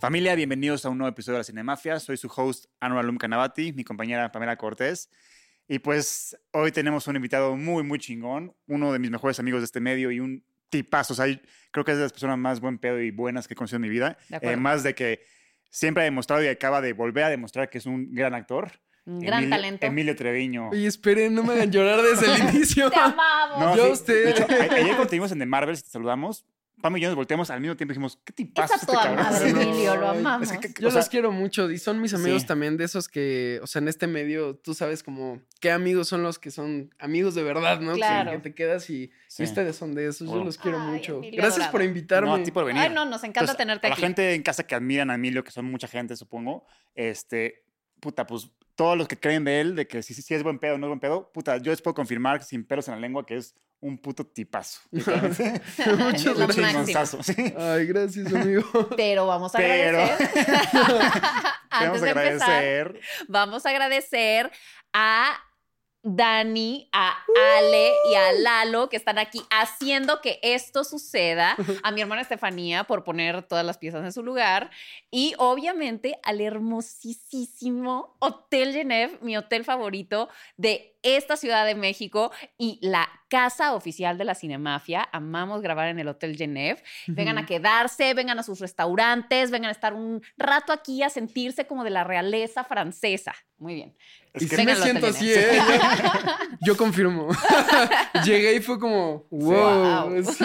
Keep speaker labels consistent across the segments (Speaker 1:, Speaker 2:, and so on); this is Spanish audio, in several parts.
Speaker 1: Familia, bienvenidos a un nuevo episodio de la Cinemafia. Soy su host, Anwar Alum Kanabati, mi compañera Pamela Cortés. Y pues hoy tenemos un invitado muy, muy chingón, uno de mis mejores amigos de este medio y un tipazo. O sea, creo que es de las personas más buen pedo y buenas que he conocido en mi vida.
Speaker 2: De acuerdo.
Speaker 1: Además de que siempre ha demostrado y acaba de volver a demostrar que es un gran actor.
Speaker 2: Un gran
Speaker 1: Emilio-
Speaker 2: talento.
Speaker 1: Emilio Treviño.
Speaker 3: Oye, esperen, no me hagan llorar desde el inicio.
Speaker 2: Te amamos.
Speaker 1: No,
Speaker 3: Yo
Speaker 1: sí,
Speaker 3: a usted.
Speaker 1: De hecho, a- ayer cuando te vimos en The Marvels y te saludamos, Pam y yo nos volteamos al mismo tiempo y dijimos, ¿qué tipazo
Speaker 2: Está
Speaker 1: este
Speaker 2: toda
Speaker 1: cabrón?
Speaker 2: madre,
Speaker 3: Sí, no.
Speaker 2: Emilio, lo
Speaker 3: Ay,
Speaker 2: amamos.
Speaker 1: Es que-
Speaker 3: Yo
Speaker 1: o sea,
Speaker 3: los quiero mucho y son mis amigos
Speaker 1: Sí.
Speaker 3: también de esos que, o sea, en este medio tú sabes como qué amigos son los que son amigos de verdad, ¿no? Que-
Speaker 2: Claro.
Speaker 3: Que, te quedas y,
Speaker 1: sí.
Speaker 3: y ustedes son de esos.
Speaker 1: Wow.
Speaker 3: Yo los quiero
Speaker 2: Ay,
Speaker 3: mucho.
Speaker 2: Emilio
Speaker 3: Gracias
Speaker 2: adorado.
Speaker 3: por
Speaker 1: No,
Speaker 3: invitarme.
Speaker 1: a ti por venir.
Speaker 2: Ay, no, nos encanta
Speaker 1: Entonces,
Speaker 2: tenerte
Speaker 1: Pues, a la
Speaker 2: aquí.
Speaker 1: gente en casa que admiran a Emilio, que son mucha gente, supongo, este, puta, pues todos los que creen de él, de que si, si, si es buen pedo o no es buen pedo, puta, yo les puedo confirmar sin pelos en la lengua que es un puto tipazo. literalmente.
Speaker 2: Es lo
Speaker 1: un
Speaker 3: gracias.
Speaker 2: máximo.
Speaker 1: chingonzazo, sí.
Speaker 3: Ay, gracias, amigo.
Speaker 2: Pero vamos a
Speaker 1: Pero-
Speaker 2: agradecer. Antes
Speaker 1: Queremos
Speaker 2: de empezar,
Speaker 1: agradecer.
Speaker 2: vamos a agradecer a Dani, a Ale y a Lalo que están aquí haciendo que esto suceda, a mi hermana Estefanía por poner todas las piezas en su lugar y obviamente al hermosísimo Hotel Genève, mi hotel favorito de esta Ciudad de México y la casa oficial de la Cinemafia. Amamos grabar en el Hotel Genève. Vengan a quedarse, vengan a sus restaurantes, vengan a estar un rato aquí a sentirse como de la realeza francesa. Muy bien.
Speaker 3: Y
Speaker 1: Es que
Speaker 3: sí me
Speaker 2: Vengan los
Speaker 3: siento así, ¿eh?
Speaker 2: alienes.
Speaker 3: Yo confirmo. Llegué y fue como, wow.
Speaker 2: Wow.
Speaker 3: Sí.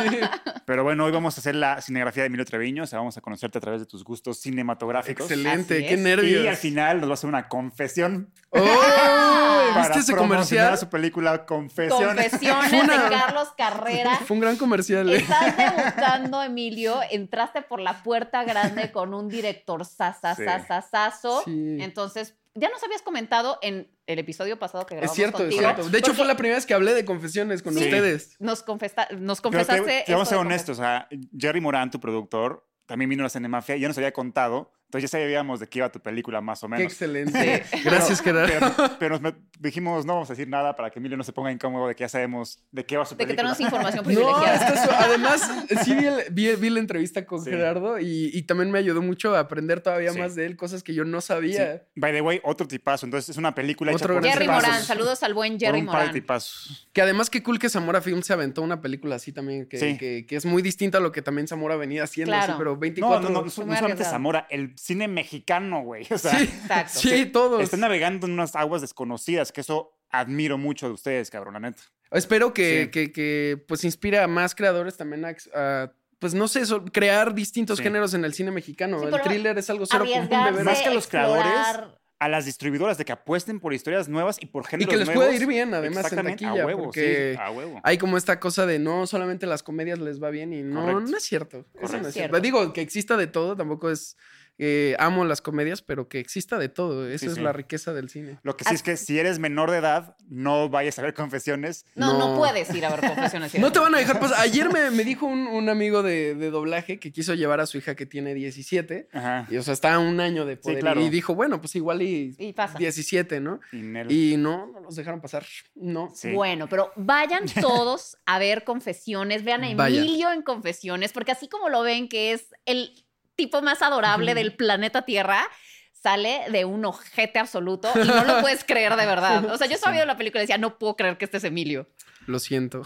Speaker 1: Pero bueno, hoy vamos a hacer la cinegrafía de Emilio Treviño, o sea, vamos a conocerte a través de tus gustos cinematográficos.
Speaker 3: Excelente,
Speaker 2: Así
Speaker 3: qué
Speaker 2: es.
Speaker 3: nervios.
Speaker 1: Y al final nos va a hacer una confesión
Speaker 3: ¡Oh!
Speaker 1: para
Speaker 3: ¿Viste ese
Speaker 1: promocionar
Speaker 3: comercial?
Speaker 1: su película Confesiones.
Speaker 2: Confesiones de
Speaker 3: Una-
Speaker 2: Carlos Carrera.
Speaker 3: Fue un gran comercial.
Speaker 1: Este,
Speaker 3: ¿eh?
Speaker 2: Estás debutando, Emilio. Entraste por la puerta grande con un director sasasasasazo.
Speaker 3: Sí.
Speaker 2: Entonces, ya nos habías comentado en el episodio pasado que grabamos
Speaker 3: Es cierto, es
Speaker 2: contigo.
Speaker 3: cierto. De hecho,
Speaker 2: porque
Speaker 3: fue la primera vez que hablé de confesiones con
Speaker 1: Sí.
Speaker 3: ustedes.
Speaker 2: nos, confesta- nos
Speaker 1: Pero
Speaker 2: confesaste.
Speaker 1: te, te
Speaker 2: esto
Speaker 1: vamos a ser
Speaker 2: de confes-
Speaker 1: honestos. O sea, Jerry Morán, tu productor, también vino a la Cinemafia. Ya nos había contado. Entonces ya sabíamos de qué iba tu película, más o
Speaker 3: Qué
Speaker 1: menos.
Speaker 3: excelente. Gracias, Gerardo.
Speaker 1: Pero, pero nos- dijimos, no vamos a decir nada para que Emilio no se ponga incómodo de que ya sabemos de qué va su
Speaker 2: De que
Speaker 1: película.
Speaker 2: tenemos información
Speaker 1: pues
Speaker 3: No,
Speaker 2: privilegiada.
Speaker 3: está su- además, sí vi, el- vi- vi la entrevista con
Speaker 1: Sí.
Speaker 3: Gerardo y, y también me ayudó mucho a aprender todavía
Speaker 1: Sí.
Speaker 3: más de él, cosas que yo no
Speaker 1: Sí.
Speaker 3: sabía.
Speaker 1: By the way, otro tipazo. Entonces es una película hecha
Speaker 3: Otro
Speaker 1: por
Speaker 3: gran
Speaker 2: Jerry
Speaker 3: tipazos.
Speaker 2: Morán, saludos al buen Jerry
Speaker 1: por un par de
Speaker 2: Morán.
Speaker 1: tipazos.
Speaker 3: Que además, qué cool que Zamora Film se aventó una película así también, que,
Speaker 1: Sí.
Speaker 3: que, que es muy distinta a lo que también Zamora venía haciendo,
Speaker 2: Claro.
Speaker 3: así, pero
Speaker 1: No,
Speaker 3: 24.
Speaker 1: no, no, no,
Speaker 2: Fue muy
Speaker 1: solamente
Speaker 2: arriesgado.
Speaker 1: Zamora, el cine mexicano, güey. O sea,
Speaker 3: sí, pues.
Speaker 2: Exacto.
Speaker 3: sí, todos.
Speaker 1: están navegando en unas aguas desconocidas, que eso admiro mucho de ustedes, cabrón, la neta.
Speaker 3: Espero que,
Speaker 1: Sí.
Speaker 3: que, que, pues inspira a más creadores también a, a, pues no sé, so- crear distintos
Speaker 1: Sí.
Speaker 3: géneros en el cine mexicano.
Speaker 2: Sí,
Speaker 3: el
Speaker 2: pero
Speaker 3: thriller es algo cero común de
Speaker 2: Arriesgarse,
Speaker 3: ver.
Speaker 1: Más que los
Speaker 2: explorar.
Speaker 1: creadores, a las distribuidoras de que apuesten por historias nuevas y por
Speaker 3: Y
Speaker 1: géneros
Speaker 3: que les
Speaker 1: nuevos.
Speaker 3: pueda ir bien, además, en
Speaker 1: Exactamente,
Speaker 3: taquilla.
Speaker 1: a huevo,
Speaker 3: porque
Speaker 1: sí, a huevo.
Speaker 3: hay como esta cosa de no, solamente las comedias les va bien y no,
Speaker 1: Correcto.
Speaker 3: no es cierto. Eso
Speaker 1: Correcto.
Speaker 3: no es cierto. Digo, que exista de todo, tampoco es... eh, amo las comedias, pero que exista de todo. Esa
Speaker 1: Sí,
Speaker 3: es
Speaker 1: sí.
Speaker 3: la riqueza del cine.
Speaker 1: Lo que sí
Speaker 2: As-
Speaker 1: es que si eres menor de edad, no vayas a ver confesiones.
Speaker 2: No, no,
Speaker 3: No.
Speaker 2: puedes ir a ver confesiones.
Speaker 3: No te van a dejar pasar. Ayer me, me dijo un, un amigo de, de doblaje que quiso llevar a su hija que tiene 17
Speaker 1: Ajá.
Speaker 3: Y, o sea, está a un año de poder.
Speaker 1: claro.
Speaker 3: Y dijo, bueno, pues igual y,
Speaker 2: Y pasa.
Speaker 3: 17, ¿no?
Speaker 1: Y Nel-
Speaker 3: Y no, no los dejaron pasar. No.
Speaker 1: Sí.
Speaker 2: Bueno, pero vayan todos a ver confesiones, vean a
Speaker 3: Vayan.
Speaker 2: Emilio en confesiones, porque así como lo ven que es el tipo más adorable del planeta Tierra, sale de un ojete absoluto y no lo puedes creer de verdad. O sea, yo estaba viendo la película y decía, no puedo creer que este es Emilio.
Speaker 3: Lo siento.
Speaker 2: O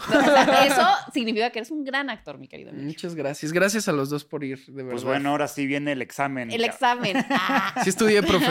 Speaker 2: sea, eso significa que eres un gran actor, mi querido Emilio.
Speaker 3: Muchas gracias. Gracias a los dos por ir, de verdad.
Speaker 1: Pues bueno, ahora sí viene el examen.
Speaker 2: El examen. Ah,
Speaker 3: Sí estudié, profe.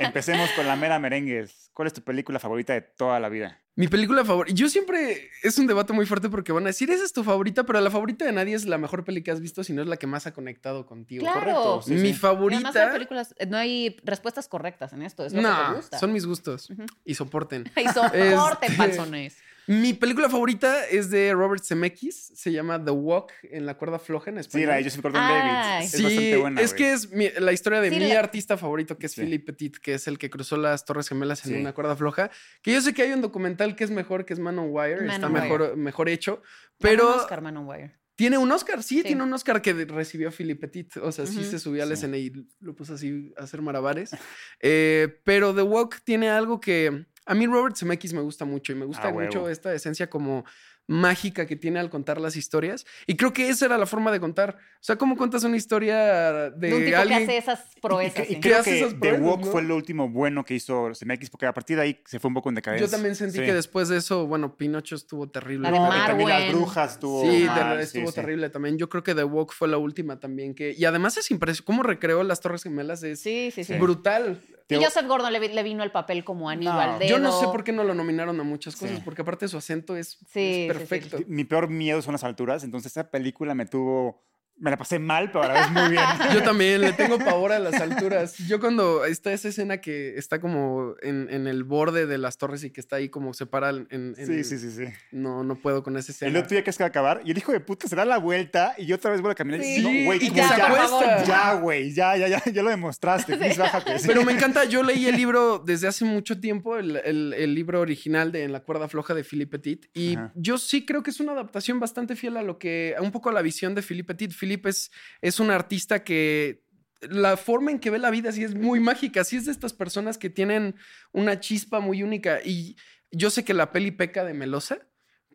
Speaker 1: Empecemos con la mera merengues. ¿Cuál es tu película favorita de toda la vida?
Speaker 3: Mi película favorita. Yo siempre. Es un debate muy fuerte porque van a decir, esa es tu favorita, pero la favorita de nadie es la mejor peli que has visto, sino es la que más ha conectado contigo.
Speaker 2: Claro.
Speaker 1: Correcto. sí,
Speaker 3: Mi
Speaker 1: sí.
Speaker 2: y además hay
Speaker 3: favorita.
Speaker 2: películas, no hay respuestas correctas en esto, es lo que te
Speaker 3: No,
Speaker 2: gusta.
Speaker 3: son mis gustos.
Speaker 2: Ujú.
Speaker 3: Y soporten.
Speaker 2: Y soporte,
Speaker 3: Este-
Speaker 2: panzones.
Speaker 3: Mi película favorita es de Robert Zemeckis, se llama The Walk en la cuerda floja en español.
Speaker 1: Sí, la de Joseph Gordon
Speaker 2: Ay.
Speaker 1: David. Es
Speaker 3: Sí,
Speaker 1: bastante buena.
Speaker 3: es que es mi- la historia de
Speaker 2: Sí,
Speaker 3: mi
Speaker 2: la-
Speaker 3: artista favorito, que es
Speaker 1: Sí.
Speaker 3: Philippe Petit, que es el que cruzó las Torres Gemelas en
Speaker 1: Sí.
Speaker 3: una cuerda floja. Que yo sé que hay un documental que es mejor, que es Man on Wire,
Speaker 2: Man
Speaker 3: está
Speaker 2: on
Speaker 3: mejor, mejor hecho, pero
Speaker 2: Ganó un Oscar, Man on Wire.
Speaker 3: tiene un Oscar, sí,
Speaker 2: Sí.
Speaker 3: tiene un Oscar que de- recibió Philippe Petit. O sea, sí
Speaker 2: Ujú.
Speaker 3: se subió al
Speaker 1: Sí.
Speaker 3: escena y lo puso así a hacer marabares. Eh, pero The Walk tiene algo que. A mí Robert Zemeckis me gusta mucho y me gusta
Speaker 1: Ah, huevo.
Speaker 3: mucho esta esencia como mágica que tiene al contar las historias. Y creo que esa era la forma de contar. O sea, ¿cómo contas una historia de,
Speaker 2: De un tipo
Speaker 3: alguien?
Speaker 2: que hace esas
Speaker 1: Y,
Speaker 2: proezas.
Speaker 1: y
Speaker 2: sí.
Speaker 1: creo
Speaker 3: hace
Speaker 1: que
Speaker 3: esas
Speaker 1: The
Speaker 3: pruebas,
Speaker 1: Walk
Speaker 3: no?
Speaker 1: fue lo último bueno que hizo CMX, porque a partir de ahí se fue un poco en decadencia.
Speaker 3: Yo también sentí
Speaker 1: Sí.
Speaker 3: que después de eso, bueno, Pinocho estuvo terrible.
Speaker 2: La de
Speaker 1: No,
Speaker 2: Marvel.
Speaker 1: y también las
Speaker 2: Marwen.
Speaker 1: brujas estuvo
Speaker 3: sí,
Speaker 1: mal,
Speaker 3: de-
Speaker 1: sí,
Speaker 3: estuvo
Speaker 1: sí.
Speaker 3: terrible también. Yo creo que The Walk fue la última también que... Y además es impresionante. ¿Cómo recreó las Torres Gemelas? Es
Speaker 2: Sí, sí, sí.
Speaker 1: Sí.
Speaker 3: brutal.
Speaker 1: Te-
Speaker 2: Y Joseph Gordon le, vi- le vino el papel como anillo
Speaker 1: No.
Speaker 2: al dedo.
Speaker 3: Yo no sé por qué no lo nominaron a muchas cosas,
Speaker 1: Sí.
Speaker 3: porque aparte su acento es,
Speaker 2: Sí,
Speaker 3: es
Speaker 2: sí, sí.
Speaker 3: perfecto.
Speaker 1: Mi peor miedo son las alturas, entonces esa película me tuvo... Me la pasé mal, pero a la vez muy bien.
Speaker 3: Yo también le tengo pavor a las alturas. Yo cuando está esa escena que está como en, en el borde de las torres y que está ahí como separa en... en-
Speaker 1: Sí, sí, sí, sí.
Speaker 3: No, no puedo con esa escena.
Speaker 1: El otro día que es que va a acabar y el hijo de puta se da la vuelta y yo otra vez vuelvo a caminar.
Speaker 2: Sí.
Speaker 1: y digo,
Speaker 3: Sí,
Speaker 1: güey,
Speaker 3: y
Speaker 1: como
Speaker 3: que se
Speaker 2: ya, por
Speaker 1: ya,
Speaker 2: favor.
Speaker 3: acuesta.
Speaker 1: ya, güey, ya, ya, ya, ya lo demostraste. Please, bájate.
Speaker 3: Pero me encanta, yo leí el libro desde hace mucho tiempo, el, el- el libro original de En la cuerda floja de Philippe Petit, y
Speaker 1: Ajá.
Speaker 3: yo sí creo que es una adaptación bastante fiel a lo que, a un poco a la visión de Philippe Petit. Philippe es, es un artista que la forma en que ve la vida sí es muy mágica, sí es de estas personas que tienen una chispa muy única, y yo sé que la peli peca de melosa,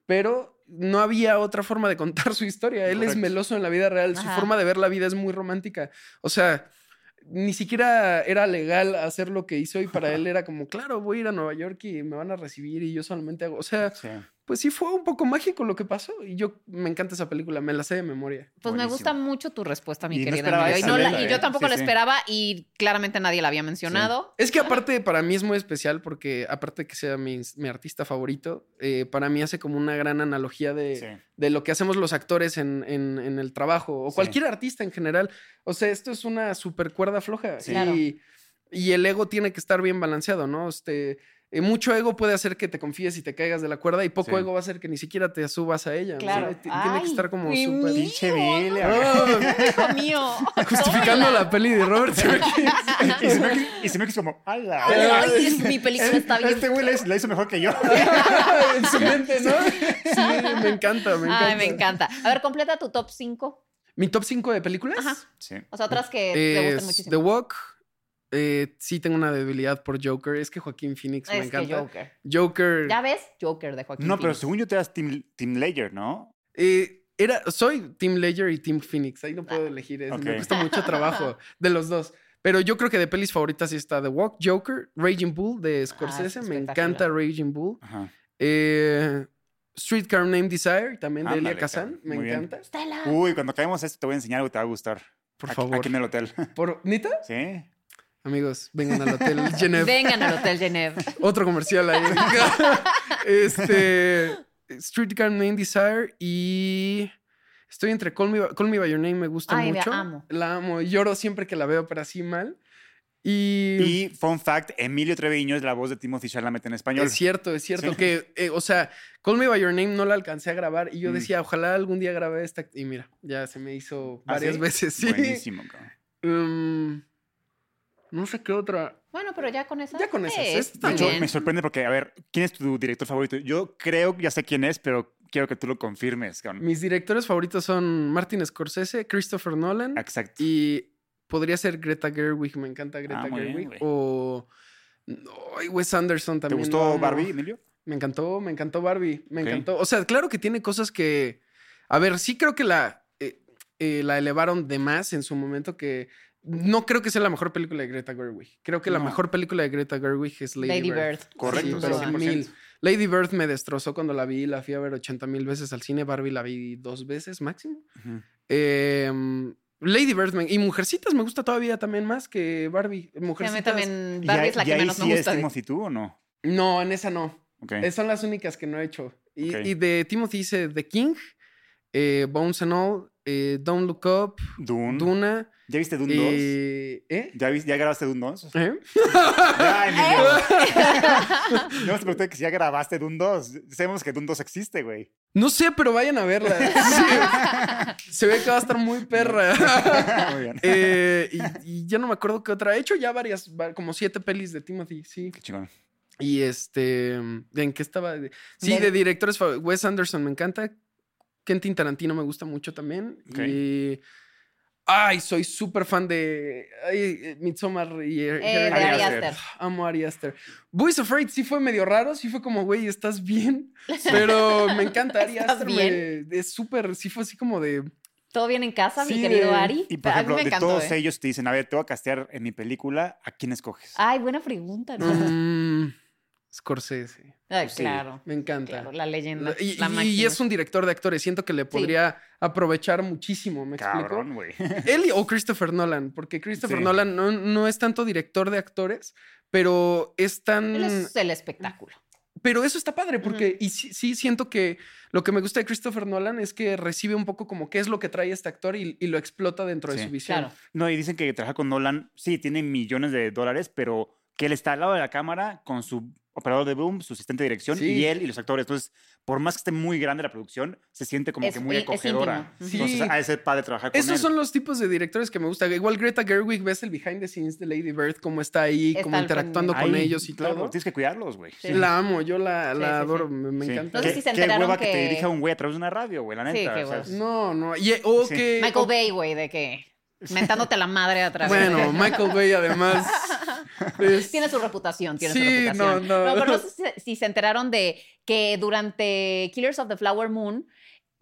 Speaker 3: pero... No había otra forma de contar su historia. Él es
Speaker 1: Correcto.
Speaker 3: meloso en la vida real. Su
Speaker 2: Ajá.
Speaker 3: forma de ver la vida es muy romántica. O sea, ni siquiera era legal hacer lo que hizo y para él era como, claro, voy a ir a Nueva York y me van a recibir y yo solamente hago, o sea,
Speaker 1: Sí.
Speaker 3: pues sí fue un poco mágico lo que pasó y yo me encanta esa película, me la sé de memoria.
Speaker 2: Pues me
Speaker 1: Buenísimo.
Speaker 2: gusta mucho tu respuesta, mi
Speaker 1: Y no
Speaker 2: querida.
Speaker 1: esperaba
Speaker 2: Emilio, y, no la-
Speaker 1: esa,
Speaker 2: y
Speaker 1: ¿eh?
Speaker 2: yo tampoco
Speaker 1: Sí,
Speaker 2: la
Speaker 1: sí.
Speaker 2: esperaba y claramente nadie la había mencionado.
Speaker 3: Es que aparte para mí es muy especial porque aparte de que sea mi, mi artista favorito, eh, para mí hace como una gran analogía de,
Speaker 1: Sí.
Speaker 3: de lo que hacemos los actores en, en- en el trabajo o
Speaker 1: Sí.
Speaker 3: cualquier artista en general. O sea, esto es una super cuerda floja
Speaker 1: Sí.
Speaker 3: y,
Speaker 2: Claro.
Speaker 3: y el ego tiene que estar bien balanceado, ¿no? Este, eh, mucho ego puede hacer que te confíes y te caigas de la cuerda y poco
Speaker 1: Sí.
Speaker 3: ego va a hacer que ni siquiera te subas a ella. ¿no?
Speaker 2: Claro.
Speaker 3: T- Tiene
Speaker 2: Ay,
Speaker 3: que estar como
Speaker 2: mi
Speaker 3: súper...
Speaker 1: Pinche
Speaker 2: Mío,
Speaker 1: Billy.
Speaker 3: Ah,
Speaker 2: Hijo mío.
Speaker 3: justificando
Speaker 2: Tómala.
Speaker 3: la peli de Robert Zemeckis.
Speaker 1: Y se me y se me quiso como, ala.
Speaker 2: Ay, ay, es- mi película está bien.
Speaker 1: Este güey la hizo- la hizo mejor que yo.
Speaker 3: en su mente, ¿no? Sí, me encanta, me encanta.
Speaker 2: Ay, me encanta. A ver, completa tu top 5.
Speaker 3: Mi top 5 de películas.
Speaker 2: Ajá.
Speaker 1: Sí.
Speaker 2: O sea, otras que te
Speaker 3: es
Speaker 2: gustan
Speaker 3: The
Speaker 2: muchísimo.
Speaker 3: Walk. Eh, sí tengo una debilidad por Joker. Es que Joaquín Phoenix me
Speaker 2: Es que
Speaker 3: encanta.
Speaker 2: Joker.
Speaker 3: Joker.
Speaker 2: ¿Ya ves? Joker de Joaquín
Speaker 1: No, pero
Speaker 2: Phoenix.
Speaker 1: según yo te das Team, team Ledger, ¿no?
Speaker 3: eh, era, soy Team Ledger y Team Phoenix. Ahí no puedo elegir. es-
Speaker 1: ok.
Speaker 3: Me cuesta mucho trabajo de los dos. Pero yo creo que de pelis favoritas sí está The Walk, Joker, Raging Bull de Scorsese.
Speaker 2: es
Speaker 3: me
Speaker 2: Ah, espectacular.
Speaker 3: encanta Raging Bull.
Speaker 1: Ajá.
Speaker 3: Eh, Streetcar Name Desire, también de Elia
Speaker 1: Ándale,
Speaker 3: Kazan.
Speaker 1: cabrón.
Speaker 3: Me
Speaker 1: Ah, Muy bien.
Speaker 3: encanta.
Speaker 2: Stella.
Speaker 1: Uy, cuando caemos esto te voy a enseñar algo que te va a gustar.
Speaker 3: Por
Speaker 1: Aquí-
Speaker 3: favor.
Speaker 1: Aquí en el hotel.
Speaker 3: Por, ¿Nita?
Speaker 1: Sí.
Speaker 3: Amigos, vengan al hotel Geneva.
Speaker 2: Vengan al Hotel Geneve.
Speaker 3: Otro comercial ahí. este. Streetcar Name Desire y. Estoy entre Call Me, Call Me By Your Name, me gusta
Speaker 2: Ay, la
Speaker 3: mucho.
Speaker 2: amo.
Speaker 3: La amo. Lloro siempre que la veo, pero así mal. Y.
Speaker 2: Mm.
Speaker 1: Y fun fact, Emilio Treviño es la voz de Timothy Chalamet en español.
Speaker 3: es cierto, es cierto
Speaker 1: Sí.
Speaker 3: que, eh, o sea, Call Me By Your Name no la alcancé a grabar y yo
Speaker 1: Mm.
Speaker 3: decía, ojalá algún día grabe esta. Y mira, ya se me hizo
Speaker 1: ¿Ah,
Speaker 3: varias
Speaker 1: sí?
Speaker 3: veces, sí.
Speaker 1: Buenísimo, cabrón.
Speaker 3: Um, no sé qué otra.
Speaker 2: Bueno, pero ya con esas.
Speaker 3: Ya con esas,
Speaker 2: eh,
Speaker 3: es-
Speaker 2: está
Speaker 1: De hecho,
Speaker 2: bien.
Speaker 1: me sorprende porque, a ver, ¿quién es tu director favorito? Yo creo que ya sé quién es, pero quiero que tú lo confirmes, cabrón.
Speaker 3: Mis directores favoritos son Martin Scorsese, Christopher Nolan.
Speaker 2: Mm.
Speaker 1: Exacto.
Speaker 3: Y podría ser Greta Gerwig, me encanta Greta
Speaker 1: Ah, muy bien,
Speaker 3: Gerwig.
Speaker 1: güey.
Speaker 3: o ay, Wes Anderson
Speaker 1: ¿Te
Speaker 3: también. lo
Speaker 1: gustó
Speaker 3: amo.
Speaker 1: Barbie, Emilio?
Speaker 3: Me encantó, me encantó Barbie, me
Speaker 1: Ok.
Speaker 3: encantó. O sea, claro que tiene cosas que... A ver, sí creo que la, eh, eh, la elevaron de más en su momento que... No creo que sea la mejor película de Greta Gerwig. Creo que la
Speaker 1: No.
Speaker 3: mejor película de Greta Gerwig es Lady,
Speaker 2: Lady
Speaker 3: Bird.
Speaker 2: Bird.
Speaker 1: Correcto,
Speaker 2: Sí,
Speaker 3: pero
Speaker 2: sin duda.
Speaker 1: 100%.
Speaker 3: mil. Lady Bird me destrozó cuando la vi, la fui a ver 80 mil veces al cine, Barbie la vi dos veces máximo.
Speaker 1: Ujú.
Speaker 3: Em, Lady Bird me- y Mujercitas me gusta todavía también más que Barbie.
Speaker 2: Sí, a mí
Speaker 3: Mujercitas.
Speaker 2: también
Speaker 1: Y
Speaker 2: Barbie
Speaker 1: ahí-
Speaker 2: es la
Speaker 1: y
Speaker 2: que
Speaker 1: ahí
Speaker 2: menos me
Speaker 1: sí
Speaker 2: gusta.
Speaker 1: es
Speaker 2: de-
Speaker 1: Timothy tú o no?
Speaker 3: No, en esa no.
Speaker 1: Ok.
Speaker 3: Eh, Son las únicas que no he hecho. Y,
Speaker 1: Ok.
Speaker 3: y de Timothy hice The King, eh, Bones and All, eh, Don't Look Up,
Speaker 1: Dune.
Speaker 3: Duna.
Speaker 1: ¿Ya viste Dune 2?
Speaker 3: eh, ¿eh?
Speaker 1: ¿Ya, vis- ya grabaste Dune 2?
Speaker 3: ¿Eh?
Speaker 1: ya, Emilio.
Speaker 2: ¿Eh?
Speaker 1: Yo te pregunté que si ya grabaste Dune 2. Sabemos que Dune 2 existe, güey.
Speaker 3: No sé, pero vayan a verla. Sí. Se ve que va a estar muy perra.
Speaker 1: Muy bien.
Speaker 3: Eh, y, y ya no me acuerdo qué otra. He hecho ya varias, va- como siete pelis de Timothy, sí.
Speaker 1: Qué chingón.
Speaker 3: Y este, ¿en qué estaba? Sí,
Speaker 2: Del-
Speaker 3: de directores, fa- Wes Anderson me encanta. Quentin Tarantino me gusta mucho también.
Speaker 1: Ok.
Speaker 3: Y, Ay, soy súper fan de ay, Midsommar y Er-,
Speaker 2: Eh, de
Speaker 1: Ari
Speaker 2: Ari
Speaker 1: Aster.
Speaker 2: Aster.
Speaker 3: Amo a Ari Aster. Boys Afraid sí fue medio raro, sí fue como, güey, ¿estás bien? Pero me encanta Ari
Speaker 2: ¿Estás
Speaker 3: Aster. me- es súper, sí fue así como de...
Speaker 2: ¿Todo bien en casa,
Speaker 3: Sí,
Speaker 2: mi querido
Speaker 3: de-
Speaker 2: Ari?
Speaker 1: Y por
Speaker 2: a mí
Speaker 1: ejemplo,
Speaker 2: me
Speaker 1: de
Speaker 2: encantó.
Speaker 1: todos
Speaker 2: ¿eh?
Speaker 1: ellos te dicen, a ver, te voy a castear en mi película, ¿a quién escoges?
Speaker 2: Ay, buena pregunta. ¿no?
Speaker 3: mm, Scorsese,
Speaker 2: Ay,
Speaker 1: pues sí.
Speaker 2: claro,
Speaker 3: me encanta.
Speaker 2: claro, la leyenda.
Speaker 3: Y,
Speaker 2: la
Speaker 3: y- y
Speaker 2: máquina.
Speaker 3: es un director de actores, siento que le podría aprovechar muchísimo, ¿me explico?
Speaker 1: Cabrón, güey.
Speaker 3: Él y- o Christopher Nolan, porque Christopher
Speaker 1: Sí.
Speaker 3: Nolan no, no es tanto director de actores, pero es tan...
Speaker 2: Él es el espectáculo.
Speaker 3: Pero eso está padre, porque y sí, sí siento que lo que me gusta de Christopher Nolan es que recibe un poco como qué es lo que trae este actor y, y lo explota dentro de
Speaker 1: Sí.
Speaker 3: su visión.
Speaker 2: Claro.
Speaker 1: No, y dicen que trabajar con Nolan, sí, tiene millones de dólares, pero que él está al lado de la cámara con su operador de boom, su asistente de dirección
Speaker 3: Sí.
Speaker 1: y él y los actores. Entonces, por más que esté muy grande la producción, se siente como
Speaker 2: Es- e-,
Speaker 1: que muy
Speaker 2: es
Speaker 1: acogedora.
Speaker 2: íntimo.
Speaker 3: Sí.
Speaker 1: Entonces, a ese padre trabajar con
Speaker 3: Esos
Speaker 1: él.
Speaker 3: son los tipos de directores que me gusta. Igual Greta Gerwig, ves el behind the scenes de Lady Bird, cómo está ahí,
Speaker 2: Está
Speaker 3: cómo
Speaker 2: al
Speaker 3: interactuando
Speaker 1: Ahí,
Speaker 3: con ellos y
Speaker 1: claro,
Speaker 3: todo.
Speaker 1: Tienes que cuidarlos, güey.
Speaker 2: Sí.
Speaker 3: La amo, yo la,
Speaker 2: Sí,
Speaker 3: la
Speaker 2: sí, sí.
Speaker 3: adorado, me, me
Speaker 1: Sí.
Speaker 3: encanta.
Speaker 2: No sé
Speaker 1: Qué-
Speaker 2: si se
Speaker 1: qué
Speaker 2: enteraron
Speaker 1: hueva que... te
Speaker 2: que-
Speaker 1: dirija un güey a través de una radio, güey, la
Speaker 2: Sí,
Speaker 1: neta.
Speaker 2: qué
Speaker 1: o sea,
Speaker 2: hueva.
Speaker 1: es-
Speaker 3: No, no. Y, eh, oh, o
Speaker 1: Pues, Sí.
Speaker 3: que-
Speaker 2: Michael
Speaker 3: o-
Speaker 2: Bay, güey, de que mentándote la madre atrás.
Speaker 3: Bueno, Michael Bay además. pues, es-
Speaker 2: Tiene su reputación, tiene su
Speaker 3: Sí,
Speaker 2: reputación.
Speaker 3: no, no.
Speaker 2: pero no sé si se- si se enteraron de que durante Killers of the Flower Moon,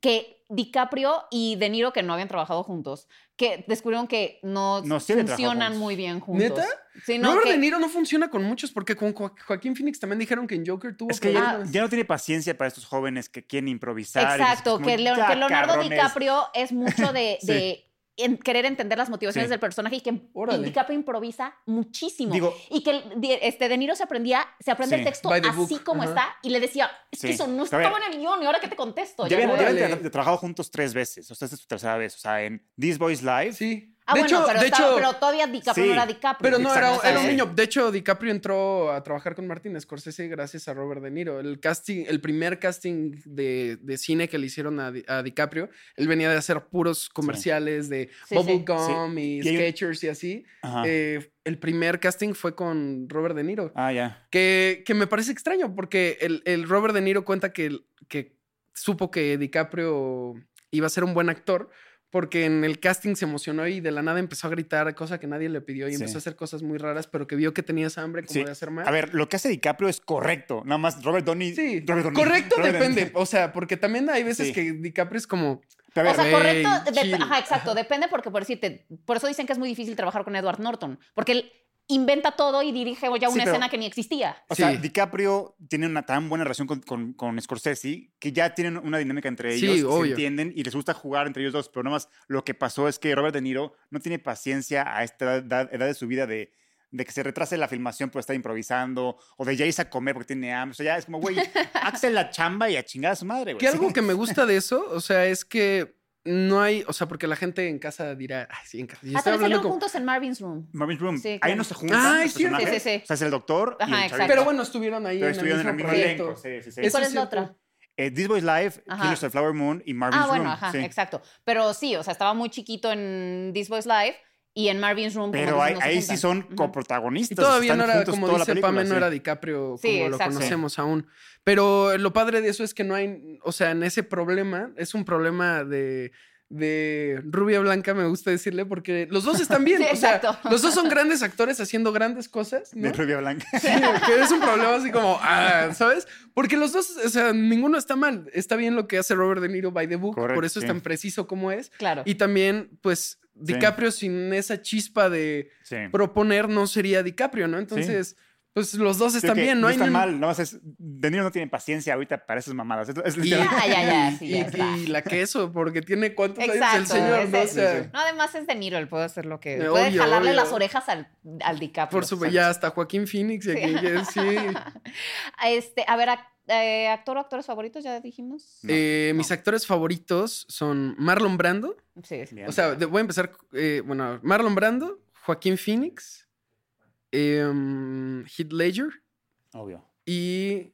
Speaker 2: que DiCaprio y De Niro, que no habían trabajado juntos, que descubrieron que no,
Speaker 1: No, sí habían trabajado
Speaker 2: funcionan
Speaker 1: juntos.
Speaker 2: muy bien juntos.
Speaker 3: ¿Neta?
Speaker 2: Sí, no,
Speaker 3: Robert
Speaker 2: que-
Speaker 3: De Niro no funciona con muchos porque con Jo- Joaquín Phoenix también dijeron que en Joker tuvo
Speaker 1: Es que ya,
Speaker 3: problemas.
Speaker 1: ya no tiene paciencia para estos jóvenes que quieren improvisar. y
Speaker 2: Exacto,
Speaker 1: es como,
Speaker 2: que, Leo-
Speaker 1: "Ya,
Speaker 2: que Leonardo
Speaker 1: cabrones".
Speaker 2: DiCaprio es mucho de,
Speaker 1: Sí.
Speaker 2: de en- querer entender las motivaciones
Speaker 1: Sí.
Speaker 2: del personaje y que y
Speaker 3: Órale.
Speaker 2: DiCaprio improvisa muchísimo.
Speaker 1: Digo,
Speaker 2: y que el- de- este De Niro se aprendía, se aprende
Speaker 1: Sí,
Speaker 2: el texto
Speaker 3: by the
Speaker 2: así
Speaker 3: book,
Speaker 2: como
Speaker 3: ajá.
Speaker 2: está y le decía, es que
Speaker 1: Sí,
Speaker 2: eso no
Speaker 1: a ver,
Speaker 2: estaba en el guión y ahora que te contesto.
Speaker 1: ya
Speaker 2: Ya
Speaker 1: habían,
Speaker 2: voy".
Speaker 1: ya
Speaker 3: órale.
Speaker 1: habían tra- trabajado juntos tres veces. O sea, esta es su tercera vez. O sea, en This Boys Live.
Speaker 3: Sí.
Speaker 2: Ah,
Speaker 3: de
Speaker 2: bueno,
Speaker 3: hecho,
Speaker 2: pero,
Speaker 3: de
Speaker 2: estaba-
Speaker 3: hecho,
Speaker 2: pero todavía DiCaprio
Speaker 1: sí,
Speaker 2: no era DiCaprio.
Speaker 3: pero no era,
Speaker 1: Exacto,
Speaker 3: era un
Speaker 1: sí.
Speaker 3: niño. De hecho, DiCaprio entró a trabajar con Martin Scorsese gracias a Robert De Niro. El casting, el primer casting de, de cine que le hicieron a, Di- a DiCaprio, él venía de hacer puros comerciales de
Speaker 2: Sí,
Speaker 3: Bubblegum y
Speaker 1: Y hay un- Ah.
Speaker 3: Skechers y así.
Speaker 1: Ajá.
Speaker 3: Eh, el primer casting fue con Robert De Niro.
Speaker 1: ah, ya.
Speaker 3: Que, que me parece extraño porque el, el Robert De Niro cuenta que, el- que supo que DiCaprio iba a ser un buen actor porque en el casting se emocionó y de la nada empezó a gritar, cosa que nadie le pidió y
Speaker 1: Sí.
Speaker 3: empezó a hacer cosas muy raras, pero que vio que tenías hambre como
Speaker 1: Sí.
Speaker 3: de hacer más.
Speaker 1: A ver, lo que hace DiCaprio es correcto. Nada más Robert Downey.
Speaker 3: Sí,
Speaker 1: Robert Downey-
Speaker 3: correcto
Speaker 1: Robert Downey.
Speaker 3: depende, o sea, porque también hay veces
Speaker 1: Sí.
Speaker 3: que DiCaprio es como,
Speaker 1: A ver,
Speaker 2: O sea,
Speaker 3: güey,
Speaker 2: correcto, de-
Speaker 3: chill.
Speaker 2: ajá, exacto, depende porque por decirte, por eso dicen que es muy difícil trabajar con Edward Norton, porque él inventa todo y dirige ya
Speaker 1: Sí,
Speaker 2: una
Speaker 1: pero-
Speaker 2: escena que ni existía.
Speaker 1: o sea,
Speaker 3: sí.
Speaker 1: DiCaprio tiene una tan buena relación con, con, con Scorsese que ya tienen una dinámica entre
Speaker 3: Sí,
Speaker 1: ellos, que
Speaker 3: obvio.
Speaker 1: se entienden y les gusta jugar entre ellos dos. Pero nada más lo que pasó es que Robert De Niro no tiene paciencia a esta edad, edad de su vida de, de que se retrase la filmación por estar improvisando o de ya irse a comer porque tiene hambre. O sea, ya es como, güey, hazte la chamba y a chingar a su madre, güey.
Speaker 3: Que algo que me gusta de eso, o sea, es que no hay, o sea, porque la gente en casa dirá, ay, sí, en casa. Y
Speaker 2: Ah,
Speaker 3: estoy
Speaker 2: también
Speaker 3: hablando
Speaker 2: salieron
Speaker 3: como-
Speaker 2: juntos en Marvin's Room.
Speaker 1: Marvin's Room,
Speaker 2: Sí,
Speaker 1: ahí
Speaker 2: claro.
Speaker 1: no se juntan.
Speaker 3: Ah,
Speaker 1: los
Speaker 3: es cierto.
Speaker 1: personajes.
Speaker 2: Sí, sí, sí.
Speaker 1: O sea, es el doctor y
Speaker 2: Ajá,
Speaker 1: el
Speaker 2: exacto.
Speaker 1: chavito.
Speaker 3: Pero bueno, estuvieron ahí
Speaker 1: Pero
Speaker 3: en, el
Speaker 1: estuvieron en el
Speaker 3: mismo
Speaker 1: mismo
Speaker 3: proyecto.
Speaker 1: elenco. Sí, sí, sí.
Speaker 2: ¿Y
Speaker 3: Eso
Speaker 2: cuál
Speaker 3: es
Speaker 2: es la
Speaker 3: cierto.
Speaker 2: otra?
Speaker 1: Eh, This Boy's Life,
Speaker 2: Ajá.
Speaker 1: Killers of the Flower Moon y Marvin's
Speaker 2: Ah, bueno,
Speaker 1: Room.
Speaker 2: ajá,
Speaker 1: sí.
Speaker 2: exacto. Pero sí, o sea, estaba muy chiquito en This Boy's Life y en Marvin's Room. como
Speaker 1: Pero
Speaker 2: dices,
Speaker 1: ahí,
Speaker 2: no se
Speaker 1: ahí
Speaker 2: juntan.
Speaker 1: sí son
Speaker 2: Ujú.
Speaker 1: coprotagonistas.
Speaker 3: Y todavía
Speaker 1: están
Speaker 3: no era,
Speaker 1: juntos
Speaker 3: como
Speaker 1: toda la
Speaker 3: dice
Speaker 1: película,
Speaker 3: Pame, no
Speaker 1: sí.
Speaker 3: era DiCaprio como
Speaker 2: Sí,
Speaker 3: lo
Speaker 2: exacto.
Speaker 3: conocemos aún. Pero lo padre de eso es que no hay, o sea, en ese problema, es un problema de, de rubia blanca, me gusta decirle, porque los dos están bien.
Speaker 2: Sí,
Speaker 3: o sea,
Speaker 2: exacto.
Speaker 3: los dos son grandes actores haciendo grandes cosas, ¿no?
Speaker 1: De Rubia Blanca.
Speaker 3: Sí, que es un problema así como, ah, ¿sabes? Porque los dos, o sea, ninguno está mal. Está bien lo que hace Robert De Niro by the book, por
Speaker 1: Correcto,
Speaker 3: eso es
Speaker 1: sí.
Speaker 3: tan preciso como es.
Speaker 2: Claro.
Speaker 3: Y también, pues, DiCaprio sin esa chispa de
Speaker 1: Sí.
Speaker 3: proponer no sería DiCaprio, ¿no? Entonces, pues los dos
Speaker 1: Creo
Speaker 3: están
Speaker 1: que
Speaker 3: bien, no hay
Speaker 1: está
Speaker 3: nin-
Speaker 1: mal. No, es, de Niro no tiene paciencia ahorita para esas mamadas. Es, es
Speaker 3: Y-
Speaker 1: literal.
Speaker 2: Ya, ya, ya, sí, ya
Speaker 3: y-
Speaker 2: está.
Speaker 3: y la queso, porque tiene cuántos años el
Speaker 2: Exacto.
Speaker 3: señor,
Speaker 2: es
Speaker 3: ¿no? O
Speaker 2: el-
Speaker 3: sea,
Speaker 2: no, además es de Niro, él puede hacer lo que.
Speaker 3: Eh,
Speaker 2: puede
Speaker 3: obvio,
Speaker 2: jalarle
Speaker 3: obvio.
Speaker 2: las orejas al, al DiCaprio.
Speaker 3: por su ya hasta Joaquín Phoenix y aquí, que- sí.
Speaker 2: Este, a ver, ac- eh, actor o actores favoritos, ya dijimos.
Speaker 1: No,
Speaker 3: Eh,
Speaker 1: no.
Speaker 3: Mis actores favoritos son Marlon Brando,
Speaker 2: Sí, sí.
Speaker 1: Bien.
Speaker 3: O sea, de- voy a empezar. eh, bueno, Marlon Brando, Joaquín Phoenix, em, Heath Ledger
Speaker 1: obvio.
Speaker 3: y.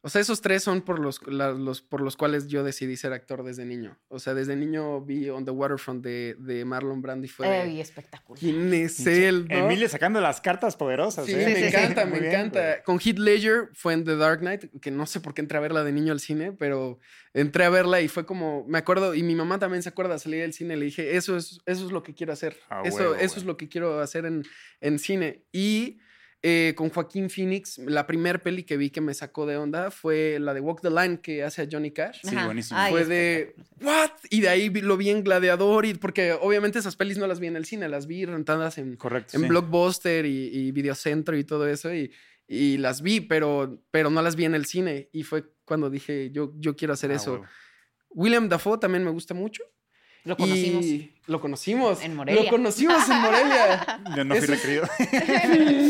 Speaker 3: O O sea, esos tres son por los, la- los- por los cuales yo decidí ser actor desde niño. O sea, desde niño vi On the Waterfront de, de Marlon Brando y fue... de,
Speaker 2: Ay, Eh, espectacular.
Speaker 3: ¿Quién es él? no?
Speaker 1: Emilio sacando las cartas poderosas.
Speaker 3: Sí,
Speaker 1: ¿eh?
Speaker 3: me encanta, me
Speaker 1: Muy bien, pues.
Speaker 3: encanta.
Speaker 1: güey.
Speaker 3: Con Heath Ledger fue en The Dark Knight, que no sé por qué entré a verla de niño al cine, pero entré a verla y fue como, me acuerdo, y mi mamá también se acuerda, salí del cine y le dije, eso es, eso es lo que quiero hacer,
Speaker 1: Ah,
Speaker 3: eso,
Speaker 1: huevo,
Speaker 3: eso es
Speaker 1: güey.
Speaker 3: lo que quiero hacer en, en cine. Y eh, con Joaquín Phoenix, la primer peli que vi que me sacó de onda fue la de Walk the Line que hace a Johnny Cash.
Speaker 1: Sí,
Speaker 2: Ajá.
Speaker 1: buenísimo.
Speaker 2: Ay,
Speaker 3: Fue de, ¿what? Y de ahí vi- lo vi en Gladiador, y porque obviamente esas pelis no las vi en el cine, las vi rentadas en,
Speaker 1: Correcto.
Speaker 3: en
Speaker 1: sí.
Speaker 3: Blockbuster y, y Videocentro y todo eso. Y, y las vi, pero, pero no las vi en el cine. Y fue cuando dije, yo, yo quiero hacer
Speaker 1: Ah,
Speaker 3: eso.
Speaker 1: huevo.
Speaker 3: William Dafoe también me gusta mucho.
Speaker 2: Lo conocimos.
Speaker 3: Y lo conocimos.
Speaker 2: En Morelia.
Speaker 3: Lo conocimos en Morelia.
Speaker 1: Yo no fui
Speaker 3: Eso-
Speaker 1: requerido.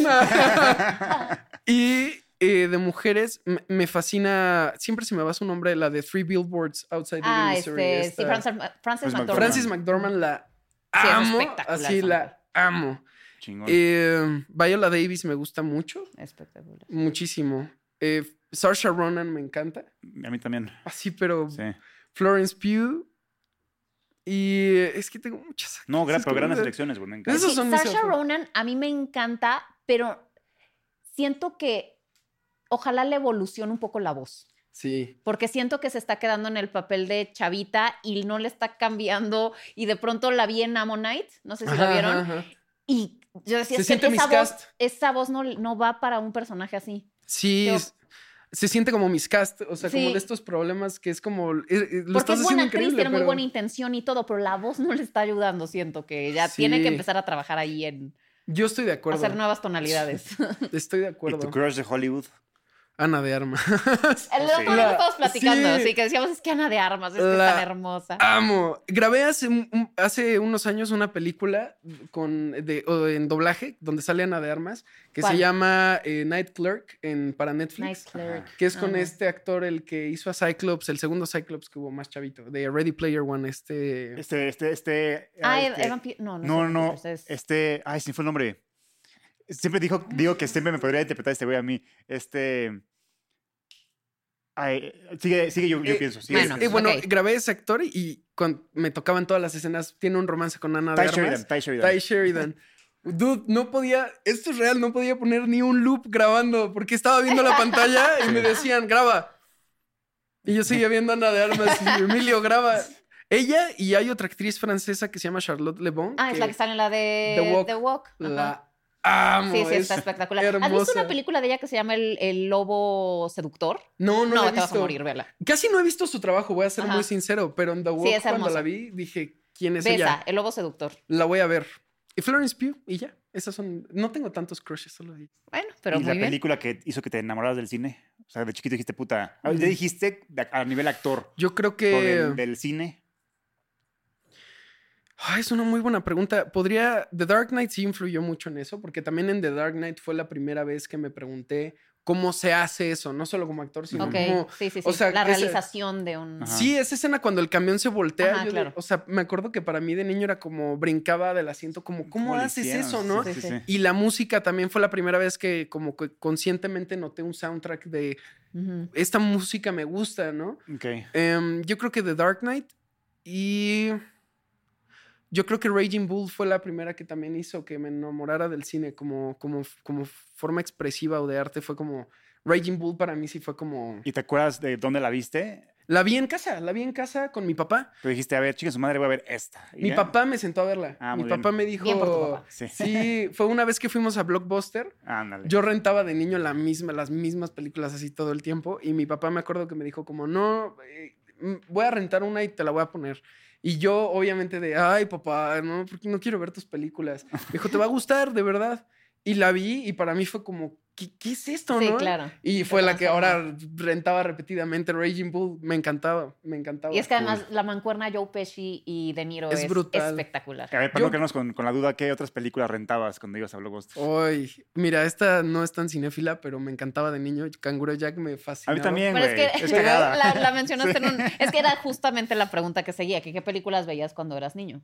Speaker 3: y eh, de mujeres, m- me fascina, siempre se me va su nombre, la de Three Billboards Outside
Speaker 2: Ah,
Speaker 3: Ebbing, Missouri.
Speaker 2: este, sí,
Speaker 3: esta-
Speaker 2: Frances, Frances
Speaker 1: Pues
Speaker 2: McDormand.
Speaker 1: McDormand.
Speaker 3: Francis McDormand la
Speaker 2: Sí, es
Speaker 3: amo.
Speaker 2: espectacular
Speaker 3: así
Speaker 2: esa
Speaker 3: la amo.
Speaker 1: Chingón.
Speaker 3: Eh, Viola Davis me gusta mucho.
Speaker 2: Espectacular.
Speaker 3: Muchísimo. Eh, Saoirse Ronan me encanta.
Speaker 1: A mí también.
Speaker 3: Así, pero
Speaker 1: Ah, Sí.
Speaker 3: Florence Pugh. Y eh, es que tengo muchas.
Speaker 1: No, gran,
Speaker 3: actrices que
Speaker 1: pero
Speaker 3: me-
Speaker 1: grandes elecciones, güey. Me encanta.
Speaker 3: Esos son mis
Speaker 2: Sasha
Speaker 3: favoritos.
Speaker 2: Ronan a mí me encanta, pero siento que ojalá le evolucione un poco la voz.
Speaker 3: Sí.
Speaker 2: Porque siento que se está quedando en el papel de chavita y no le está cambiando. Y de pronto la vi en Ammonite, no sé si la
Speaker 3: Ajá,
Speaker 2: vieron.
Speaker 3: ajá.
Speaker 2: Y yo decía,
Speaker 3: Se
Speaker 2: es que
Speaker 3: siente
Speaker 2: esa voz,
Speaker 3: miscast.
Speaker 2: esa voz no, no va para un personaje así.
Speaker 3: Sí.
Speaker 2: Yo-
Speaker 3: es- Se siente como miscast, o sea, como
Speaker 2: Sí.
Speaker 3: de estos problemas que es como. eh, eh, lo
Speaker 2: Porque
Speaker 3: estás
Speaker 2: es
Speaker 3: haciendo
Speaker 2: buena actriz,
Speaker 3: increíble.
Speaker 2: tiene muy
Speaker 3: pero-
Speaker 2: buena intención y todo, pero la voz no le está ayudando. Siento que ya tiene
Speaker 3: Sí.
Speaker 2: que empezar a trabajar ahí en
Speaker 3: Yo estoy de acuerdo.
Speaker 2: hacer nuevas tonalidades.
Speaker 3: Estoy de
Speaker 1: ¿Y tu
Speaker 3: acuerdo.
Speaker 1: crush de Hollywood?
Speaker 3: Ana de Armas.
Speaker 1: Sí.
Speaker 2: El otro día
Speaker 3: La-
Speaker 2: lo estábamos platicando,
Speaker 3: sí.
Speaker 2: sí, que decíamos, es que Ana de Armas, es que
Speaker 3: La-
Speaker 2: es tan hermosa.
Speaker 3: Amo. Grabé hace, un- un- hace unos años una película con, de, o en doblaje donde sale Ana de Armas que
Speaker 2: ¿Cuál?
Speaker 3: se llama eh, Night Clerk en, para Netflix.
Speaker 2: Nice clerk.
Speaker 3: Que es con
Speaker 2: Ajá.
Speaker 3: este actor el que hizo a Cyclops, el segundo Cyclops que hubo más chavito, de Ready Player One, este...
Speaker 1: Este, este, este.
Speaker 2: Ah,
Speaker 1: ay,
Speaker 2: Ev-
Speaker 1: este-
Speaker 2: Evan Pe- no, no.
Speaker 1: No,
Speaker 2: es
Speaker 1: no,
Speaker 2: Evan Peters, es-
Speaker 1: Este. Ay, se me fue el nombre. Siempre dijo, digo que siempre me podría interpretar este güey a mí. Este. Ay, sigue, sigue yo, yo
Speaker 3: Eh,
Speaker 1: pienso. Sigue,
Speaker 2: bueno,
Speaker 1: yo
Speaker 3: Eh,
Speaker 1: pienso.
Speaker 3: bueno,
Speaker 2: ok.
Speaker 3: grabé ese actor y, y cuan- me tocaban todas las escenas. Tiene un romance con Ana de
Speaker 1: Ty
Speaker 3: Armas.
Speaker 1: Sheridan, Ty Sheridan.
Speaker 3: Ty Sheridan. Dude, no podía, esto es real, no podía poner ni un loop grabando porque estaba viendo la pantalla y me decían, graba. Y yo seguía viendo a Ana de Armas y Emilio graba. Ella y hay otra actriz francesa que se llama Charlotte Le Bon.
Speaker 2: Ah, es la que sale en la de
Speaker 3: The Walk.
Speaker 2: The Walk. Ajá.
Speaker 3: La amo.
Speaker 2: sí, sí,
Speaker 3: es-
Speaker 2: está espectacular. ¿Has visto
Speaker 3: hermosa.
Speaker 2: una película de ella que se llama El, el Lobo Seductor?
Speaker 3: No, no,
Speaker 2: No,
Speaker 3: la he
Speaker 2: te vas a
Speaker 3: visto.
Speaker 2: morir, vela.
Speaker 3: Casi no he visto su trabajo, voy a ser
Speaker 2: Ajá.
Speaker 3: muy sincero, pero en The Walk
Speaker 2: es
Speaker 3: cuando
Speaker 2: hermosa.
Speaker 3: la vi dije, ¿quién es
Speaker 2: Besa,
Speaker 3: ella?
Speaker 2: El Lobo Seductor.
Speaker 3: La voy a ver. Y Florence Pugh y ya. Esas son, no tengo tantos crushes, solo ella.
Speaker 2: Bueno, pero
Speaker 1: y la
Speaker 2: muy bien.
Speaker 1: película que hizo que te enamoraras del cine. O sea, de chiquito dijiste, puta. ah, Ya
Speaker 3: Mm.
Speaker 1: dijiste de- a nivel actor.
Speaker 3: Yo creo
Speaker 1: o
Speaker 3: que
Speaker 1: del, del cine.
Speaker 3: Ay, Ah, es una muy buena pregunta. Podría. The Dark Knight sí influyó mucho en eso, porque también en The Dark Knight fue la primera vez que me pregunté cómo se hace eso, no solo como actor, sino
Speaker 2: Ok,
Speaker 3: como.
Speaker 2: sí, sí, sí.
Speaker 3: o sea,
Speaker 2: la
Speaker 3: que se-
Speaker 2: realización de un...
Speaker 1: Ajá.
Speaker 3: Sí, esa escena cuando el camión se voltea. yo
Speaker 2: Ajá,
Speaker 3: de-
Speaker 2: claro.
Speaker 3: o sea, me acuerdo que para mí de niño era como brincaba del asiento, como, ¿cómo,
Speaker 1: le
Speaker 3: haces
Speaker 1: hicieron?
Speaker 3: eso, no?
Speaker 1: Sí, sí,
Speaker 2: Sí,
Speaker 1: sí.
Speaker 2: sí.
Speaker 3: Y la música también fue la primera vez que, como que conscientemente noté un soundtrack de
Speaker 2: Ujú.
Speaker 3: esta música me gusta, ¿no?
Speaker 1: Ok.
Speaker 3: Em, yo creo que The Dark Knight y yo creo que Raging Bull fue la primera que también hizo que me enamorara del cine como, como, como forma expresiva o de arte. Fue como Raging Bull para mí sí fue como...
Speaker 1: ¿Y te acuerdas de dónde la viste?
Speaker 3: La vi en casa, la vi en casa con mi papá.
Speaker 1: Tú dijiste, a ver, chica, su madre voy a ver esta. Y
Speaker 3: Mi
Speaker 1: ya.
Speaker 3: papá me sentó a verla.
Speaker 1: Ah,
Speaker 3: mi
Speaker 1: muy
Speaker 3: papá
Speaker 1: bien.
Speaker 3: me dijo...
Speaker 2: Bien por tu papá.
Speaker 1: Sí.
Speaker 3: Sí, fue una vez que fuimos a Blockbuster.
Speaker 1: Ándale.
Speaker 3: Yo rentaba de niño la misma, las mismas películas así todo el tiempo y mi papá me acuerdo que me dijo como, no, eh, mm, voy a rentar una y te la voy a poner. Y yo obviamente de, ay papá, no, porque no quiero ver tus películas. Me dijo, te va a gustar, de verdad. Y la vi y para mí fue como, ¿qué, qué es esto?
Speaker 2: Sí,
Speaker 3: no?
Speaker 2: claro.
Speaker 3: Y fue la que
Speaker 2: transforma.
Speaker 3: ahora rentaba repetidamente Raging Bull. Me encantaba, me encantaba.
Speaker 2: Y es que además la mancuerna Joe Pesci y De Niro
Speaker 3: Es
Speaker 2: es,
Speaker 3: brutal.
Speaker 2: espectacular.
Speaker 1: A ver, para
Speaker 3: Yo-
Speaker 1: no quedarnos con, con la duda, ¿qué otras películas rentabas cuando ibas a Blockbuster?
Speaker 3: Ay, mira, esta no es tan cinéfila, pero me encantaba de niño. Canguro Jack me
Speaker 1: a
Speaker 3: fascinaba.
Speaker 1: mí también,
Speaker 2: Pero
Speaker 1: güey.
Speaker 2: es que
Speaker 1: Es cagada.
Speaker 2: la, la mencionaste en un... Es que era justamente la pregunta que seguía, que qué películas veías cuando eras niño.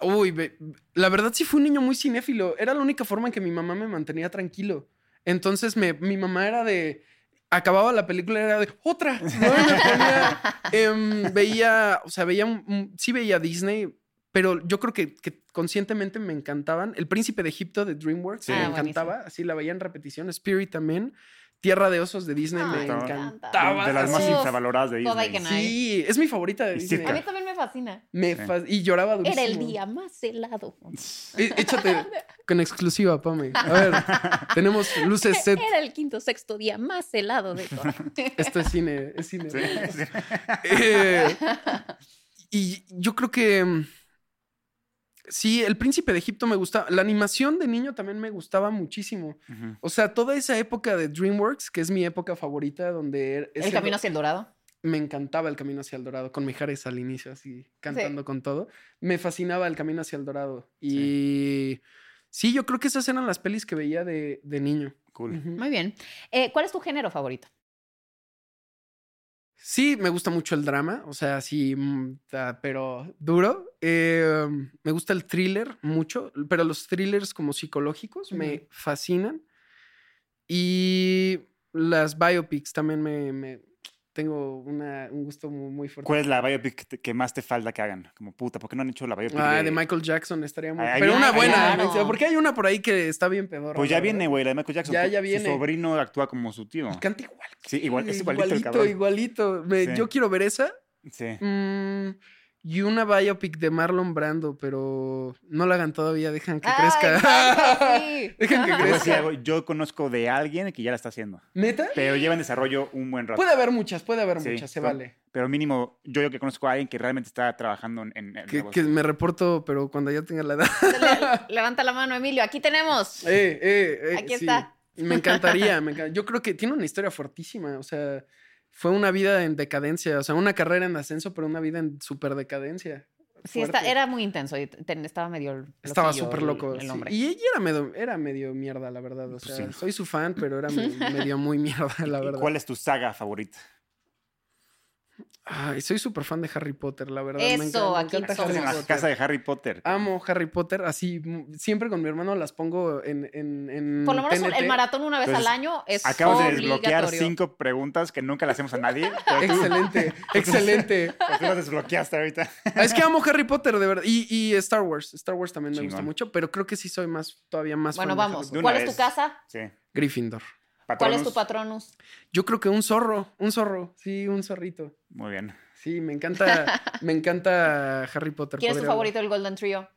Speaker 3: Uy, ve- la verdad sí fui un niño muy cinéfilo. Era la única forma en que mi mamá me mantenía tranquilo. Entonces me- mi mamá era de... acababa la película era de otra. ¿no? Y me ponía, em, veía, o sea, veía, un- un- sí veía Disney, pero yo creo que, que conscientemente me encantaban. El Príncipe de Egipto de DreamWorks
Speaker 1: Sí.
Speaker 3: me
Speaker 1: Ah,
Speaker 3: encantaba, así la veía en repetición. Spirit también. Tierra de Osos de Disney
Speaker 2: Ah,
Speaker 3: me
Speaker 2: me encanta.
Speaker 3: encantaba.
Speaker 1: de las más
Speaker 2: Uf,
Speaker 3: así.
Speaker 1: infravaloradas de
Speaker 2: toda y
Speaker 1: Disney.
Speaker 2: que no.
Speaker 3: Sí, es mi favorita de
Speaker 1: Y
Speaker 3: Disney.
Speaker 2: A mí
Speaker 1: Circa.
Speaker 2: también me fascina.
Speaker 3: Me
Speaker 1: Sí.
Speaker 3: fa- y lloraba durísimo.
Speaker 2: Era el día más helado.
Speaker 3: Eh, Échate con exclusiva, Pame. A ver, tenemos luces set.
Speaker 2: Era el quinto sexto día más helado de todo.
Speaker 3: Esto es cine, es cine.
Speaker 1: Sí, sí.
Speaker 3: Eh, y yo creo que mm, sí, El Príncipe de Egipto me gustaba. La animación de niño también me gustaba muchísimo.
Speaker 1: Ujú.
Speaker 3: O sea, toda esa época de DreamWorks, que es mi época favorita, donde er-
Speaker 2: El
Speaker 3: ese-
Speaker 2: camino hacia el dorado.
Speaker 3: me encantaba El Camino hacia el Dorado, con Mijares al inicio, así cantando con todo. Me fascinaba El Camino hacia el Dorado. Y sí, yo creo que esas eran las pelis que veía de, de niño.
Speaker 1: Cool.
Speaker 3: Ujú.
Speaker 2: Muy bien. Eh, ¿Cuál es tu género favorito?
Speaker 3: Sí, me gusta mucho el drama, o sea, sí, mm, ta- pero duro. Eh, me gusta el thriller mucho, pero los thrillers como psicológicos me
Speaker 2: Ujú.
Speaker 3: fascinan. Y las biopics también me... me- tengo una- un gusto muy, muy fuerte.
Speaker 1: ¿Cuál es la biopic que te- que más te falta que hagan? Como puta, ¿por qué no han hecho la biopic?
Speaker 3: Ah, de Michael Jackson estaría muy...
Speaker 1: Ahí
Speaker 3: Pero
Speaker 1: viene-
Speaker 3: una
Speaker 1: ahí
Speaker 3: buena,
Speaker 2: viene.
Speaker 3: ¿no? porque hay una por ahí que está bien pedorra.
Speaker 1: Pues ya
Speaker 3: la
Speaker 1: viene,
Speaker 3: verdad.
Speaker 1: güey, la de Michael Jackson.
Speaker 3: Ya,
Speaker 1: Su-
Speaker 3: ya viene.
Speaker 1: Su sobrino actúa como su tío.
Speaker 3: Y Canta igual.
Speaker 1: Sí, igual, es igualito, el
Speaker 3: igualito.
Speaker 1: cabrón.
Speaker 3: igualito. Me-
Speaker 1: Sí.
Speaker 3: Yo quiero ver esa.
Speaker 1: Sí.
Speaker 3: Mm, y una biopic de Marlon Brando, pero no la hagan todavía, dejan que
Speaker 2: Ay,
Speaker 3: crezca.
Speaker 2: claro, Ah, sí.
Speaker 3: dejan que
Speaker 1: Te voy a decir
Speaker 3: crezca.
Speaker 1: algo, Yo conozco de alguien que ya la está haciendo,
Speaker 3: ¿Neta?
Speaker 1: pero lleva en desarrollo un buen rato.
Speaker 3: Puede haber muchas, puede haber
Speaker 1: Sí,
Speaker 3: muchas, se
Speaker 1: son-
Speaker 3: vale.
Speaker 1: Pero mínimo, yo, yo que conozco a alguien que realmente está trabajando en... en- en la
Speaker 3: Que,
Speaker 1: voz.
Speaker 3: que me reporto, pero cuando ya tenga la edad.
Speaker 2: Le- levanta la mano, Emilio. Aquí tenemos.
Speaker 3: Eh, eh, eh,
Speaker 2: Aquí
Speaker 3: sí.
Speaker 2: está.
Speaker 3: Me encantaría, me encan- Yo creo que tiene una historia fuertísima, o sea, fue una vida en decadencia, o sea, una carrera en ascenso, pero una vida en super decadencia.
Speaker 2: Sí, está-
Speaker 3: fuerte.
Speaker 2: era muy intenso y ten- estaba medio.
Speaker 3: Estaba
Speaker 2: loquillo
Speaker 3: súper
Speaker 2: el-
Speaker 3: loco.
Speaker 2: El,
Speaker 3: sí.
Speaker 2: hombre.
Speaker 3: Y ella era medio, era medio mierda, la verdad. O
Speaker 1: Pues
Speaker 3: sea,
Speaker 1: sí.
Speaker 3: soy su fan, pero era me- medio muy mierda, la
Speaker 1: ¿Y
Speaker 3: verdad.
Speaker 1: ¿Cuál es tu saga favorita?
Speaker 3: Ay, soy súper fan de Harry Potter, la verdad.
Speaker 2: Eso,
Speaker 3: me encanta, me
Speaker 2: aquí
Speaker 3: encanta
Speaker 1: Estás
Speaker 2: somos.
Speaker 1: en
Speaker 3: Harry
Speaker 1: la
Speaker 3: Potter.
Speaker 1: casa de Harry Potter.
Speaker 3: Amo Harry Potter, así mu- siempre con mi hermano las pongo en. en, en
Speaker 2: Por lo menos
Speaker 3: TNT.
Speaker 2: el maratón una vez
Speaker 1: Entonces,
Speaker 2: al año es
Speaker 1: Acabas de
Speaker 2: obligatorio.
Speaker 1: desbloquear cinco preguntas que nunca le hacemos a nadie. pero tú-
Speaker 3: Excelente, excelente.
Speaker 1: pero tú las desbloqueaste ahorita.
Speaker 3: Ah, Es que amo Harry Potter, de verdad. Y, y Star Wars. Star Wars también me gusta
Speaker 1: Chingón.
Speaker 3: mucho, pero creo que sí soy más, todavía más.
Speaker 2: Bueno,
Speaker 3: fan de
Speaker 2: vamos.
Speaker 1: De
Speaker 3: Harry Potter.
Speaker 1: una
Speaker 2: ¿Cuál es tu
Speaker 1: vez.
Speaker 2: casa?
Speaker 1: Sí.
Speaker 3: Gryffindor.
Speaker 2: ¿Cuál es tu
Speaker 1: Patronus.
Speaker 2: patronus?
Speaker 3: Yo creo que un zorro, un zorro. Sí, un zorrito.
Speaker 1: Muy bien.
Speaker 3: Sí, me encanta, me encanta Harry Potter.
Speaker 2: ¿Quién es tu
Speaker 3: podría hablar.
Speaker 2: favorito del Golden Trio?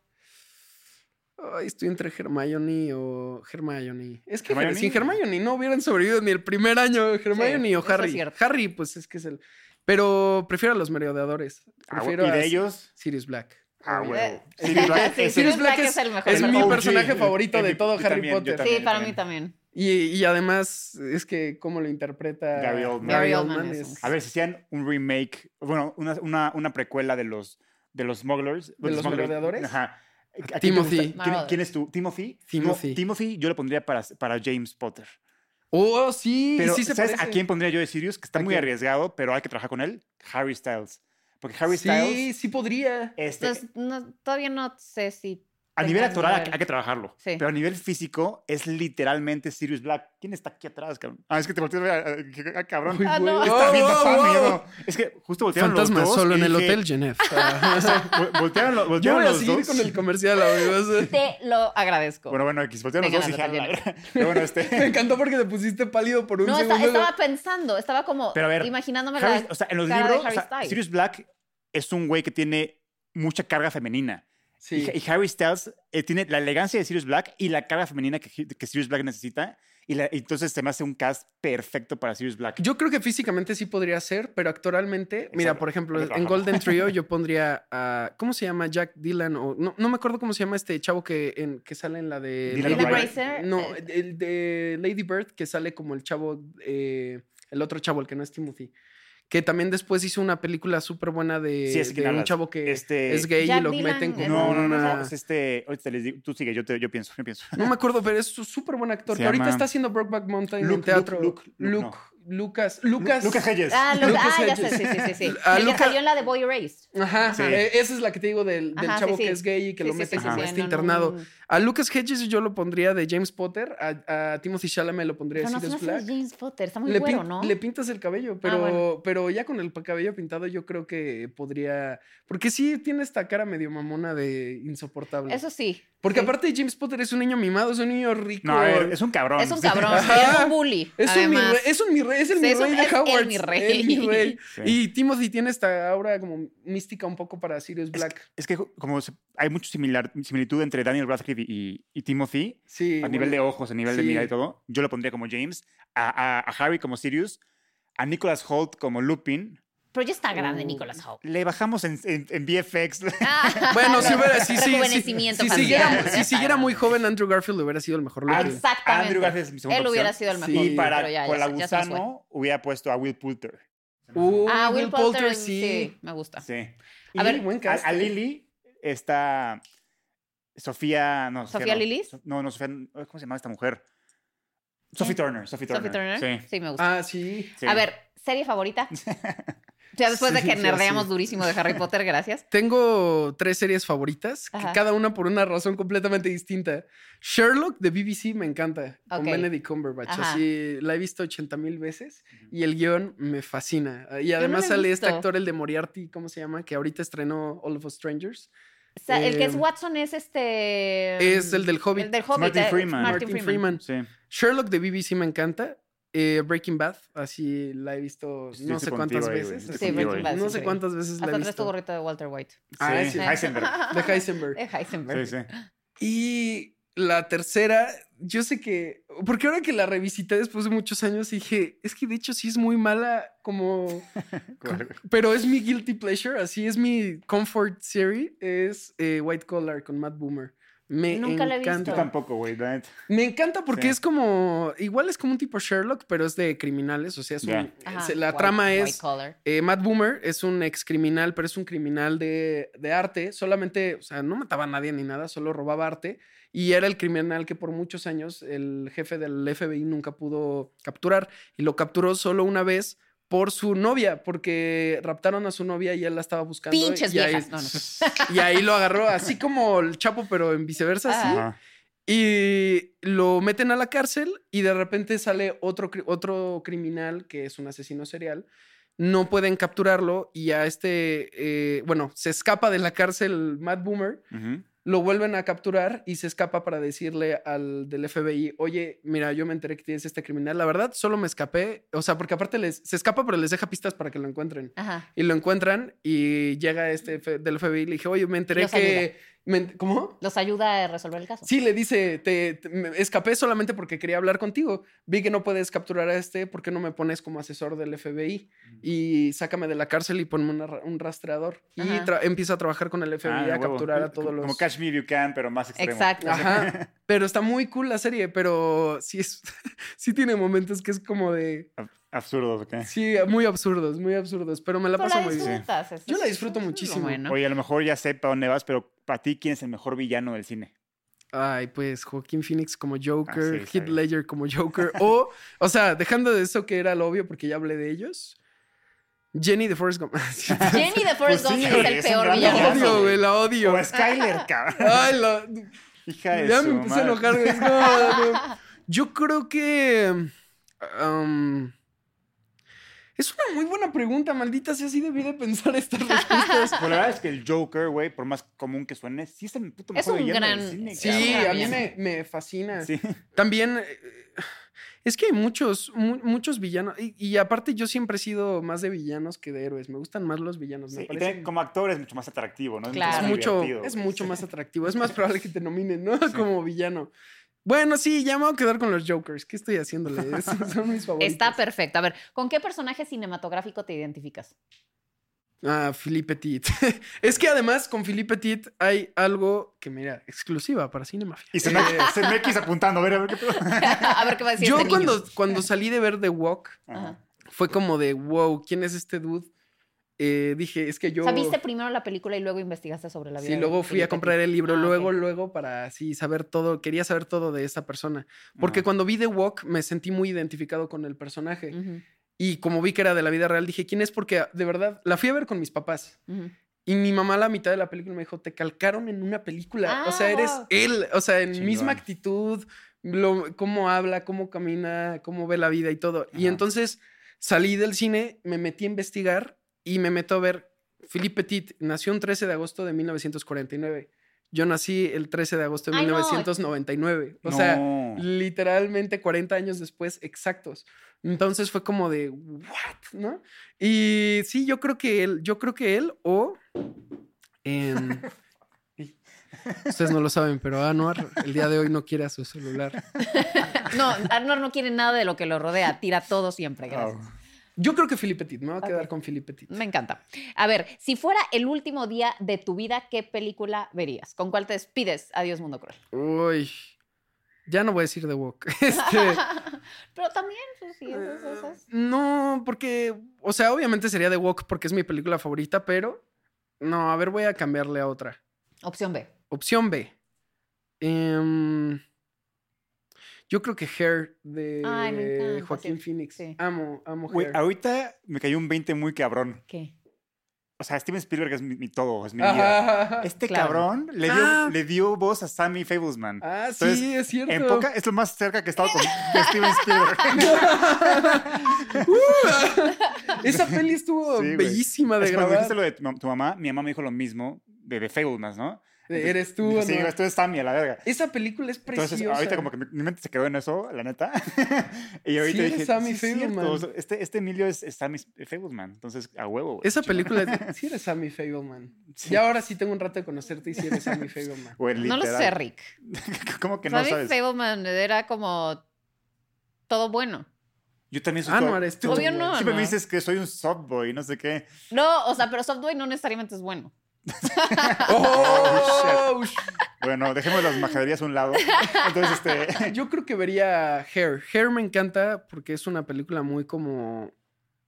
Speaker 3: Ay, estoy entre Hermione o Hermione. Es que
Speaker 1: Hermione.
Speaker 3: sin Hermione no hubieran sobrevivido ni el primer año, Hermione
Speaker 2: Sí,
Speaker 3: o
Speaker 2: eso es
Speaker 3: Harry.
Speaker 2: cierto.
Speaker 3: Harry, pues es que es el. Pero prefiero a los merodeadores.
Speaker 1: Ah,
Speaker 3: Prefiero
Speaker 1: y
Speaker 3: a
Speaker 1: de ellos,
Speaker 3: Sirius Black.
Speaker 1: ah,
Speaker 3: Obvio.
Speaker 1: huevo.
Speaker 2: Sí,
Speaker 1: Sirius Black
Speaker 2: Eh, sí,
Speaker 1: es
Speaker 2: Sirius
Speaker 1: el-
Speaker 2: Black es el mejor
Speaker 3: Es mi
Speaker 2: personaje.
Speaker 3: personaje
Speaker 1: OG.
Speaker 3: favorito de
Speaker 1: Yo
Speaker 3: todo
Speaker 1: también,
Speaker 3: Harry
Speaker 1: yo
Speaker 3: Potter.
Speaker 1: También,
Speaker 2: sí, para
Speaker 1: también.
Speaker 2: mí también.
Speaker 3: Y, y además, es que cómo lo interpreta
Speaker 1: Gary Oldman.
Speaker 2: Gary Oldman es
Speaker 3: es-
Speaker 1: A ver, si hacían un remake, bueno, una, una, una precuela de los, de los smugglers.
Speaker 3: ¿De los
Speaker 1: smugglers,
Speaker 3: merodeadores?
Speaker 1: Ajá. ¿A quién te
Speaker 3: Timothy.
Speaker 1: gusta? ¿Quién,
Speaker 2: Marauders.
Speaker 1: quién es tú? ¿Timothy?
Speaker 3: Timothy.
Speaker 1: No, Timothy yo lo pondría para, para James Potter.
Speaker 3: Oh, sí.
Speaker 1: Pero,
Speaker 3: sí se
Speaker 1: ¿sabes
Speaker 3: parece.
Speaker 1: a quién pondría yo de Sirius? Que está
Speaker 3: ¿A
Speaker 1: muy
Speaker 3: quién?
Speaker 1: arriesgado, pero hay que trabajar con él. Harry Styles. Porque Harry
Speaker 3: Sí,
Speaker 1: Styles,
Speaker 3: sí podría.
Speaker 1: este,
Speaker 2: Entonces, no, todavía no sé si.
Speaker 1: a nivel
Speaker 2: tengas
Speaker 1: actoral hay,
Speaker 2: nivel.
Speaker 1: hay que trabajarlo.
Speaker 2: Sí.
Speaker 1: Pero a nivel físico es literalmente Sirius Black. ¿Quién está aquí atrás, cabrón? Ah, es que te volteé a ver. ah, ah, cabrón.
Speaker 3: Uy,
Speaker 2: Ah, no.
Speaker 3: güey.
Speaker 1: Está
Speaker 3: Oh,
Speaker 1: viendo
Speaker 3: oh,
Speaker 1: Pam y yo
Speaker 3: oh.
Speaker 1: no. Es que justo voltearon
Speaker 3: Fantasma
Speaker 1: los dos.
Speaker 3: solo
Speaker 1: y
Speaker 3: en el
Speaker 1: dije,
Speaker 3: hotel Genève.
Speaker 1: O sea, vol- voltearon, lo-
Speaker 3: Yo
Speaker 1: voltearon
Speaker 3: voy a
Speaker 1: los
Speaker 3: seguir
Speaker 1: dos.
Speaker 3: con el comercial, amigos.
Speaker 2: Te lo agradezco.
Speaker 1: Bueno, bueno, X, voltearon los
Speaker 2: Venga,
Speaker 1: dos y dije,
Speaker 2: no, no,
Speaker 1: "Ah, la
Speaker 2: también.
Speaker 1: verga". Pero bueno,
Speaker 3: Me
Speaker 1: este...
Speaker 3: encantó porque te pusiste pálido por un
Speaker 2: no, esta-
Speaker 3: segundo.
Speaker 2: estaba pensando, estaba como
Speaker 1: Pero a ver,
Speaker 2: imaginándome
Speaker 1: Harry-
Speaker 2: la
Speaker 1: o sea, en los
Speaker 2: cara de
Speaker 1: libros, o
Speaker 2: Harry
Speaker 1: sea,
Speaker 2: Styles.
Speaker 1: Sirius Black es un güey que tiene mucha carga femenina.
Speaker 3: Sí.
Speaker 1: Y, y Harry Styles eh, tiene la elegancia de Sirius Black y la carga femenina que, que Sirius Black necesita. Y la- y entonces se me hace un cast perfecto para Sirius Black.
Speaker 3: Yo creo que físicamente sí podría ser, pero actualmente, mira,
Speaker 1: Exacto.
Speaker 3: por ejemplo,
Speaker 1: Hay que
Speaker 3: en
Speaker 1: trabajarlo.
Speaker 3: Golden Trio yo pondría a. ¿Cómo se llama? Jack Dylan o. No, no me acuerdo cómo se llama este chavo que, en- que sale en la de.
Speaker 1: Dylan
Speaker 3: Lady
Speaker 1: O'Brien.
Speaker 3: Bird.
Speaker 2: Fraser.
Speaker 3: No, el de Lady Bird que sale como el chavo. eh, el otro chavo, el que no es Timothy. Que también después hizo una película súper buena de,
Speaker 1: Sí, es que
Speaker 3: de un
Speaker 1: hablas.
Speaker 3: chavo que
Speaker 1: Este-
Speaker 3: es gay
Speaker 2: Jack
Speaker 3: y lo
Speaker 2: Dylan
Speaker 3: meten como.
Speaker 2: es-
Speaker 1: no, no, no,
Speaker 3: una-
Speaker 1: no, es este, ahorita te les digo, tú sigue, yo, te, yo pienso, yo pienso.
Speaker 3: No me acuerdo, pero es un súper buen actor.
Speaker 1: Se
Speaker 3: que ahorita
Speaker 1: llama-
Speaker 3: está haciendo Brokeback Mountain
Speaker 1: Luke,
Speaker 3: en teatro.
Speaker 1: Luke, Luke, Luke,
Speaker 3: Luke, Lucas. Lucas.
Speaker 1: Lucas Hayes.
Speaker 2: Ah, lo-
Speaker 3: Lucas
Speaker 2: ah, ya sé,
Speaker 3: Hedges.
Speaker 2: sí, sí, sí. sí.
Speaker 3: Ah,
Speaker 2: El que
Speaker 3: Luca-
Speaker 2: salió en la de Boy Erased.
Speaker 3: Ajá,
Speaker 1: Sí.
Speaker 3: eh, esa es la que te digo del, del
Speaker 2: Ajá,
Speaker 3: chavo
Speaker 2: sí, sí.
Speaker 3: que es gay y que
Speaker 2: Sí,
Speaker 3: lo
Speaker 2: sí,
Speaker 3: meten
Speaker 2: sí,
Speaker 1: como
Speaker 2: sí,
Speaker 3: en
Speaker 2: sí,
Speaker 3: este
Speaker 2: no, no,
Speaker 3: internado.
Speaker 2: no, no.
Speaker 3: A Lucas Hedges yo lo pondría de James Potter, a, a Timothy Chalamet lo pondría
Speaker 2: Pero
Speaker 3: de
Speaker 2: no se me
Speaker 3: Sirius
Speaker 2: hace
Speaker 3: Black.
Speaker 2: James Potter, está muy
Speaker 3: Le,
Speaker 2: güero,
Speaker 3: pin-
Speaker 2: ¿no? Ah,
Speaker 3: le pintas el cabello, pero,
Speaker 2: bueno.
Speaker 3: pero ya con el pa- cabello pintado yo creo que podría... Porque sí tiene esta cara medio mamona de insoportable.
Speaker 2: Eso sí.
Speaker 3: porque
Speaker 2: sí.
Speaker 3: aparte James Potter es un niño mimado, es un niño rico.
Speaker 1: No, a ver, es un cabrón.
Speaker 2: Es un cabrón,
Speaker 3: Ajá.
Speaker 2: es un bully.
Speaker 3: Es un mi
Speaker 2: además.
Speaker 3: rey, es un mi rey, es el
Speaker 2: Sí,
Speaker 3: mi
Speaker 2: es un-
Speaker 3: rey
Speaker 2: es
Speaker 3: de
Speaker 2: el
Speaker 3: Howard.
Speaker 2: mi rey.
Speaker 3: el mi rey.
Speaker 1: Sí.
Speaker 3: Y Timothy tiene esta aura como mística un poco para Sirius Black.
Speaker 1: Es que ju- como se- hay mucha similar, similitud entre Daniel Radcliffe y, y Timothy,
Speaker 3: Sí.
Speaker 1: a nivel de
Speaker 3: bueno.
Speaker 1: ojos, a nivel de
Speaker 3: Sí.
Speaker 1: mirada y todo, yo lo pondría como James, a, a- a Harry como Sirius, a Nicholas Holt como Lupin.
Speaker 2: Pero ya está grande,
Speaker 3: Uh.
Speaker 2: Nicholas Hope.
Speaker 1: Le bajamos en, en- en VFX.
Speaker 3: Bueno, si hubiera, sí, sí, sí,
Speaker 2: Rejuvenecimiento
Speaker 3: si,
Speaker 2: facial,
Speaker 3: siguiera,
Speaker 2: ya
Speaker 3: si
Speaker 2: está
Speaker 3: siguiera muy
Speaker 2: grande.
Speaker 3: joven, Andrew Garfield hubiera sido el mejor
Speaker 1: Andrew-
Speaker 3: Loki.
Speaker 2: Exactamente.
Speaker 1: Andrew Garfield es mi segunda
Speaker 2: Él hubiera
Speaker 1: opción.
Speaker 2: sido
Speaker 3: Sí.
Speaker 2: el mejor.
Speaker 1: Y
Speaker 2: pero ya,
Speaker 1: para
Speaker 2: ya
Speaker 1: con la
Speaker 2: se- ya se nos fue.
Speaker 1: gusano hubiera puesto a Will Poulter.
Speaker 3: Uh,
Speaker 2: Ah, Will Poulter, sí. me gusta.
Speaker 1: Sí.
Speaker 2: A ver,
Speaker 3: buen
Speaker 1: A,
Speaker 3: cast.
Speaker 1: a Lily está Sofía, no,
Speaker 2: ¿Sofía
Speaker 1: no.
Speaker 2: Lillis?
Speaker 1: So- No, no, Sofía, ¿cómo se llama esta mujer? Sophie Turner, Sophie Turner.
Speaker 2: Sophie Turner. Sí,
Speaker 1: Sí.
Speaker 2: me gusta.
Speaker 3: Ah, sí.
Speaker 1: sí.
Speaker 2: A ver, serie favorita. Ya después de
Speaker 3: Sí,
Speaker 2: que
Speaker 3: ya
Speaker 2: nerdeamos
Speaker 3: sí.
Speaker 2: durísimo de Harry Potter, gracias.
Speaker 3: Tengo tres series favoritas, que
Speaker 2: Ajá.
Speaker 3: cada una por una razón completamente distinta. Sherlock de BBC me encanta, con
Speaker 2: Ok.
Speaker 3: Benedict Cumberbatch.
Speaker 2: Ajá.
Speaker 3: Así la he visto 80 mil veces y el guión me fascina. Y además
Speaker 2: he
Speaker 3: sale este
Speaker 2: visto.
Speaker 3: actor, el de Moriarty, ¿cómo se llama? Que ahorita estrenó All of Us Strangers.
Speaker 2: O sea, el que es
Speaker 3: Eh,
Speaker 2: Watson es este.
Speaker 3: es el del Hobbit.
Speaker 2: El del Hobbit.
Speaker 1: Martin
Speaker 2: eh,
Speaker 1: Freeman.
Speaker 2: Martin,
Speaker 3: Martin
Speaker 2: Freeman.
Speaker 3: Freeman.
Speaker 1: Sí.
Speaker 3: Sherlock de BBC me encanta. Eh, Breaking Bad, así la he visto
Speaker 1: Estoy-
Speaker 3: no
Speaker 1: estoy
Speaker 3: sé cuántas
Speaker 1: contigo ahí, güey.
Speaker 3: veces.
Speaker 1: Estoy
Speaker 3: así,
Speaker 2: Sí, Breaking
Speaker 1: contigo
Speaker 2: Bad
Speaker 1: ahí.
Speaker 3: no
Speaker 2: es
Speaker 3: sé
Speaker 2: increíble.
Speaker 3: cuántas veces la
Speaker 2: Hasta
Speaker 3: he
Speaker 2: traes tu
Speaker 3: visto.
Speaker 2: gorrito de Walter White.
Speaker 3: Ah,
Speaker 1: Sí,
Speaker 3: sí.
Speaker 1: Heisenberg.
Speaker 3: De
Speaker 2: Ah.
Speaker 3: Heisenberg.
Speaker 2: De Heisenberg.
Speaker 1: Sí, sí.
Speaker 3: Y la tercera, yo sé que. Porque ahora que la revisité después de muchos años, dije, es que de hecho sí es muy mala, como.
Speaker 1: Claro.
Speaker 3: pero es mi guilty pleasure, así es mi comfort series. Es eh, White Collar con Matt Boomer. Me
Speaker 2: Nunca la he visto.
Speaker 1: Yo
Speaker 3: encanta.
Speaker 1: tampoco, güey, la neta.
Speaker 3: Me encanta porque
Speaker 1: Sí.
Speaker 3: es como. Igual es como un tipo Sherlock, pero es de criminales. O sea, es un- eh,
Speaker 1: Ya.
Speaker 2: Ajá,
Speaker 3: se- la
Speaker 2: white-
Speaker 3: trama
Speaker 2: white
Speaker 3: es.
Speaker 2: collar.
Speaker 3: Eh, Matt Boomer es un ex criminal, pero es un criminal de, de arte. Solamente, o sea, no mataba a nadie ni nada, solo robaba arte. Y era el criminal que por muchos años el jefe del FBI nunca pudo capturar. Y lo capturó solo una vez por su novia, porque raptaron a su novia y él la estaba buscando.
Speaker 2: Pinches
Speaker 3: y ahí-
Speaker 2: viejas. No, no.
Speaker 3: y ahí lo agarró, así como el Chapo, pero en viceversa,
Speaker 2: Ah.
Speaker 3: sí.
Speaker 1: Ajá.
Speaker 3: Y lo meten a la cárcel y de repente sale otro, cri- otro criminal que es un asesino serial. No pueden capturarlo y a este, eh, bueno, se escapa de la cárcel Matt Boomer,
Speaker 1: Ujú.
Speaker 3: lo vuelven a capturar y se escapa para decirle al del FBI, oye, mira, yo me enteré que tienes este criminal, la verdad, solo me escapé, o sea, porque aparte les, se escapa pero les deja pistas para que lo encuentren.
Speaker 2: Ajá.
Speaker 3: Y lo encuentran y llega este F- del FBI y le dije, oye, me enteré
Speaker 2: Los
Speaker 3: que... me ent- ¿Cómo?
Speaker 2: Los ayuda a resolver el caso.
Speaker 3: Sí, le dice, te, te- me escapé solamente porque quería hablar contigo. Vi que no puedes capturar a este, ¿por qué no me pones como asesor del FBI? Y sácame de la cárcel y ponme una ra- un rastreador. Y
Speaker 2: Ajá.
Speaker 3: tra- empieza a trabajar con el FBI
Speaker 1: Ah,
Speaker 3: a
Speaker 1: huevo.
Speaker 3: capturar a todos
Speaker 1: como,
Speaker 3: los...
Speaker 1: Como Catch Me If You Can, pero más extremo.
Speaker 2: Exacto.
Speaker 3: Ajá. Pero está muy cool la serie, pero sí, es, sí tiene momentos que es como de...
Speaker 1: Absurdo, ¿ok?
Speaker 3: Sí, muy absurdos, muy absurdos, pero me la
Speaker 2: Pero
Speaker 3: paso muy bien.
Speaker 2: disfrutas, eso
Speaker 3: Yo la
Speaker 2: es-
Speaker 3: disfruto
Speaker 2: eso es lo
Speaker 3: muchísimo.
Speaker 2: bueno.
Speaker 1: Oye, a lo mejor ya sé para dónde vas, pero para ti, ¿quién es el mejor villano del cine?
Speaker 3: Ay, pues Joaquín Phoenix como
Speaker 1: Ah, sí,
Speaker 3: Joker,
Speaker 1: está
Speaker 3: Heath
Speaker 1: bien.
Speaker 3: Ledger como Joker, o, o sea, dejando de eso que era lo obvio porque ya hablé de ellos, Jenny de Forrest Gump. Sí,
Speaker 2: Jenny de Forrest
Speaker 1: Pues
Speaker 2: Gump
Speaker 1: sí,
Speaker 2: es
Speaker 1: güey,
Speaker 2: el
Speaker 1: es un
Speaker 2: peor
Speaker 1: gran
Speaker 3: la
Speaker 1: villano.
Speaker 2: villano.
Speaker 3: odio, güey, la
Speaker 1: O
Speaker 3: odio.
Speaker 1: a Skyler, cabrón.
Speaker 3: Ay, la-
Speaker 1: Pues, Hija de
Speaker 3: ya
Speaker 1: su
Speaker 3: me empecé a
Speaker 1: madre.
Speaker 3: enojar. güey. No, no. Yo creo que... um, es una muy buena pregunta, maldita sea, así debí de pensar estas respuestas.
Speaker 1: Pues la verdad es que el Joker, güey, por más común que suene, sí es el puto
Speaker 2: Es
Speaker 1: mejor
Speaker 2: un
Speaker 1: villano del
Speaker 2: gran-
Speaker 1: cine.
Speaker 3: Sí,
Speaker 2: Cabrón.
Speaker 3: a mí me, me fascina.
Speaker 1: cabrón. Sí.
Speaker 3: También eh, es que hay muchos, mu- muchos villanos. Y, y aparte, yo siempre he sido más de villanos que de héroes. Me gustan más los villanos,
Speaker 1: Sí,
Speaker 3: me
Speaker 1: y
Speaker 3: parece.
Speaker 1: también como actor es mucho más atractivo, ¿no?
Speaker 2: Claro.
Speaker 3: Es
Speaker 1: más
Speaker 3: mucho,
Speaker 1: divertido,
Speaker 3: es
Speaker 1: güey.
Speaker 3: mucho más atractivo. Es más probable que te nominen, ¿no? Como villano. Bueno, sí, ya me voy a quedar con los Jokers. ¿Qué estoy haciéndole? Esos son mis favoritos.
Speaker 2: Está perfecto. A ver, ¿con qué personaje cinematográfico te identificas?
Speaker 3: Ah, Philippe Petit. es que además con Philippe Petit hay algo que, mira, exclusiva para Cinemafia.
Speaker 1: Y se me, se me quis apuntando, a ver, a ver qué pedo.
Speaker 2: a ver qué va a decir
Speaker 3: Yo
Speaker 2: este niño.
Speaker 3: cuando, cuando salí de ver The Walk,
Speaker 1: Ajá.
Speaker 3: fue como de, wow, ¿quién es este dude? Eh, dije, es que yo...
Speaker 2: O sea, viste primero la película y luego investigaste sobre la vida.
Speaker 3: Sí,
Speaker 2: de
Speaker 3: luego fui a
Speaker 2: Felipe
Speaker 3: comprar
Speaker 2: Petit.
Speaker 3: el libro,
Speaker 2: Ah,
Speaker 3: luego,
Speaker 2: ok.
Speaker 3: luego, para así saber todo, quería saber todo de esta persona. Porque
Speaker 2: Ah.
Speaker 1: Ajá.
Speaker 3: cuando vi The Walk me sentí muy identificado con el personaje.
Speaker 2: Ujú.
Speaker 3: Y como vi que era de la vida real, dije, ¿quién es? Porque de verdad, la fui a ver con mis papás.
Speaker 2: Ujú.
Speaker 3: Y mi mamá a la mitad de la película me dijo, te calcaron en una película.
Speaker 2: Ah,
Speaker 3: o sea, eres
Speaker 2: wow.
Speaker 3: él. O sea, en
Speaker 1: Chingón.
Speaker 3: misma actitud, lo- cómo habla, cómo camina, cómo ve la vida y todo. Y
Speaker 1: Ajá.
Speaker 3: entonces salí del cine, me metí a investigar y me meto a ver. Philippe Petit nació un 13 de agosto de 1949. Yo nací el 13 de agosto de
Speaker 2: Ay, no.
Speaker 3: 1999. O
Speaker 1: No.
Speaker 3: sea, literalmente 40 años después exactos. Entonces fue como de what, ¿no? Y sí, yo creo que él, yo creo que él o em, ustedes no lo saben, pero Anuar el día de hoy no quiere a su celular.
Speaker 2: No, Arnor no quiere nada de lo que lo rodea, tira todo siempre, gracias.
Speaker 1: Oh.
Speaker 3: Yo creo que Philippe Petit, me voy a
Speaker 2: Ok.
Speaker 3: quedar con Philippe Petit.
Speaker 2: Me encanta. A ver, si fuera el último día de tu vida, ¿qué película verías? ¿Con cuál te despides? Adiós, mundo cruel.
Speaker 3: Uy. Ya no voy a decir The Walk. Este,
Speaker 2: Pero también, pues, sí, esas,
Speaker 1: Eh,
Speaker 2: esas.
Speaker 3: No, porque, o sea, obviamente sería The Walk porque es mi película favorita, pero no, a ver, voy a cambiarle a otra.
Speaker 2: Opción B.
Speaker 3: Opción B. Em, yo creo que Hair de
Speaker 2: Ay, me encanta,
Speaker 3: Joaquín
Speaker 2: sí,
Speaker 3: Phoenix.
Speaker 2: sí.
Speaker 3: Amo, amo
Speaker 1: Güey,
Speaker 3: Hair.
Speaker 1: ahorita me cayó un 20 muy cabrón.
Speaker 2: ¿Qué?
Speaker 1: O sea, Steven Spielberg es mi, mi todo, es mi vida.
Speaker 3: Ajá, ajá.
Speaker 1: Este
Speaker 2: Claro.
Speaker 1: cabrón le dio,
Speaker 3: Ah.
Speaker 1: le dio voz a Sammy Fablesman.
Speaker 3: Ah, sí,
Speaker 1: Entonces,
Speaker 3: es cierto.
Speaker 1: En poca, es lo más cerca que he estado con de Steven Spielberg.
Speaker 3: Uh. Esa peli estuvo
Speaker 1: Sí, güey.
Speaker 3: bellísima de
Speaker 1: Es cuando dijiste
Speaker 3: grabar.
Speaker 1: lo de tu, mam- tu mamá, mi mamá me dijo lo mismo de, de Fablesman, ¿no?
Speaker 3: De Eres tú,
Speaker 1: Dijo, Sí,
Speaker 3: ¿no?
Speaker 1: eres tú, es Sammy, a la verga.
Speaker 3: Esa película es preciosa.
Speaker 1: Entonces, ahorita como que mi, mi mente se quedó en eso, la neta. y ahorita
Speaker 3: Sí,
Speaker 1: dije,
Speaker 3: es Sammy
Speaker 1: sí, es cierto,
Speaker 3: Fableman.
Speaker 1: o sea, este, este Emilio es, es Sammy Fablesman. Entonces, a huevo, güey.
Speaker 3: Esa
Speaker 1: Chingón.
Speaker 3: película es de- Sí eres Sammy Fableman.
Speaker 1: Sí.
Speaker 3: Ya ahora sí tengo un rato de conocerte y sí eres Sammy Fableman.
Speaker 1: Güey,
Speaker 2: No lo
Speaker 1: literal.
Speaker 2: sé, Rick.
Speaker 1: ¿Cómo que no
Speaker 2: Sammy
Speaker 1: sabes?
Speaker 2: Fableman era como todo bueno.
Speaker 1: Yo también soy
Speaker 3: Ah,
Speaker 1: todo-
Speaker 3: no eres tú.
Speaker 1: tú-
Speaker 2: Obvio
Speaker 3: güey.
Speaker 2: no.
Speaker 1: Siempre me dices que soy un softboy, no sé qué.
Speaker 2: No, o sea, pero Softway no necesariamente es bueno.
Speaker 3: Oh,
Speaker 1: Bueno, dejemos las majaderías a un lado. Entonces, este...
Speaker 3: Yo creo que vería Hair. Hair me encanta porque es una película muy como.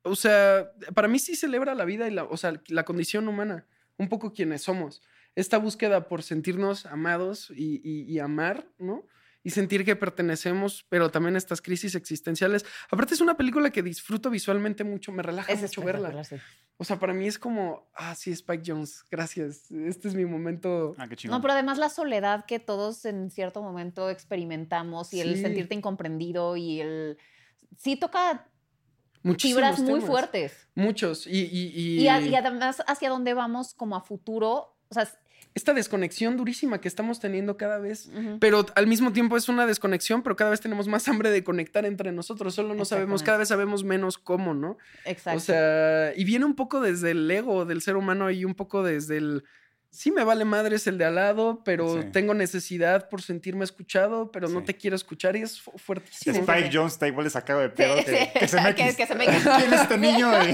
Speaker 3: O sea, para mí sí celebra la vida y la, o sea, la condición humana, un poco quienes somos. Esta búsqueda por sentirnos amados y, y- y amar, ¿no? Y sentir que pertenecemos, pero también estas crisis existenciales. Aparte, es una película que disfruto visualmente mucho, me relaja
Speaker 2: Es
Speaker 3: mucho verla.
Speaker 2: espectacular, sí.
Speaker 3: O sea, para mí es como, ah, sí, Spike Jones, gracias. Este es mi momento.
Speaker 1: Ah, qué chingón.
Speaker 2: No, pero además la soledad que todos en cierto momento experimentamos y el
Speaker 3: Sí.
Speaker 2: sentirte incomprendido y el... Sí toca
Speaker 3: Muchísimos
Speaker 2: fibras muy
Speaker 3: temas.
Speaker 2: fuertes.
Speaker 3: Muchos. Y, y- y-
Speaker 2: Y, a- y además hacia dónde vamos como a futuro. O sea, es-
Speaker 3: esta desconexión durísima que estamos teniendo cada vez.
Speaker 2: ujú.
Speaker 3: Pero al mismo tiempo es una desconexión, pero cada vez tenemos más hambre de conectar entre nosotros. Solo no sabemos,
Speaker 2: Exactamente.
Speaker 3: cada vez sabemos menos cómo, ¿no?
Speaker 2: exacto.
Speaker 3: O sea, y viene un poco desde el ego del ser humano y un poco desde el. Sí, me vale madres el de al lado, pero
Speaker 1: Sí.
Speaker 3: tengo necesidad por sentirme escuchado, pero no
Speaker 1: Sí.
Speaker 3: te quiero escuchar y es fu- fuertísimo.
Speaker 1: Este Spike Jones está igual de sacado de pedo que, que se me
Speaker 2: que, que se me
Speaker 1: ¿Quién es este niño? Y-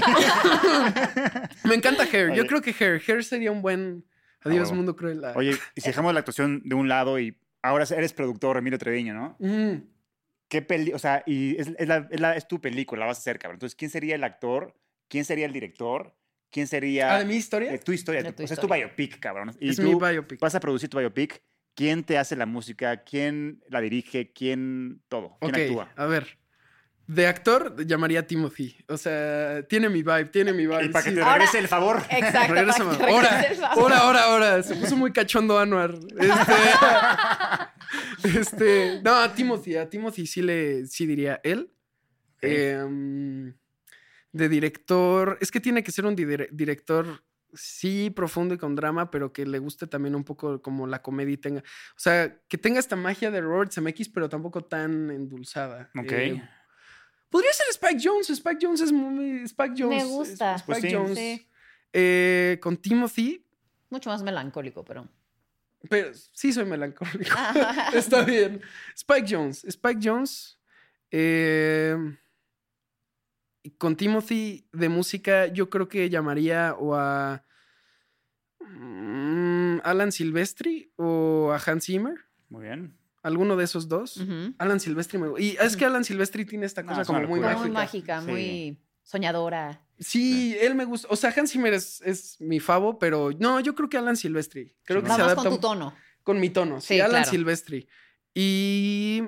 Speaker 3: Me encanta Hair. Yo
Speaker 1: Oye.
Speaker 3: creo que Hair. Hair sería un buen. Adiós,
Speaker 1: huevo.
Speaker 3: mundo cruel. Ah.
Speaker 1: Oye, y si dejamos la actuación de un lado y ahora eres productor, Emilio Treviño, ¿no?
Speaker 3: Mm.
Speaker 1: ¿Qué peli? O sea, y es, es la- es la- es tu película, la vas a hacer, cabrón. Entonces, ¿quién sería el actor? ¿Quién sería el director? ¿Quién sería
Speaker 3: Ah, de mi historia.
Speaker 1: eh, tu historia?
Speaker 2: De tu
Speaker 1: o sea, es tu
Speaker 2: historia.
Speaker 1: biopic, cabrón. Y
Speaker 3: Es
Speaker 1: tú
Speaker 3: mi biopic.
Speaker 1: vas a producir tu biopic. ¿Quién te hace la música? ¿Quién la dirige? ¿Quién todo? ¿Quién
Speaker 3: Ok,
Speaker 1: actúa?
Speaker 3: A ver. De actor llamaría a Timothy. O sea, tiene mi vibe, tiene mi vibe.
Speaker 1: Y para que
Speaker 3: sí.
Speaker 1: te
Speaker 2: Ahora-
Speaker 1: regrese el favor.
Speaker 2: Exacto.
Speaker 3: Regresa,
Speaker 2: para que
Speaker 3: mamá. Ahora,
Speaker 2: regrese el favor.
Speaker 3: ahora, ahora, ahora. Se puso muy cachondo Anuar. Este, este, no, a Timothy, a Timothy sí le, sí diría él. Em, de director, es que tiene que ser un dire- director, sí, profundo y con drama, pero que le guste también un poco como la comedia y tenga, o sea, que tenga esta magia de Robert Zemeckis, pero tampoco tan endulzada.
Speaker 1: Ok.
Speaker 3: Em, Podría ser Spike Jones. Spike Jones es muy. Spike Jones.
Speaker 2: Me gusta.
Speaker 3: Spike
Speaker 1: Pues sí.
Speaker 3: Jones.
Speaker 2: Sí.
Speaker 3: Eh, con Timothy.
Speaker 2: Mucho más melancólico, pero.
Speaker 3: Pero sí soy melancólico.
Speaker 2: Ah.
Speaker 3: Está bien. Spike Jones. Spike Jones. eh, y con Timothy de música, yo creo que llamaría o a. mm, Alan Silvestri o a Hans Zimmer.
Speaker 1: Muy bien.
Speaker 3: Alguno de esos dos.
Speaker 2: Ujú.
Speaker 3: Alan Silvestri me Y es que Alan Silvestri tiene esta
Speaker 1: No,
Speaker 3: cosa
Speaker 1: es
Speaker 3: como
Speaker 1: una
Speaker 3: muy
Speaker 1: locura.
Speaker 2: Pero
Speaker 3: mágica.
Speaker 2: muy mágica,
Speaker 1: Sí.
Speaker 2: muy soñadora.
Speaker 3: Sí, él me gusta. O sea, Hans Zimmer es, es mi favo, pero no, yo creo que Alan Silvestri. Creo que
Speaker 1: Chingón.
Speaker 3: se
Speaker 2: Vamos
Speaker 3: adapta
Speaker 2: con tu
Speaker 3: un-
Speaker 2: tono.
Speaker 3: con mi tono. Sí,
Speaker 2: Sí,
Speaker 3: Alan
Speaker 2: claro.
Speaker 3: Silvestri. Y.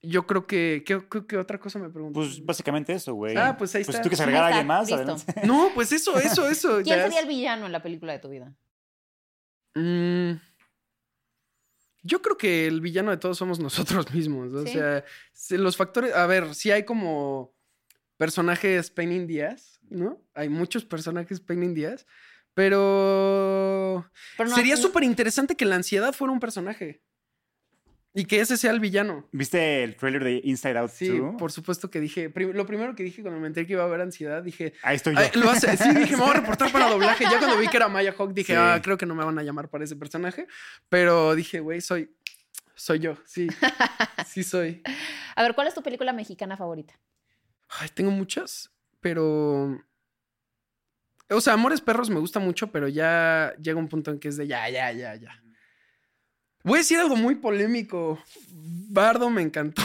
Speaker 3: yo creo que. ¿Qué, qué- qué otra cosa me preguntó?
Speaker 1: Pues básicamente eso, güey.
Speaker 3: Ah, pues ahí está.
Speaker 1: tú que se agregara a alguien más.
Speaker 2: Listo.
Speaker 1: adelante.
Speaker 3: No, pues eso, eso, eso.
Speaker 2: ¿Quién
Speaker 3: ya
Speaker 2: sería
Speaker 3: es-
Speaker 2: el villano en la película de tu vida?
Speaker 3: Mm, yo creo que el villano de todos somos nosotros mismos. O
Speaker 2: Sí.
Speaker 3: sea, si los factores. A ver, si hay como personajes Pain in the ass, ¿no? Hay muchos personajes Pain in the ass, Pero.
Speaker 2: Pero no- mm,
Speaker 3: sería
Speaker 2: no-
Speaker 3: súper interesante que la ansiedad fuera un personaje. Y que ese sea el villano.
Speaker 1: ¿Viste el trailer de Inside Out
Speaker 3: Sí,
Speaker 1: 2?
Speaker 3: por supuesto que dije. prim- lo primero que dije cuando me enteré que iba a haber ansiedad, dije.
Speaker 1: Ahí estoy yo.
Speaker 3: "Ay, lo hace. Sí, dije, me voy a reportar para doblaje. Ya cuando vi que era Maya Hawk, dije,
Speaker 1: Sí.
Speaker 3: ah, creo que no me van a llamar para ese personaje. Pero dije, güey, soy. Soy yo, sí. Sí, soy.
Speaker 2: A ver, ¿cuál es tu película mexicana favorita?
Speaker 3: Ay, tengo muchas, pero. O sea, Amores Perros me gusta mucho, pero ya llega un punto en que es de ya, ya, ya, ya. Voy a decir algo muy polémico. Bardo me encantó.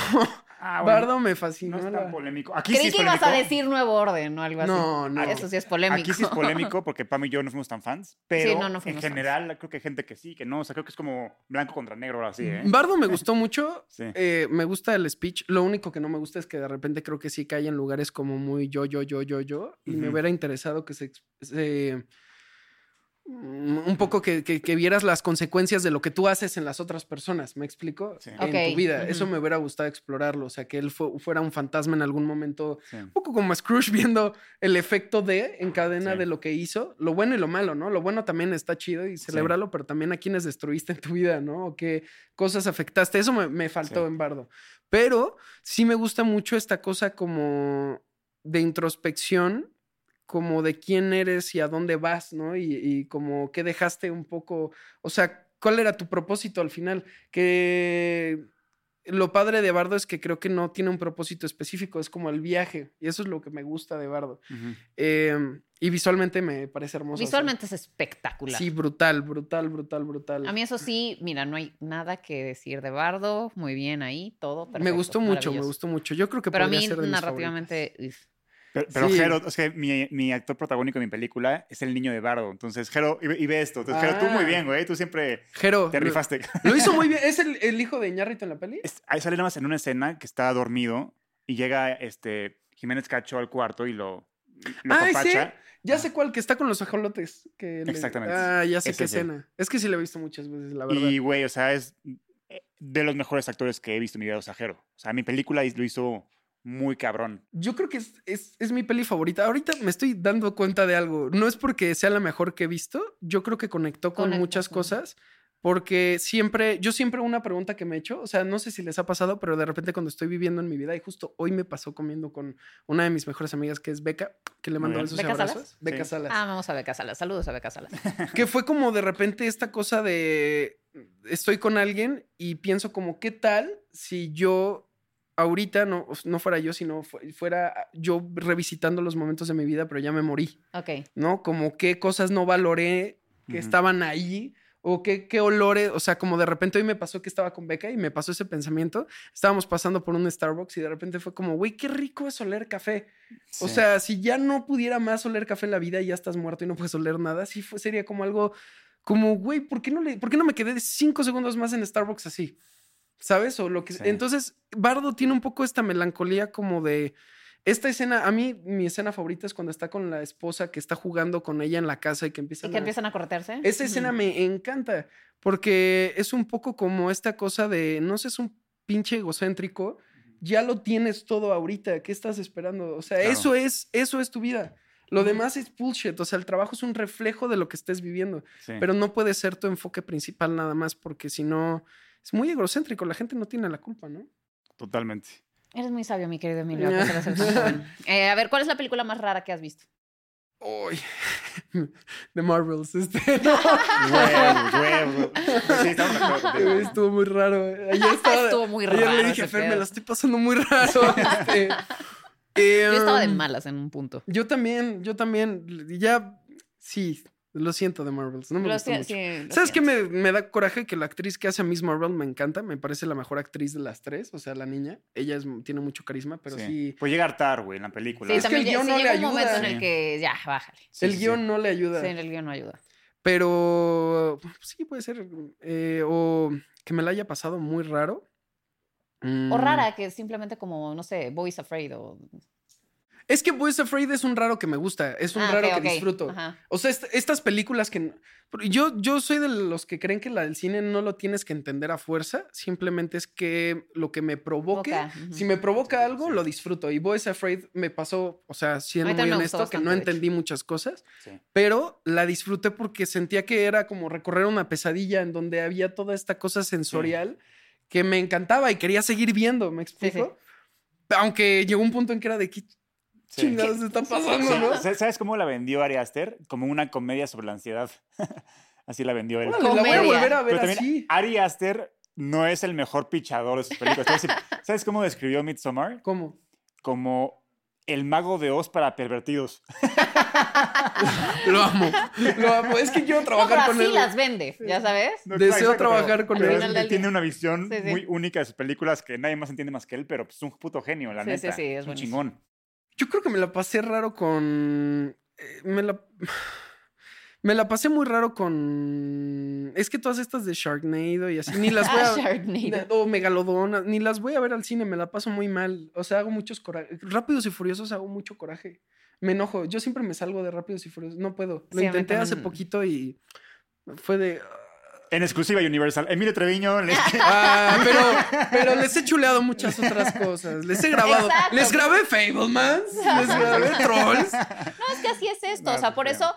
Speaker 1: Ah, bueno,
Speaker 3: Bardo me
Speaker 1: No
Speaker 3: fascinó.
Speaker 1: es
Speaker 3: la-
Speaker 1: tan polémico. Aquí sí
Speaker 2: Creí
Speaker 1: es
Speaker 2: que ibas
Speaker 1: polémico.
Speaker 2: a decir Nuevo Orden o algo así.
Speaker 3: no, no.
Speaker 2: Eso sí es polémico.
Speaker 1: Aquí sí es polémico porque Pam y yo no fuimos tan fans, pero
Speaker 2: no, no
Speaker 1: en
Speaker 2: fuimos
Speaker 1: general creo que hay gente que sí, que no. O sea, creo que es como blanco contra negro ahora sí, ¿eh?
Speaker 3: Bardo me gustó mucho.
Speaker 1: Sí.
Speaker 3: Eh, me gusta el speech. Lo único que no me gusta es que de repente creo que sí cae en lugares como muy yo, yo, yo, yo, yo. Y me
Speaker 1: Ujú.
Speaker 3: hubiera interesado que se. ex- se- mm, un poco que, que- que vieras las consecuencias de lo que tú haces en las otras personas, ¿me explico?
Speaker 1: Sí.
Speaker 3: En
Speaker 2: Ok,
Speaker 3: tu vida.
Speaker 2: ujú.
Speaker 3: Eso me hubiera gustado explorarlo. O sea, que él fu- fuera un fantasma en algún momento
Speaker 1: Sí.
Speaker 3: un poco como Scrooge viendo el efecto de en cadena
Speaker 1: Sí.
Speaker 3: de lo que hizo, lo bueno y lo malo, ¿no? Lo bueno también está chido y celebrarlo, pero también a quienes destruiste en tu vida, ¿no? O qué cosas afectaste. Eso me, me faltó
Speaker 1: Sí.
Speaker 3: en Bardo. Pero sí me gusta mucho esta cosa como de introspección, como de quién eres y a dónde vas, ¿no? Y, y como qué dejaste un poco, o sea, cuál era tu propósito al final, que lo padre de Bardo es que creo que no tiene un propósito específico, es como el viaje, y eso es lo que me gusta de Bardo.
Speaker 1: Ujú.
Speaker 3: Eh, y visualmente me parece hermoso.
Speaker 2: Visualmente es
Speaker 3: o sea,
Speaker 2: espectacular.
Speaker 3: Sí, brutal, brutal, brutal, brutal.
Speaker 2: A mí eso sí, mira, no hay nada que decir de Bardo. Muy bien ahí, todo perfecto.
Speaker 3: me gustó mucho, me
Speaker 2: maravilloso.
Speaker 3: gustó mucho. Yo creo que
Speaker 2: Pero a
Speaker 3: podría
Speaker 2: mí,
Speaker 3: ser de mis
Speaker 2: narrativamente, uf,
Speaker 1: Pero, pero
Speaker 3: Sí.
Speaker 1: Jero, o sea, mi, mi actor protagónico en mi película es el niño de Bardo. Entonces, Jero, y, ve- y ve esto. Entonces, Jero, tú
Speaker 3: Ah.
Speaker 1: muy bien, güey. Tú siempre
Speaker 3: favoritas. Jero,
Speaker 1: te
Speaker 3: lo-
Speaker 1: rifaste.
Speaker 3: lo, hizo muy bien. ¿Es el, el hijo de Iñárritu en la peli?
Speaker 1: Es- Ahí sale nada más en una escena que está dormido y llega este Jiménez Cacho al cuarto y lo, lo
Speaker 3: Ay,
Speaker 1: apapacha.
Speaker 3: Ya sé cuál, que está con los ajolotes. Que le-
Speaker 1: Exactamente.
Speaker 3: Ah, ya sé
Speaker 1: Ese
Speaker 3: qué
Speaker 1: es él.
Speaker 3: escena. Es que sí la he visto muchas veces, la verdad.
Speaker 1: Y, güey, o sea, es eh, de los mejores actores que he visto en mi vida, o sea, Jero. O sea, mi película lo hizo muy cabrón.
Speaker 3: Yo creo que es, es- es mi peli favorita. Ahorita me estoy dando cuenta de algo. No es porque sea la mejor que he visto. Yo creo que conectó con
Speaker 2: Conecta,
Speaker 3: muchas
Speaker 2: sí.
Speaker 3: cosas. Porque siempre, yo siempre una pregunta que me he hecho, o sea, no sé si les ha pasado, pero de repente cuando estoy viviendo en mi vida, y justo hoy me pasó comiendo con una de mis mejores amigas, que es Beca, que le
Speaker 1: Muy
Speaker 3: mando
Speaker 1: bien.
Speaker 3: besos y
Speaker 2: ¿Beca Salas?
Speaker 3: abrazos. Beca
Speaker 1: Sí.
Speaker 3: Salas.
Speaker 2: Ah, vamos a Beca Salas. Saludos a Beca Salas.
Speaker 3: Que fue como de repente esta cosa de estoy con alguien y pienso como, ¿qué tal si yo ahorita no, no fuera yo, sino fu- fuera yo revisitando los momentos de mi vida, pero ya me morí,
Speaker 2: Ok.
Speaker 3: ¿no? Como qué cosas no valoré que
Speaker 1: Ujú.
Speaker 3: estaban ahí. O qué, qué olores, o sea, como de repente hoy me pasó que estaba con Beca y me pasó ese pensamiento. Estábamos pasando por un Starbucks y de repente fue como, güey, qué rico es oler café. O
Speaker 1: Sí.
Speaker 3: sea, si ya no pudiera más oler café en la vida y ya estás muerto y no puedes oler nada, sí fue- sería como algo como, güey, ¿por qué no le, por qué no me quedé cinco segundos más en Starbucks así? ¿Sabes? O lo que
Speaker 1: Sí.
Speaker 3: Entonces, Bardo tiene un poco esta melancolía como de. Esta escena, a mí, mi escena favorita es cuando está con la esposa que está jugando con ella en la casa y que empiezan
Speaker 2: ¿Y que
Speaker 3: a-
Speaker 2: empiezan a cortarse? Mm,
Speaker 3: esa escena me encanta porque es un poco como esta cosa de, no sé, es un pinche egocéntrico, ya lo tienes todo ahorita, ¿qué estás esperando? O sea,
Speaker 1: Claro.
Speaker 3: eso es eso es tu vida. Lo demás es bullshit, o sea, el trabajo es un reflejo de lo que estés viviendo,
Speaker 1: Sí.
Speaker 3: pero no puede ser tu enfoque principal nada más porque si no es muy egocéntrico, la gente no tiene la culpa, ¿no?
Speaker 1: Totalmente.
Speaker 2: Eres muy sabio, mi querido Emilio. a pesar de ser tan joven. Eh, a ver, ¿cuál es la película más rara que has visto?
Speaker 3: Uy. The Marvels, este, no,
Speaker 1: Huevos, huevos. Sí, estamos de acuerdo contigo.
Speaker 3: estuvo muy raro. Ayer estaba-
Speaker 2: Estuvo muy
Speaker 3: Ayer
Speaker 2: raro.
Speaker 3: le dije,
Speaker 2: ese
Speaker 3: Fer, me
Speaker 2: pedo.
Speaker 3: la estoy pasando muy raro. Este,
Speaker 2: Yo estaba de
Speaker 3: em,
Speaker 2: malas en un punto.
Speaker 3: Yo también, yo también. Ya, sí, lo siento de Marvels. No me
Speaker 2: Lo
Speaker 3: gusta
Speaker 2: si-
Speaker 3: mucho.
Speaker 2: sí, lo
Speaker 3: ¿Sabes qué
Speaker 2: siento.
Speaker 3: me, me da coraje? Que la actriz que hace a Miss Marvel me encanta. Me parece la mejor actriz de las tres. O sea, la niña. Ella es- tiene mucho carisma, pero
Speaker 1: Sí.
Speaker 3: sí.
Speaker 1: Pues llegar tarde, güey, en la película.
Speaker 2: Sí,
Speaker 3: Es que
Speaker 2: también
Speaker 3: el guión
Speaker 2: sí
Speaker 3: no
Speaker 2: llega
Speaker 3: le
Speaker 2: un momento en
Speaker 1: ayuda.
Speaker 2: el que ya, bájale.
Speaker 1: Sí,
Speaker 3: el
Speaker 1: sí, sí.
Speaker 3: guión no le ayuda.
Speaker 2: Sí, el guión no ayuda.
Speaker 3: Pero pues, sí, puede ser. eh, o que me la haya pasado muy raro. Mm.
Speaker 2: O rara, que es simplemente como, no sé, Boys Afraid o...
Speaker 3: Es que Boys Afraid es un raro que me gusta. Es un
Speaker 2: Ah,
Speaker 3: raro
Speaker 2: ok,
Speaker 3: que
Speaker 2: ok.
Speaker 3: disfruto.
Speaker 2: Ajá.
Speaker 3: O sea, est- estas películas que... Yo, yo soy de los que creen que la del cine no lo tienes que entender a fuerza. Simplemente es que lo que me provoque...
Speaker 2: Boca, ujú.
Speaker 3: Si me provoca algo, lo disfruto. Y Boys Afraid me pasó, o sea, siendo
Speaker 2: A mí
Speaker 3: muy
Speaker 2: también me gustó
Speaker 3: honesto, que no
Speaker 2: bastante, de
Speaker 3: entendí muchas cosas,
Speaker 1: Sí.
Speaker 3: pero la disfruté porque sentía que era como recorrer una pesadilla en donde había toda esta cosa sensorial que me encantaba y quería seguir viendo, ¿me
Speaker 2: sí.
Speaker 3: explico? Aunque llegó un punto en que era de qué
Speaker 1: Sí.
Speaker 3: chingados está pasando, ¿no?
Speaker 1: ¿Sabes- ¿Sabes cómo la vendió Ari Aster? Como una comedia sobre la ansiedad. así la vendió él.
Speaker 3: Órale, la voy a
Speaker 2: Comedia.
Speaker 3: volver a ver
Speaker 1: Pero también
Speaker 3: así.
Speaker 1: Ari Aster no es el mejor pichador de sus películas. Te voy a decir, ¿Sabes cómo describió Midsommar?
Speaker 3: ¿Cómo?
Speaker 1: Como el mago de Oz para pervertidos.
Speaker 3: Lo amo. Lo amo. Es que quiero
Speaker 2: No, pero
Speaker 3: trabajar con
Speaker 2: así
Speaker 3: él.
Speaker 2: las vende, ya sabes.
Speaker 1: No,
Speaker 3: Deseo
Speaker 1: exacto, pero-
Speaker 3: trabajar con
Speaker 1: pero
Speaker 2: él.
Speaker 1: es que
Speaker 2: Al final del
Speaker 1: tiene
Speaker 2: día.
Speaker 1: una visión
Speaker 2: Sí, sí.
Speaker 1: muy única de sus películas que nadie más entiende más que él, pero es un puto genio, la
Speaker 2: Sí, sí,
Speaker 1: neta.
Speaker 2: sí, es
Speaker 1: un
Speaker 2: buenísimo.
Speaker 1: chingón.
Speaker 3: Yo creo que me la pasé raro con. eh, Me la. Me la pasé muy raro con. Es que todas estas de Sharknado y así, ni las voy
Speaker 2: Ah,
Speaker 3: a.
Speaker 2: Sharknado.
Speaker 3: O Megalodona, ni las voy a ver al cine, me la paso muy mal. O sea, hago muchos corajes. Rápidos y Furiosos hago mucho coraje. Me enojo. Yo siempre me salgo de Rápidos y Furiosos. No puedo. Lo
Speaker 2: Sí, a mí
Speaker 3: intenté hace
Speaker 2: también.
Speaker 3: poquito y fue de.
Speaker 1: En exclusiva Universal. Emilio Treviño. le-
Speaker 3: Ah, pero, pero les he chuleado muchas otras cosas. Les he grabado.
Speaker 2: Exacto.
Speaker 3: Les grabé Fablemans. Les grabé Trolls.
Speaker 2: No, es que así es esto.
Speaker 1: No,
Speaker 2: o
Speaker 1: pues,
Speaker 2: sea, por
Speaker 1: ya.
Speaker 2: eso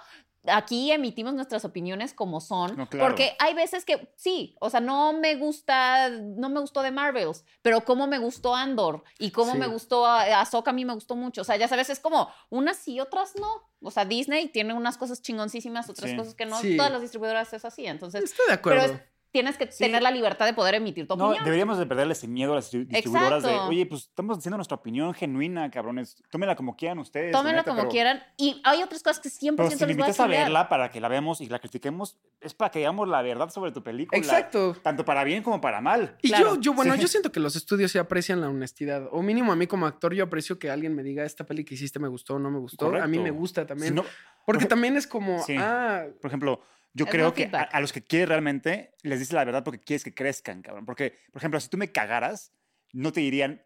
Speaker 2: aquí emitimos nuestras opiniones como son.
Speaker 1: No, claro.
Speaker 2: Porque hay veces que sí, o sea, no me gusta, no me gustó de Marvels, pero cómo me gustó Andor y cómo
Speaker 3: Sí.
Speaker 2: me gustó a- Ahsoka, a mí me gustó mucho. O sea, ya sabes, es como unas sí, otras no. O sea, Disney tiene unas cosas chingoncísimas, otras
Speaker 1: Sí.
Speaker 2: cosas que no.
Speaker 3: Sí.
Speaker 2: Todas las distribuidoras es así. Entonces,
Speaker 3: Estoy de acuerdo.
Speaker 2: Pero es- tienes que
Speaker 1: Sí.
Speaker 2: tener la libertad de poder emitir tu
Speaker 1: No,
Speaker 2: opinión.
Speaker 1: deberíamos de perderle ese miedo a las distribu- distribuidoras de,
Speaker 2: Exacto.
Speaker 1: oye, pues estamos diciendo nuestra opinión genuina, cabrones. Tómenla como quieran ustedes. la
Speaker 2: Tómenlo
Speaker 1: neta,
Speaker 2: como
Speaker 1: pero-
Speaker 2: quieran. Y hay otras cosas que 100%
Speaker 1: Pero si me
Speaker 2: les voy a
Speaker 1: invitas a
Speaker 2: cambiar.
Speaker 1: verla para que la veamos y la critiquemos, es para que digamos la verdad sobre tu película.
Speaker 3: Exacto.
Speaker 1: Tanto para bien como para mal.
Speaker 3: Y
Speaker 2: Claro.
Speaker 3: yo, yo, bueno,
Speaker 1: Sí.
Speaker 3: yo siento que los estudios sí aprecian la honestidad. O mínimo a mí como actor, yo aprecio que alguien me diga esta peli que hiciste me gustó o no me gustó. A mí
Speaker 1: Correcto.
Speaker 3: me gusta
Speaker 1: Si
Speaker 3: también.
Speaker 1: no,
Speaker 3: Porque también es como,
Speaker 1: Sí.
Speaker 3: ah,
Speaker 1: por ejemplo, yo
Speaker 2: Es
Speaker 1: creo
Speaker 2: buen
Speaker 1: que a,
Speaker 2: feedback.
Speaker 1: a los que quieres realmente les dices la verdad porque quieres que crezcan, cabrón. Porque, por ejemplo, si tú me cagaras, no te dirían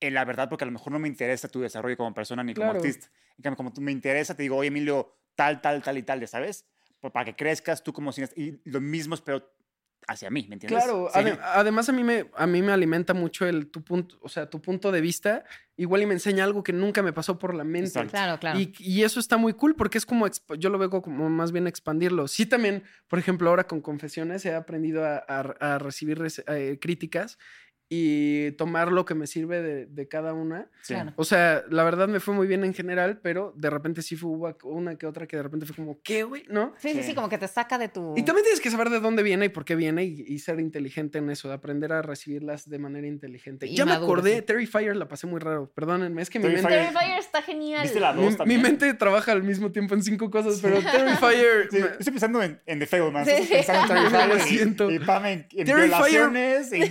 Speaker 1: eh, la verdad porque a lo mejor no me interesa tu desarrollo como persona ni
Speaker 3: Claro.
Speaker 1: como artista. En cambio, como tú me interesa, te digo, oye, Emilio, tal, tal, tal y tal, ya sabes, Por- para que crezcas tú como cineasta. Y lo mismo espero hacia mí, ¿me entiendes?
Speaker 3: Claro,
Speaker 1: Sí.
Speaker 3: ade- además a mí me a mí me alimenta mucho el tu punto, o sea, tu punto de vista, igual y me enseña algo que nunca me pasó por la mente.
Speaker 1: Exacto.
Speaker 2: Claro, claro.
Speaker 3: Y, y eso está muy cool porque es como, exp- yo lo veo como más bien expandirlo. Sí, también, por ejemplo, ahora con confesiones he aprendido a, a- a recibir res- eh, críticas y tomar lo que me sirve de, de cada una.
Speaker 1: Sí.
Speaker 2: claro.
Speaker 3: O sea, la verdad me fue muy bien en general, pero de repente sí fue hubo una que otra que de repente fue como, ¿qué, güey? ¿No?
Speaker 2: Sí, sí,
Speaker 1: Sí.
Speaker 2: sí, como que te saca de tu.
Speaker 3: Y también tienes que saber de dónde viene y por qué viene y, y ser inteligente en eso, de aprender a recibirlas de manera inteligente.
Speaker 2: Y
Speaker 3: ya me
Speaker 2: maduro,
Speaker 3: acordé,
Speaker 2: sí.
Speaker 3: Terrifier la pasé muy raro, perdónenme, es que mi
Speaker 1: Terrifier-
Speaker 3: mente,
Speaker 2: Terrifier está genial.
Speaker 1: ¿Viste la
Speaker 3: mi-
Speaker 1: dos
Speaker 3: mi,
Speaker 1: también?
Speaker 3: mente trabaja al mismo tiempo en cinco cosas, pero Terrifier...
Speaker 1: Sí,
Speaker 3: me-
Speaker 1: estoy pensando en, en The Fableman.
Speaker 2: Sí,
Speaker 1: estoy
Speaker 2: sí.
Speaker 1: pensando en Terrifier
Speaker 3: Lo
Speaker 1: y-
Speaker 3: siento.
Speaker 1: Y Pam en, en
Speaker 3: Terrifier.
Speaker 1: violaciones y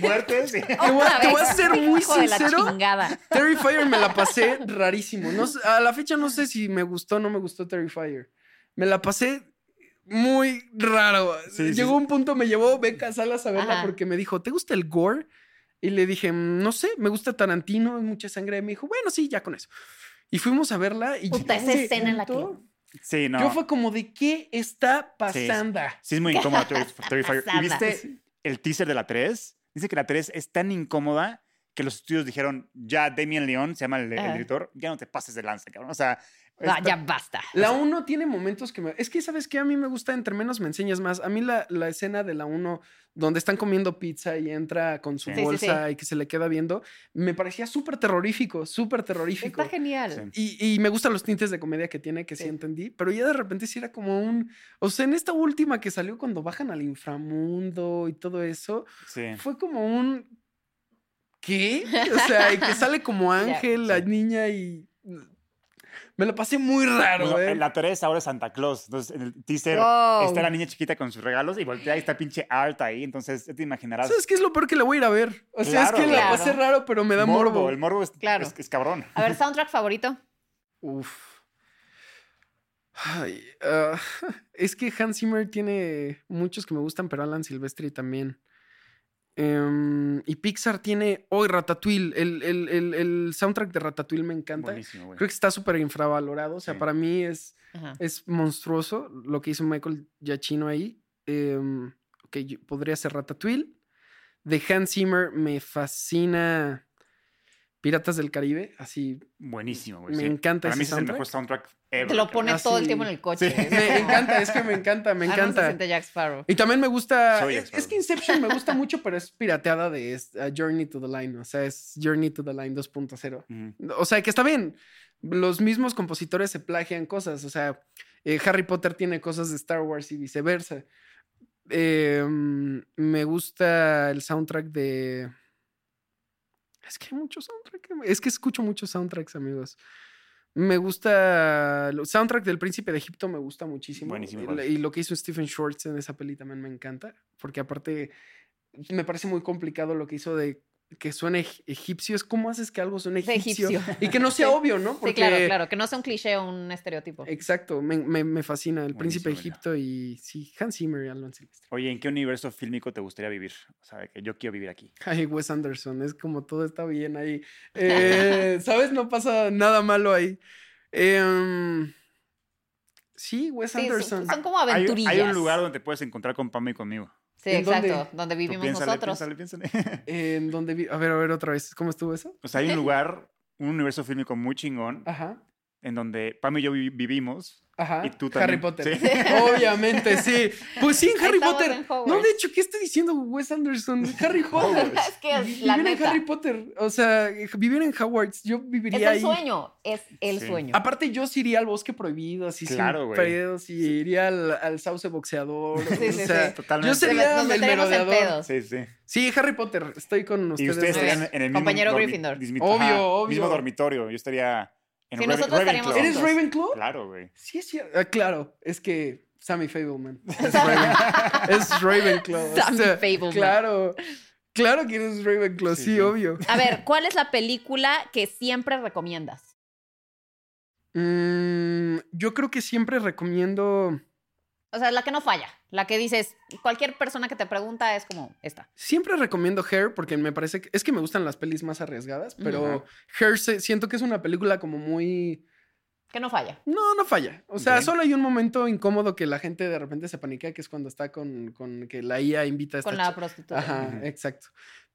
Speaker 1: muertes. y-
Speaker 3: Te voy a- te voy a
Speaker 2: vez.
Speaker 3: ser muy
Speaker 2: Hijo de la
Speaker 3: sincero.
Speaker 2: chingada.
Speaker 3: Terrifier me la pasé rarísimo. No, sé- a la fecha no sé si me gustó o no me gustó Terrifier. Me la pasé muy raro.
Speaker 1: Sí, sí,
Speaker 3: Llegó
Speaker 1: sí.
Speaker 3: un punto, me llevó Beca Salas a verla
Speaker 2: Ajá.
Speaker 3: porque me dijo, ¿te gusta el gore? Y le dije, "Mm, no sé, me gusta Tarantino, hay mucha sangre. Y me dijo, bueno, sí, ya con eso. Y fuimos a verla y
Speaker 2: Puta, esa
Speaker 3: llegó un
Speaker 2: escena en la que-
Speaker 3: punto-
Speaker 1: Sí, no.
Speaker 3: Yo fue como, ¿de qué está
Speaker 1: Sí,
Speaker 3: pasando?
Speaker 2: Ah,
Speaker 1: Sí, es muy incómoda Terrif- Terrifier. ¿Y
Speaker 2: Pasada.
Speaker 1: viste el teaser de la 3? Dice que la 3 es tan incómoda que los estudios dijeron, ya Damien León, se llama el, el
Speaker 2: Ajá.
Speaker 1: director, ya no te pases de lanza, cabrón. O sea, está-
Speaker 2: Ah, Eh. ya basta.
Speaker 3: La 1 tiene momentos que me... Es que, ¿sabes qué? A mí me gusta, entre menos me enseñas más. A mí la, la escena de la 1 donde están comiendo pizza y entra con su
Speaker 1: Sí, sí,
Speaker 3: bolsa y que se le queda viendo, me parecía súper terrorífico, súper terrorífico.
Speaker 2: Está genial.
Speaker 1: Sí.
Speaker 3: Y, y me gustan los tintes de comedia que tiene, que sí.
Speaker 2: Sí.
Speaker 3: entendí, pero ya de repente sí era como un... O sea, en esta última que salió cuando bajan al inframundo y todo eso,
Speaker 1: sí.
Speaker 3: fue como un... ¿Qué? O sea, y que sale como
Speaker 2: Ya.
Speaker 3: ángel la
Speaker 1: Sí.
Speaker 3: niña y... Me lo pasé muy raro,
Speaker 1: Bueno,
Speaker 3: ¿eh?
Speaker 1: en la 3 ahora es Santa Claus. Entonces, en el teaser
Speaker 2: Wow.
Speaker 1: está la niña chiquita con sus regalos y voltea y está pinche Art ahí. Entonces, ya te imaginarás.
Speaker 3: ¿Sabes qué es lo peor que la voy a ir a ver? O sea,
Speaker 1: Claro,
Speaker 3: es que la
Speaker 2: claro.
Speaker 3: pasé raro, pero me da morbo.
Speaker 1: El morbo es,
Speaker 2: Claro.
Speaker 1: es- es cabrón.
Speaker 2: A ver, soundtrack favorito.
Speaker 3: Uf. Ay, ah, es que Hans Zimmer tiene muchos que me gustan, pero Alan Silvestri también. Em, y Pixar tiene hoy Ratatouille. El, el- el- el soundtrack de Ratatouille me encanta.
Speaker 1: Buenísimo, güey.
Speaker 3: Creo que está súper infravalorado. O sea,
Speaker 1: Sí.
Speaker 3: para mí es,
Speaker 2: Ajá.
Speaker 3: es monstruoso lo que hizo Michael Giacchino ahí. Em, ok, yo- podría ser Ratatouille. De Hans Zimmer me fascina Piratas del Caribe. Así
Speaker 1: Buenísimo, güey.
Speaker 3: me
Speaker 1: sí.
Speaker 3: encanta
Speaker 1: Para mí
Speaker 3: ese
Speaker 1: ese es el mejor
Speaker 3: soundtrack.
Speaker 1: soundtrack ever.
Speaker 2: Te lo
Speaker 1: cabrón.
Speaker 2: pones todo el
Speaker 3: Así.
Speaker 2: tiempo en el coche.
Speaker 1: Eh, Sí.
Speaker 2: es
Speaker 3: Me
Speaker 2: como-
Speaker 3: encanta, es que me encanta, me
Speaker 2: Ah, no, se
Speaker 3: encanta.
Speaker 2: siente Jack Sparrow.
Speaker 3: Y también me gusta.
Speaker 1: Soy
Speaker 3: Es,
Speaker 1: experto.
Speaker 3: es que Inception me gusta mucho, pero es pirateada de es- a Journey to the Line. O sea, es Journey to the Line 2.0.
Speaker 1: Ujú.
Speaker 3: O sea, que está bien. Los mismos compositores se plagian cosas. O sea, eh, Harry Potter tiene cosas de Star Wars y viceversa. Eh, mm, me gusta el soundtrack de. Es que hay muchos soundtracks. Es que escucho muchos soundtracks, amigos. Me gusta. El soundtrack del Príncipe de Egipto me gusta muchísimo.
Speaker 1: Buenísimo,
Speaker 3: Y-
Speaker 1: igual.
Speaker 3: Y lo que hizo Stephen Schwartz en esa peli también me encanta. Porque aparte, me parece muy complicado lo que hizo de que suene eg- egipcio. Es cómo haces que algo suene
Speaker 2: De
Speaker 3: egipcio.
Speaker 2: egipcio.
Speaker 3: Y que no sea obvio, ¿no?
Speaker 2: Sí, claro, claro. Que no sea un cliché o un estereotipo.
Speaker 3: Exacto, me, me- me fascina. El Príncipe de
Speaker 1: Buenísimo,
Speaker 3: Egipto y sí, Hans Zimmer y Alan Silvestre.
Speaker 1: Oye, ¿en qué universo fílmico te gustaría vivir? O sea, de que yo quiero vivir aquí.
Speaker 3: Ay, Wes Anderson, es como todo está bien ahí. Eh, ¿Sabes? No pasa nada malo ahí. Em, sí, Wes
Speaker 2: Sí, son-
Speaker 3: Anderson.
Speaker 2: son, como
Speaker 1: Hay,
Speaker 2: aventurillas.
Speaker 1: hay un lugar donde te puedes encontrar con Pam y conmigo.
Speaker 2: Sí,
Speaker 3: ¿En dónde?
Speaker 2: exacto. Donde
Speaker 1: Tú
Speaker 2: vivimos
Speaker 1: piénsale,
Speaker 2: nosotros.
Speaker 1: piénsale, piénsale.
Speaker 3: En donde vi- A ver, a ver otra vez. ¿Cómo estuvo eso?
Speaker 1: o sea, hay un lugar, un universo fílmico muy chingón,
Speaker 3: Ajá.
Speaker 1: en donde Pam y yo vi- vivimos.
Speaker 3: Ajá.
Speaker 1: Y tú
Speaker 3: Harry
Speaker 1: también.
Speaker 3: Potter.
Speaker 1: Sí.
Speaker 3: Obviamente, sí. Pues sí, en
Speaker 2: Ahí
Speaker 3: Harry
Speaker 2: estamos
Speaker 3: Potter.
Speaker 2: en
Speaker 3: no,
Speaker 2: Hogwarts.
Speaker 3: de hecho, ¿qué está diciendo Wes Anderson? Harry Potter.
Speaker 1: Hogwarts.
Speaker 2: Es que es
Speaker 3: Vi-
Speaker 2: la
Speaker 3: vivir en
Speaker 2: neta.
Speaker 3: Harry Potter. O sea, vivir en Hogwarts. Yo
Speaker 2: Es
Speaker 3: viviría
Speaker 2: el
Speaker 3: ahí.
Speaker 2: sueño. Es el
Speaker 1: Sí.
Speaker 2: sueño.
Speaker 3: Aparte, yo sí iría al bosque prohibido, así
Speaker 1: Claro,
Speaker 3: sin
Speaker 1: güey.
Speaker 3: pedos, y iría al, al sauce boxeador.
Speaker 2: Sí,
Speaker 3: o
Speaker 2: sí,
Speaker 3: sea,
Speaker 2: sí.
Speaker 1: Totalmente.
Speaker 3: Yo sería
Speaker 2: Nos
Speaker 3: el
Speaker 2: meteremos en
Speaker 3: merodeador.
Speaker 2: pedos.
Speaker 1: Sí, sí.
Speaker 3: Sí, Harry Potter, estoy con ustedes.
Speaker 1: Y ustedes
Speaker 3: dos.
Speaker 2: Muy bien.
Speaker 1: estarían en el mismo
Speaker 2: Compañero
Speaker 1: dormi-
Speaker 2: Gryffindor.
Speaker 1: mismito-
Speaker 3: Obvio,
Speaker 1: ajá,
Speaker 3: obvio.
Speaker 1: Mismo dormitorio. Yo estaría en
Speaker 2: Sí,
Speaker 1: Raven-
Speaker 2: nosotros estaríamos
Speaker 1: Ravenclaw.
Speaker 3: ¿Eres
Speaker 2: juntos.
Speaker 3: Ravenclaw?
Speaker 1: Claro, güey.
Speaker 3: Sí, sí. Ah, claro, es que Sammy Fableman. Es, Raven- es Ravenclaw. o
Speaker 2: Sammy
Speaker 3: sea,
Speaker 2: Fableman.
Speaker 3: Claro, claro que eres Ravenclaw, sí,
Speaker 1: Sí, sí.
Speaker 3: obvio.
Speaker 2: A ver, ¿cuál es la película que siempre recomiendas?
Speaker 3: Mm, yo creo que siempre recomiendo.
Speaker 2: O sea, la que no falla. La que dices, cualquier persona que te pregunta es como esta.
Speaker 3: Siempre recomiendo Hair porque me parece que es que me gustan las pelis más arriesgadas, pero
Speaker 1: Ujú.
Speaker 3: Hair se- siento que es una película como muy
Speaker 2: Que no falla.
Speaker 3: No, no falla. O sea,
Speaker 1: Ok.
Speaker 3: solo hay un momento incómodo que la gente de repente se paniquea, que es cuando está con, con que la IA invita a esta
Speaker 2: Con la
Speaker 3: chi-
Speaker 2: prostituta.
Speaker 3: Ajá,
Speaker 1: Ujú.
Speaker 3: exacto.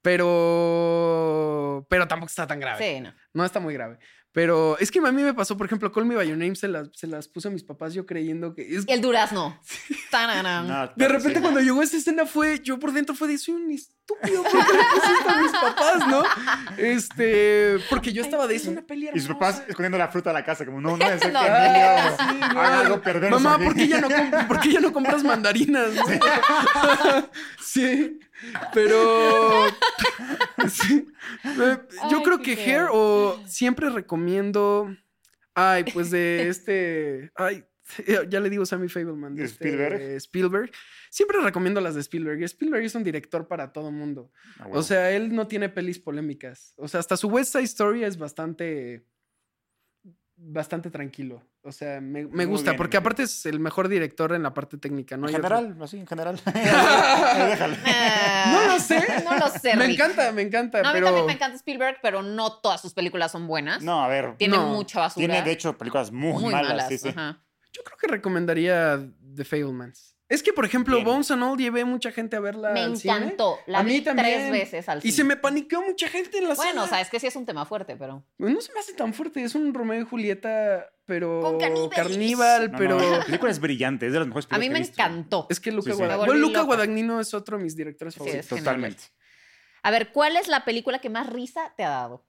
Speaker 3: Pero. Pero tampoco está tan grave.
Speaker 2: Sí, no.
Speaker 3: No está muy grave. Pero es que a mí me pasó, por ejemplo, Call Me By Your Name se las, se las puso a mis papás yo creyendo que. es-
Speaker 2: Y el durazno. Tananán.
Speaker 1: No,
Speaker 3: De
Speaker 1: claro,
Speaker 3: repente
Speaker 1: sí.
Speaker 3: cuando llegó esa escena fue, yo por dentro fue de soy un estúpido porque le pusiste a mis papás, ¿no? Este, porque yo estaba de es una peli
Speaker 1: Y sus papás
Speaker 3: hermosa".
Speaker 1: escondiendo la fruta a la casa, como no, no, es el
Speaker 2: No,
Speaker 1: que-
Speaker 2: no,
Speaker 1: Ah,
Speaker 3: sí, no.
Speaker 1: algo perverso
Speaker 3: Mamá,
Speaker 1: aquí.
Speaker 3: ¿por qué, ya no com- por qué ya no compras mandarinas? no? sí, pero... sí. Eh, Yo
Speaker 2: Ay,
Speaker 3: creo que
Speaker 2: qué feo.
Speaker 3: Hair o siempre recomiendo... Ay, pues de este... Ay, ya le digo Sammy Fableman.
Speaker 1: ¿De
Speaker 3: de este,
Speaker 1: Spielberg?
Speaker 3: eh, Spielberg. Siempre recomiendo las de Spielberg. Spielberg es un director para todo mundo.
Speaker 1: Ah,
Speaker 3: O
Speaker 1: huevo.
Speaker 3: sea, él no tiene pelis polémicas. O sea, hasta su West Side Story es bastante. bastante tranquilo. O sea, me, me
Speaker 1: Muy
Speaker 3: gusta,
Speaker 1: bien,
Speaker 3: porque
Speaker 1: muy bien.
Speaker 3: aparte es el mejor director en la parte técnica, ¿no?
Speaker 1: en
Speaker 3: hay otro.
Speaker 1: general, así, en general. Déjalo.
Speaker 2: Ah,
Speaker 3: No lo sé.
Speaker 2: No lo sé.
Speaker 3: Me
Speaker 2: Rick.
Speaker 3: encanta, me encanta,
Speaker 2: No, a mí
Speaker 3: pero.
Speaker 2: también me encanta Spielberg, pero no todas sus películas son buenas.
Speaker 1: No, a ver.
Speaker 2: Tiene
Speaker 3: No.
Speaker 2: mucha basura.
Speaker 1: Tiene, de hecho, películas muy,
Speaker 2: muy
Speaker 1: malas.
Speaker 2: malas.
Speaker 1: sí, sí.
Speaker 2: ajá.
Speaker 3: Yo creo que recomendaría The Fablemans. Es que, por ejemplo,
Speaker 1: Bien.
Speaker 3: Bones and All llevé mucha gente a verla.
Speaker 2: Me
Speaker 3: al cine,
Speaker 2: encantó. La
Speaker 3: A mí
Speaker 2: vi tres
Speaker 3: también.
Speaker 2: veces al
Speaker 3: Y
Speaker 2: cine.
Speaker 3: se me paniqueó mucha gente en la
Speaker 2: Bueno, o sea,
Speaker 3: sala.
Speaker 2: es que sí es un tema fuerte, pero.
Speaker 3: No se me hace tan fuerte. Es un Romeo y Julieta, pero.
Speaker 2: Con caníbales.
Speaker 3: carníbal,
Speaker 1: No, no,
Speaker 3: pero.
Speaker 1: la película es brillante, es de las mejores
Speaker 2: A
Speaker 1: películas.
Speaker 2: mí
Speaker 1: que
Speaker 2: me
Speaker 1: he visto.
Speaker 2: encantó.
Speaker 3: Es que Luca,
Speaker 1: Sí, sí.
Speaker 3: Guada-
Speaker 2: Me volví
Speaker 3: Bueno, Luca
Speaker 2: loca.
Speaker 3: Guadagnino es otro de mis directores
Speaker 2: Sí,
Speaker 3: favoritos.
Speaker 2: es genial.
Speaker 1: Totalmente.
Speaker 2: A ver, ¿cuál es la película que más risa te ha dado?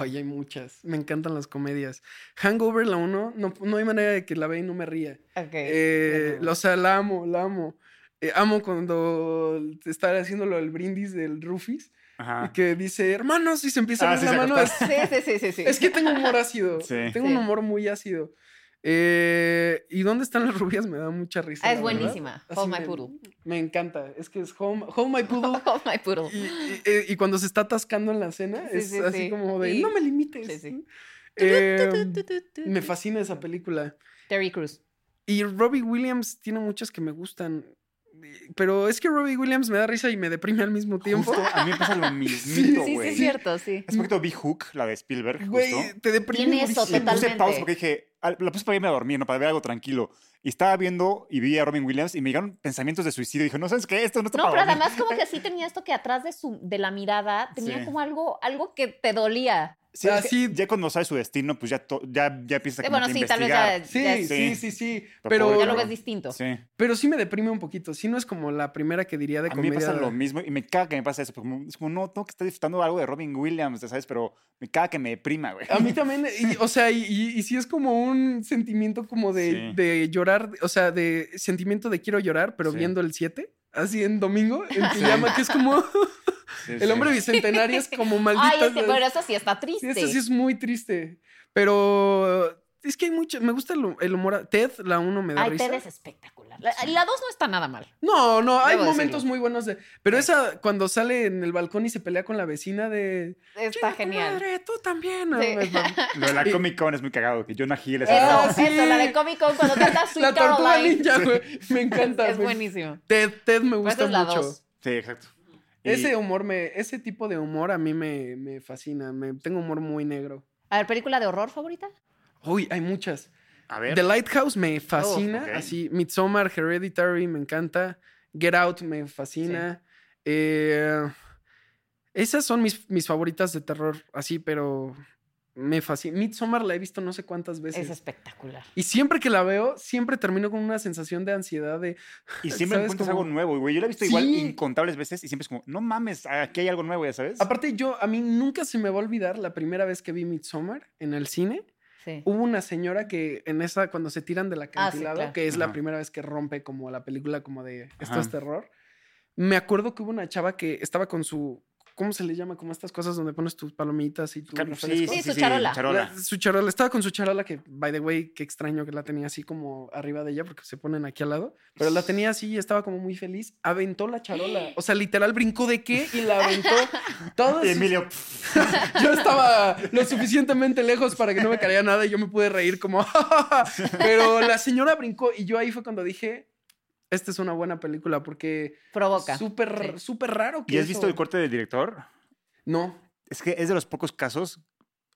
Speaker 3: Ay, hay muchas. Me encantan las comedias. Hangover, la 1, no, no hay manera de que la vea y no me ría.
Speaker 2: Ok.
Speaker 3: Eh,
Speaker 2: de nuevo.
Speaker 3: o sea, la amo, la amo. Eh, amo cuando está haciéndolo el brindis del Rufis y
Speaker 1: Ajá.
Speaker 3: que dice, hermanos, y se empieza a
Speaker 1: Ah,
Speaker 3: ver
Speaker 1: sí,
Speaker 3: la
Speaker 1: se
Speaker 3: mano.
Speaker 1: corta.
Speaker 3: Es,
Speaker 2: Sí, sí, sí, sí. sí.
Speaker 3: es que tengo humor ácido.
Speaker 1: Sí.
Speaker 3: Tengo
Speaker 2: Sí.
Speaker 3: un humor muy ácido. Eh, ¿Y dónde están las rubias? Me da mucha risa.
Speaker 2: Ah,
Speaker 3: la
Speaker 2: es
Speaker 3: verdad.
Speaker 2: buenísima.
Speaker 3: Así
Speaker 2: Hold my
Speaker 3: me-
Speaker 2: poodle.
Speaker 3: Me encanta. Es que es Home, home My Poodle.
Speaker 2: Hold my poodle.
Speaker 3: Y, y- eh, y cuando se está atascando en la cena,
Speaker 2: Sí,
Speaker 3: es
Speaker 2: sí,
Speaker 3: así
Speaker 2: sí.
Speaker 3: como de,
Speaker 2: Y-
Speaker 3: no me limites.
Speaker 2: Sí, sí.
Speaker 3: Eh, me fascina esa película.
Speaker 2: Terry Cruz.
Speaker 3: Y Robbie Williams tiene muchas que me gustan. Pero es que Robbie Williams me da risa y me deprime al mismo tiempo.
Speaker 1: Justo, a mí me pasa lo mismito,
Speaker 2: sí, sí,
Speaker 1: güey.
Speaker 2: es cierto, sí.
Speaker 1: Hace poquito vi Hook, la de Spielberg, justo.
Speaker 3: Güey, te deprime.
Speaker 2: Tiene eso,
Speaker 3: durísimo.
Speaker 1: Le puse
Speaker 2: Totalmente.
Speaker 1: pausa porque dije, al- la puse para irme a dormir, no para ver algo tranquilo. Y estaba viendo y vi a Robin Williams y me llegaron pensamientos de suicidio. Dije, no sabes qué, esto no está
Speaker 2: No,
Speaker 1: para
Speaker 2: pero
Speaker 1: dormir".
Speaker 2: además como que sí tenía esto que atrás de su de la mirada tenía
Speaker 1: Sí.
Speaker 2: como algo algo que te dolía.
Speaker 1: Sí, es que
Speaker 3: Así-
Speaker 1: ya cuando sabes su destino, pues ya, to- ya, ya piensas
Speaker 2: Eh,
Speaker 1: como
Speaker 2: bueno,
Speaker 1: que
Speaker 2: sí, tal vez
Speaker 1: investigar.
Speaker 2: ya, ya
Speaker 3: Sí,
Speaker 2: es-
Speaker 3: sí,
Speaker 1: Sí.
Speaker 3: sí, sí.
Speaker 1: Lo
Speaker 3: Pero,
Speaker 1: pobre,
Speaker 2: ya lo ves
Speaker 1: Claro.
Speaker 2: distinto.
Speaker 1: Sí.
Speaker 3: pero sí me deprime un poquito. Sí, no es como la primera que diría de
Speaker 1: A mí me
Speaker 3: comedia.
Speaker 1: pasa lo mismo y me caga que me pasa eso. Porque como- es como, no, tengo que estar disfrutando algo de Robin Williams, ¿sabes? Pero me caga que me deprima, güey.
Speaker 3: A mí también, y- o sea, y, y- y sí es como un sentimiento como de,
Speaker 1: Sí.
Speaker 3: de llorar, o sea, de sentimiento de quiero llorar, pero
Speaker 1: Sí.
Speaker 3: viendo el 7, así en domingo, en pijama, que es como
Speaker 1: Sí,
Speaker 3: el
Speaker 1: sí.
Speaker 3: hombre bicentenario es como maldita.
Speaker 2: Ay, este, pero eso sí está
Speaker 3: Sí,
Speaker 2: triste.
Speaker 3: eso sí es muy triste, pero es que hay mucho, me gusta el, el humor, a- Ted, la uno me da
Speaker 2: Ay,
Speaker 3: risa.
Speaker 2: Ted es espectacular. La, la dos no está nada mal.
Speaker 3: No, no, hay
Speaker 2: Debo
Speaker 3: momentos
Speaker 2: decirlo.
Speaker 3: muy buenos de, pero esa cuando sale en el balcón y se pelea con la vecina de
Speaker 2: Está
Speaker 3: "Chinga tu
Speaker 2: genial.
Speaker 3: Madre, tú también. No,
Speaker 2: Sí.
Speaker 3: es broma.
Speaker 1: Lo de la
Speaker 3: Y-
Speaker 1: Comic Con es muy cagado, que Jonah Hill es
Speaker 2: Eso,
Speaker 3: Ah, sí.
Speaker 2: Eh, eso, la de Comic Con cuando canta Sweet
Speaker 3: La tortuga
Speaker 2: Caroline.
Speaker 3: ninja, güey. Me encanta.
Speaker 2: Es
Speaker 3: me-
Speaker 2: buenísimo.
Speaker 3: Ted, Ted me
Speaker 2: Pues
Speaker 3: gusta
Speaker 2: esa es la
Speaker 3: mucho.
Speaker 2: dos.
Speaker 1: Sí, exacto. Y-
Speaker 3: Ese humor me, ese tipo de humor a mí me, me fascina. Me, tengo humor muy negro.
Speaker 2: A ver, película de horror favorita.
Speaker 3: Uy, hay muchas.
Speaker 1: a ver,
Speaker 3: The Lighthouse me fascina.
Speaker 1: ok.
Speaker 3: Así, Midsommar, Hereditary, me encanta. Get Out me fascina. Eh, esas son mis, mis favoritas de terror, así, pero me fascina. Midsommar la he visto no sé cuántas veces.
Speaker 2: Es espectacular.
Speaker 3: Y siempre que la veo, siempre termino con una sensación de ansiedad de
Speaker 1: y siempre
Speaker 3: ¿sabes
Speaker 1: encuentras
Speaker 3: cómo?
Speaker 1: algo nuevo, güey. Yo lo he visto igual
Speaker 3: Sí.
Speaker 1: incontables veces y siempre es como, no mames, aquí hay algo nuevo, ya sabes.
Speaker 3: Aparte, yo, a mí nunca se me va a olvidar la primera vez que vi Midsommar en el cine.
Speaker 2: Sí.
Speaker 3: Hubo una señora que en esa, cuando se tiran del
Speaker 2: Ah, sí,
Speaker 3: acantilado,
Speaker 2: claro.
Speaker 3: que es la
Speaker 1: Ajá.
Speaker 3: primera vez que rompe como la película como de esto
Speaker 1: Ajá.
Speaker 3: es terror. Me acuerdo que hubo una chava que estaba con su, ¿cómo se le llama? Como estas cosas donde pones tus palomitas y tu
Speaker 1: Claro,
Speaker 3: refresco.
Speaker 2: Sí, su charola.
Speaker 3: La- su charola, estaba con su charola que, by the way, qué extraño que la tenía así como arriba de ella porque se ponen aquí al lado, pero la tenía así y estaba como muy feliz, aventó la charola, o sea, literal brincó de qué y la aventó. Todo
Speaker 1: Y
Speaker 3: eso-
Speaker 1: Emilio, pff,
Speaker 3: yo estaba lo suficientemente lejos para que no me caía nada y yo me pude reír como, "Ah". pero la señora brincó y yo ahí fue cuando dije, esta es una buena película porque
Speaker 2: Provoca.
Speaker 3: súper
Speaker 2: Sí.
Speaker 3: súper raro que
Speaker 1: ¿y has
Speaker 3: eso-
Speaker 1: visto el corte del director?
Speaker 3: No,
Speaker 1: Es que es de los pocos casos,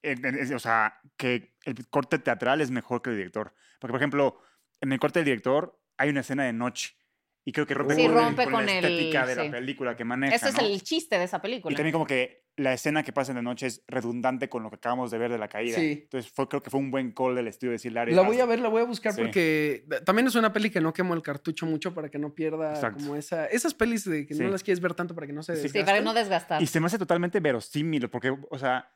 Speaker 1: en- en- es- o sea, que el corte teatral es mejor que el director. Porque, por ejemplo, en el corte del director hay una escena de noche y creo que rompe,
Speaker 3: Sí,
Speaker 1: con, el-
Speaker 2: rompe
Speaker 1: con
Speaker 2: con
Speaker 1: la
Speaker 2: el-
Speaker 1: estética de
Speaker 2: sí.
Speaker 1: la película que maneja.
Speaker 2: Ese es
Speaker 1: ¿no?
Speaker 2: el chiste de esa
Speaker 1: Y
Speaker 2: película.
Speaker 1: también como que la escena que pasa en la noche es redundante con lo que acabamos de ver de la caída.
Speaker 3: Sí.
Speaker 1: Entonces fue, creo que fue un buen call del estudio de Silari.
Speaker 3: La voy a ver, la voy a buscar
Speaker 1: Sí.
Speaker 3: porque da- también es una peli que no quemo el cartucho mucho para que no pierda
Speaker 1: Exacto.
Speaker 3: como esa. Esas pelis de que no
Speaker 1: Sí.
Speaker 3: las quieres ver tanto para que no se
Speaker 1: Sí.
Speaker 2: Sí, para
Speaker 3: desgasten.
Speaker 2: no desgastar.
Speaker 1: Y se me hace totalmente verosímil, porque, o sea,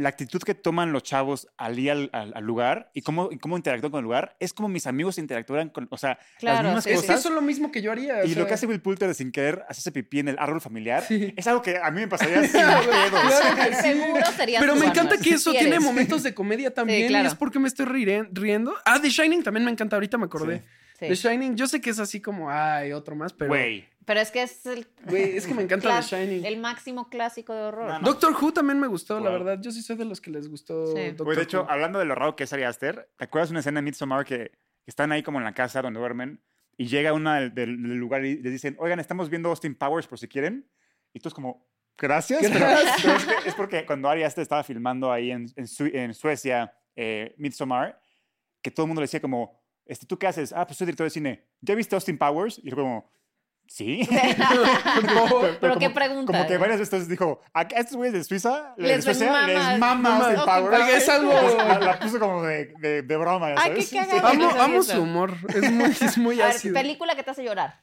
Speaker 1: la actitud que toman los chavos al ir al, al- al lugar y cómo, y cómo interactúan con el lugar es como mis amigos interactúan con, o sea, las
Speaker 2: Claro.
Speaker 1: mismas
Speaker 2: sí,
Speaker 3: Es que
Speaker 1: cosas.
Speaker 3: eso es lo mismo que yo haría. o
Speaker 1: Y
Speaker 3: sea,
Speaker 1: lo que hace Will Poulter de sin querer hacerse pipí en el árbol familiar
Speaker 3: Sí.
Speaker 1: es algo que a mí me pasaría sin pedos.
Speaker 3: Claro que sí.
Speaker 2: Seguro sería
Speaker 3: Pero
Speaker 2: tu
Speaker 3: me
Speaker 2: banda,
Speaker 3: encanta que
Speaker 2: si
Speaker 3: eso
Speaker 2: quieres.
Speaker 3: tiene momentos de comedia también. y
Speaker 2: claro.
Speaker 3: es porque me estoy riren- riendo. Ah, The Shining también me encanta. Ahorita me acordé.
Speaker 2: Sí.
Speaker 3: The Shining, yo sé que es así como, ay, otro más, pero.
Speaker 1: Güey,
Speaker 2: Pero es que es el,
Speaker 3: Güey, es que me encanta
Speaker 2: clas-
Speaker 3: The Shining.
Speaker 2: el máximo clásico de horror.
Speaker 1: No, no.
Speaker 3: Doctor Who también me gustó, la
Speaker 1: Wow.
Speaker 3: verdad. Yo sí soy de los que les gustó.
Speaker 2: Sí. Güey,
Speaker 3: Doctor
Speaker 1: Güey, de hecho,
Speaker 3: Who.
Speaker 1: hablando de lo raro que es Ari Aster, ¿te acuerdas una escena en Midsommar que están ahí como en la casa donde duermen y llega una del, del- del lugar y les dicen, oigan, estamos viendo Austin Powers por si quieren? Y tú es como, gracias. pero-
Speaker 3: Gracias.
Speaker 1: pero es, que- es porque cuando Ari Aster estaba filmando ahí en, en Sue- en Suecia eh, Midsommar, que todo el mundo le decía como, este, ¿tú qué haces? Ah, pues soy director de cine. ¿Ya viste Austin Powers? Y yo como, sí.
Speaker 3: No.
Speaker 2: Pero qué
Speaker 1: como-
Speaker 2: pregunta. eh.
Speaker 1: Como que
Speaker 2: ¿no?
Speaker 1: varias veces dijo, a a estos güeyes de Suiza,
Speaker 2: Les
Speaker 1: de Suecia,
Speaker 2: mama-
Speaker 1: ¿eh? les mama
Speaker 3: mama
Speaker 1: Austin
Speaker 2: Austin
Speaker 1: Powers.
Speaker 2: Powers.
Speaker 3: Porque es algo.
Speaker 1: Pues, la, la puso como de, de, de broma, ya
Speaker 2: Ay, qué
Speaker 1: sabes.
Speaker 2: cagado.
Speaker 3: Amo,
Speaker 2: no sabía
Speaker 3: amo
Speaker 2: eso.
Speaker 3: su humor. Es muy, es muy
Speaker 2: A ver,
Speaker 3: ácido.
Speaker 2: película que te hace llorar.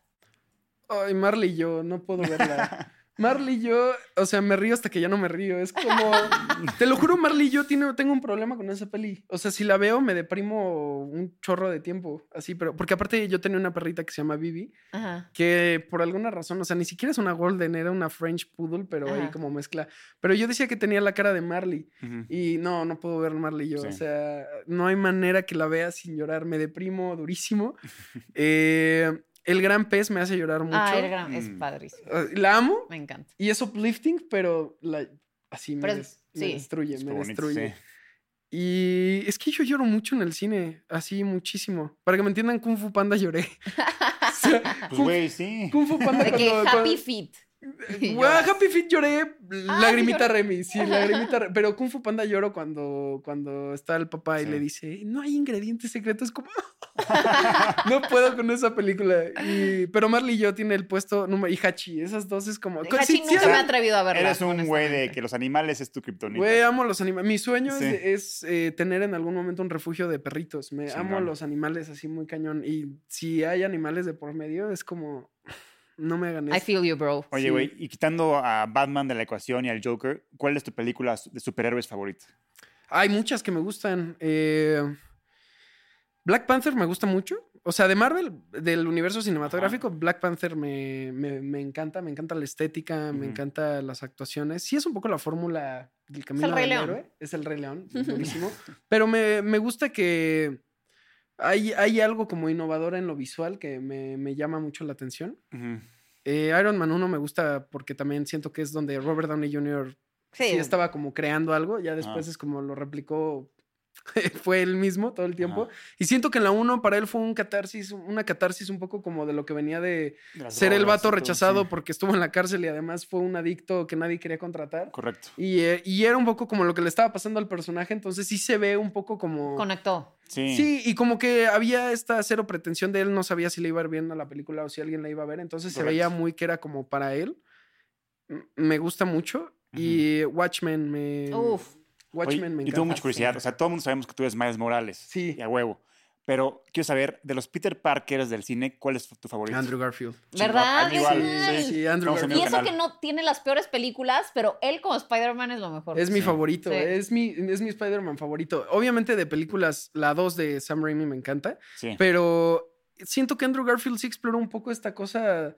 Speaker 3: Ay, Marley y yo, no puedo verla. Marley y yo, o sea, me río hasta que ya no me río. Es como. Te lo juro, Marley y yo tiene, tengo un problema con esa peli. O sea, si la veo, me deprimo un chorro de tiempo. Así, pero. Porque aparte, yo tenía una perrita que se llama Bibi,
Speaker 2: Ajá.
Speaker 3: que por alguna razón, o sea, ni siquiera es una Golden, era una French Poodle, pero ahí
Speaker 2: Ajá.
Speaker 3: como mezcla. Pero yo decía que tenía la cara de Marley.
Speaker 1: Ujú.
Speaker 3: Y no, no puedo ver Marley y yo.
Speaker 1: Sí.
Speaker 3: O sea, no hay manera que la vea sin llorar. Me deprimo durísimo. Eh, el gran pez me hace llorar mucho.
Speaker 2: Ah, el gran- es
Speaker 1: Mm.
Speaker 2: padrísimo.
Speaker 3: Eh, La amo
Speaker 2: Me encanta.
Speaker 3: y es uplifting, pero la- así me,
Speaker 2: Pero
Speaker 3: des-
Speaker 2: es-
Speaker 3: me
Speaker 2: sí.
Speaker 3: destruye, me
Speaker 1: Estuvo bonito,
Speaker 3: destruye.
Speaker 1: sí.
Speaker 3: Y es que yo lloro mucho en el cine, así muchísimo. Para que me entiendan, Kung Fu Panda lloré. sea,
Speaker 1: Pues
Speaker 3: Kung-
Speaker 1: güey, sí.
Speaker 3: Kung Fu Panda
Speaker 2: De que
Speaker 3: cuando- cuando-
Speaker 2: Happy Feet.
Speaker 3: Güey,
Speaker 2: Lloras. Ah,
Speaker 3: Happy Feet lloré, lagrimita
Speaker 2: lloré.
Speaker 3: Remy, sí, lagrimita Remy. Pero Kung Fu Panda lloro cuando, cuando está el papá y
Speaker 1: Sí.
Speaker 3: le dice, no hay ingredientes secretos, como... no puedo con esa película. Y- pero Marley y yo tiene el puesto número... Y Hachi, esas dos es como...
Speaker 2: Hachi
Speaker 3: sí, sí,
Speaker 2: nunca
Speaker 1: era-
Speaker 2: me he atrevido a verla.
Speaker 1: Eres un güey de
Speaker 2: honestamente.
Speaker 1: que los animales es tu kriptonita.
Speaker 3: Güey, ah, amo los animales. Mi sueño es-
Speaker 1: Sí.
Speaker 3: es, eh, tener en algún momento un refugio de perritos. Me
Speaker 1: Chingón.
Speaker 3: amo los animales así muy cañón. Y si hay animales de por medio, es como... No me hagan
Speaker 2: I
Speaker 3: eso.
Speaker 2: feel you, bro.
Speaker 1: Oye,
Speaker 3: sí.
Speaker 1: güey, y quitando a Batman de la ecuación y al Joker, ¿cuál es tu película de superhéroes favorita?
Speaker 3: Hay muchas que me gustan. Eh, Black Panther me gusta mucho. O sea, de Marvel, del universo cinematográfico, Black Panther me, me- me encanta. Me encanta la estética, me
Speaker 1: Ujú.
Speaker 3: encanta las actuaciones. Sí, es un poco la fórmula del camino
Speaker 2: Rey
Speaker 3: del
Speaker 2: León.
Speaker 3: héroe. Es el Rey León, buenísimo. Pero me, me gusta que hay, hay algo como innovador en lo visual que me, me llama mucho la atención. Eh, Iron Man 1 me gusta porque también siento que es donde Robert Downey Jr sí. estaba como creando algo, ya después
Speaker 1: Ah.
Speaker 3: es como lo replicó, fue él mismo todo el tiempo. Y siento que en la 1 para él fue un catarsis, una catarsis un poco como de lo que venía de ser el vato rechazado porque estuvo en la cárcel y además fue un adicto que nadie quería contratar.
Speaker 1: Correcto.
Speaker 3: Y, eh, y era un poco como lo que le estaba pasando al personaje, entonces sí se ve un poco como...
Speaker 2: Conectó.
Speaker 1: Sí.
Speaker 3: Sí, y como que había esta cero pretensión de él, no sabía si le iba a ir bien a la película o si alguien la iba a ver, entonces se
Speaker 1: Correcto.
Speaker 3: veía muy que era como para él. M- Me gusta mucho y Watchmen me...
Speaker 2: Uf.
Speaker 1: Oye,
Speaker 3: Watchmen me
Speaker 1: yo
Speaker 3: encanta.
Speaker 1: tengo mucha curiosidad. O sea, todo el mundo sabemos que tú eres Miles Morales.
Speaker 3: Sí.
Speaker 1: Y a huevo. Pero quiero saber, de los Peter Parkers del cine, ¿cuál es tu favorito?
Speaker 3: Andrew Garfield.
Speaker 1: Chingón.
Speaker 2: ¿Verdad?
Speaker 1: A mí igual,
Speaker 2: Ay.
Speaker 1: sí.
Speaker 3: Sí, Andrew
Speaker 1: Estamos en
Speaker 2: Y
Speaker 3: Garfield.
Speaker 1: Amigo
Speaker 2: eso
Speaker 1: canal.
Speaker 2: que no tiene las peores películas, pero él como Spider-Man es lo mejor.
Speaker 3: Es mi
Speaker 1: Sí.
Speaker 3: favorito,
Speaker 2: Sí.
Speaker 3: es mi, es mi Spider-Man favorito. Obviamente de películas, la 2 de Sam Raimi me encanta,
Speaker 1: Sí.
Speaker 3: pero siento que Andrew Garfield sí exploró un poco esta cosa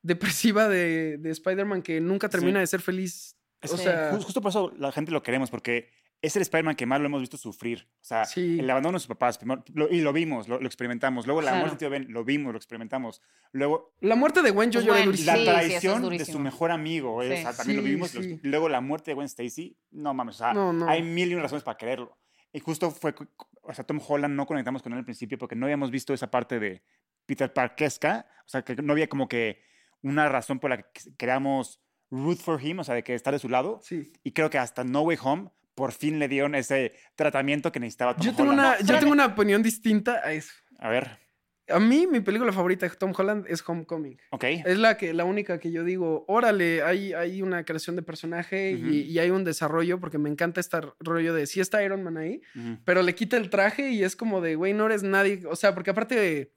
Speaker 3: depresiva de, de Spider-Man que nunca termina
Speaker 1: Sí.
Speaker 3: de ser feliz.
Speaker 1: Es
Speaker 3: O
Speaker 2: que
Speaker 3: sea,
Speaker 1: Ju- Justo por eso la gente lo queremos, porque es el Spider-Man que más lo hemos visto sufrir. O sea,
Speaker 3: Sí.
Speaker 1: el abandono de sus papás, primero- lo- y lo vimos, lo, lo experimentamos. Luego la
Speaker 2: Claro.
Speaker 1: muerte de tío Ben, lo vimos, lo experimentamos. Luego
Speaker 3: la muerte de Gwen yo
Speaker 2: Gwen,
Speaker 3: lloré
Speaker 2: Sí,
Speaker 3: durísimo.
Speaker 1: la
Speaker 2: sí, eso es
Speaker 1: traición de
Speaker 2: durísimo.
Speaker 1: su mejor amigo, eh,
Speaker 2: Sí.
Speaker 1: o sea, también lo
Speaker 3: Sí,
Speaker 1: vimos. lo
Speaker 3: sí.
Speaker 1: exp- Luego la muerte de Gwen Stacy, no mames, o sea,
Speaker 3: No, no.
Speaker 1: hay mil y una razones para quererlo. Y justo fue, cu- cu- o sea, Tom Holland no conectamos con él al principio porque no habíamos visto esa parte de Peter Parkesca, o sea, que no había como que una razón por la que queríamos root for him, o sea, de que estar de su lado.
Speaker 3: Sí.
Speaker 1: Y creo que hasta No Way Home por fin le dieron ese tratamiento que necesitaba Tom
Speaker 3: Yo tengo,
Speaker 1: Holland.
Speaker 3: una, yo
Speaker 2: espérame.
Speaker 3: tengo una opinión distinta a eso.
Speaker 1: A ver,
Speaker 3: A mí, mi película favorita de Tom Holland es Homecoming.
Speaker 1: ok.
Speaker 3: Es la, que, la única que yo digo, órale, hay, hay una creación de personaje y-
Speaker 1: Ujú.
Speaker 3: y, hay un desarrollo, porque me encanta este rollo de si está Iron Man ahí,
Speaker 1: Ujú.
Speaker 3: pero le quita el traje y es como de, güey, no eres nadie. O sea, porque aparte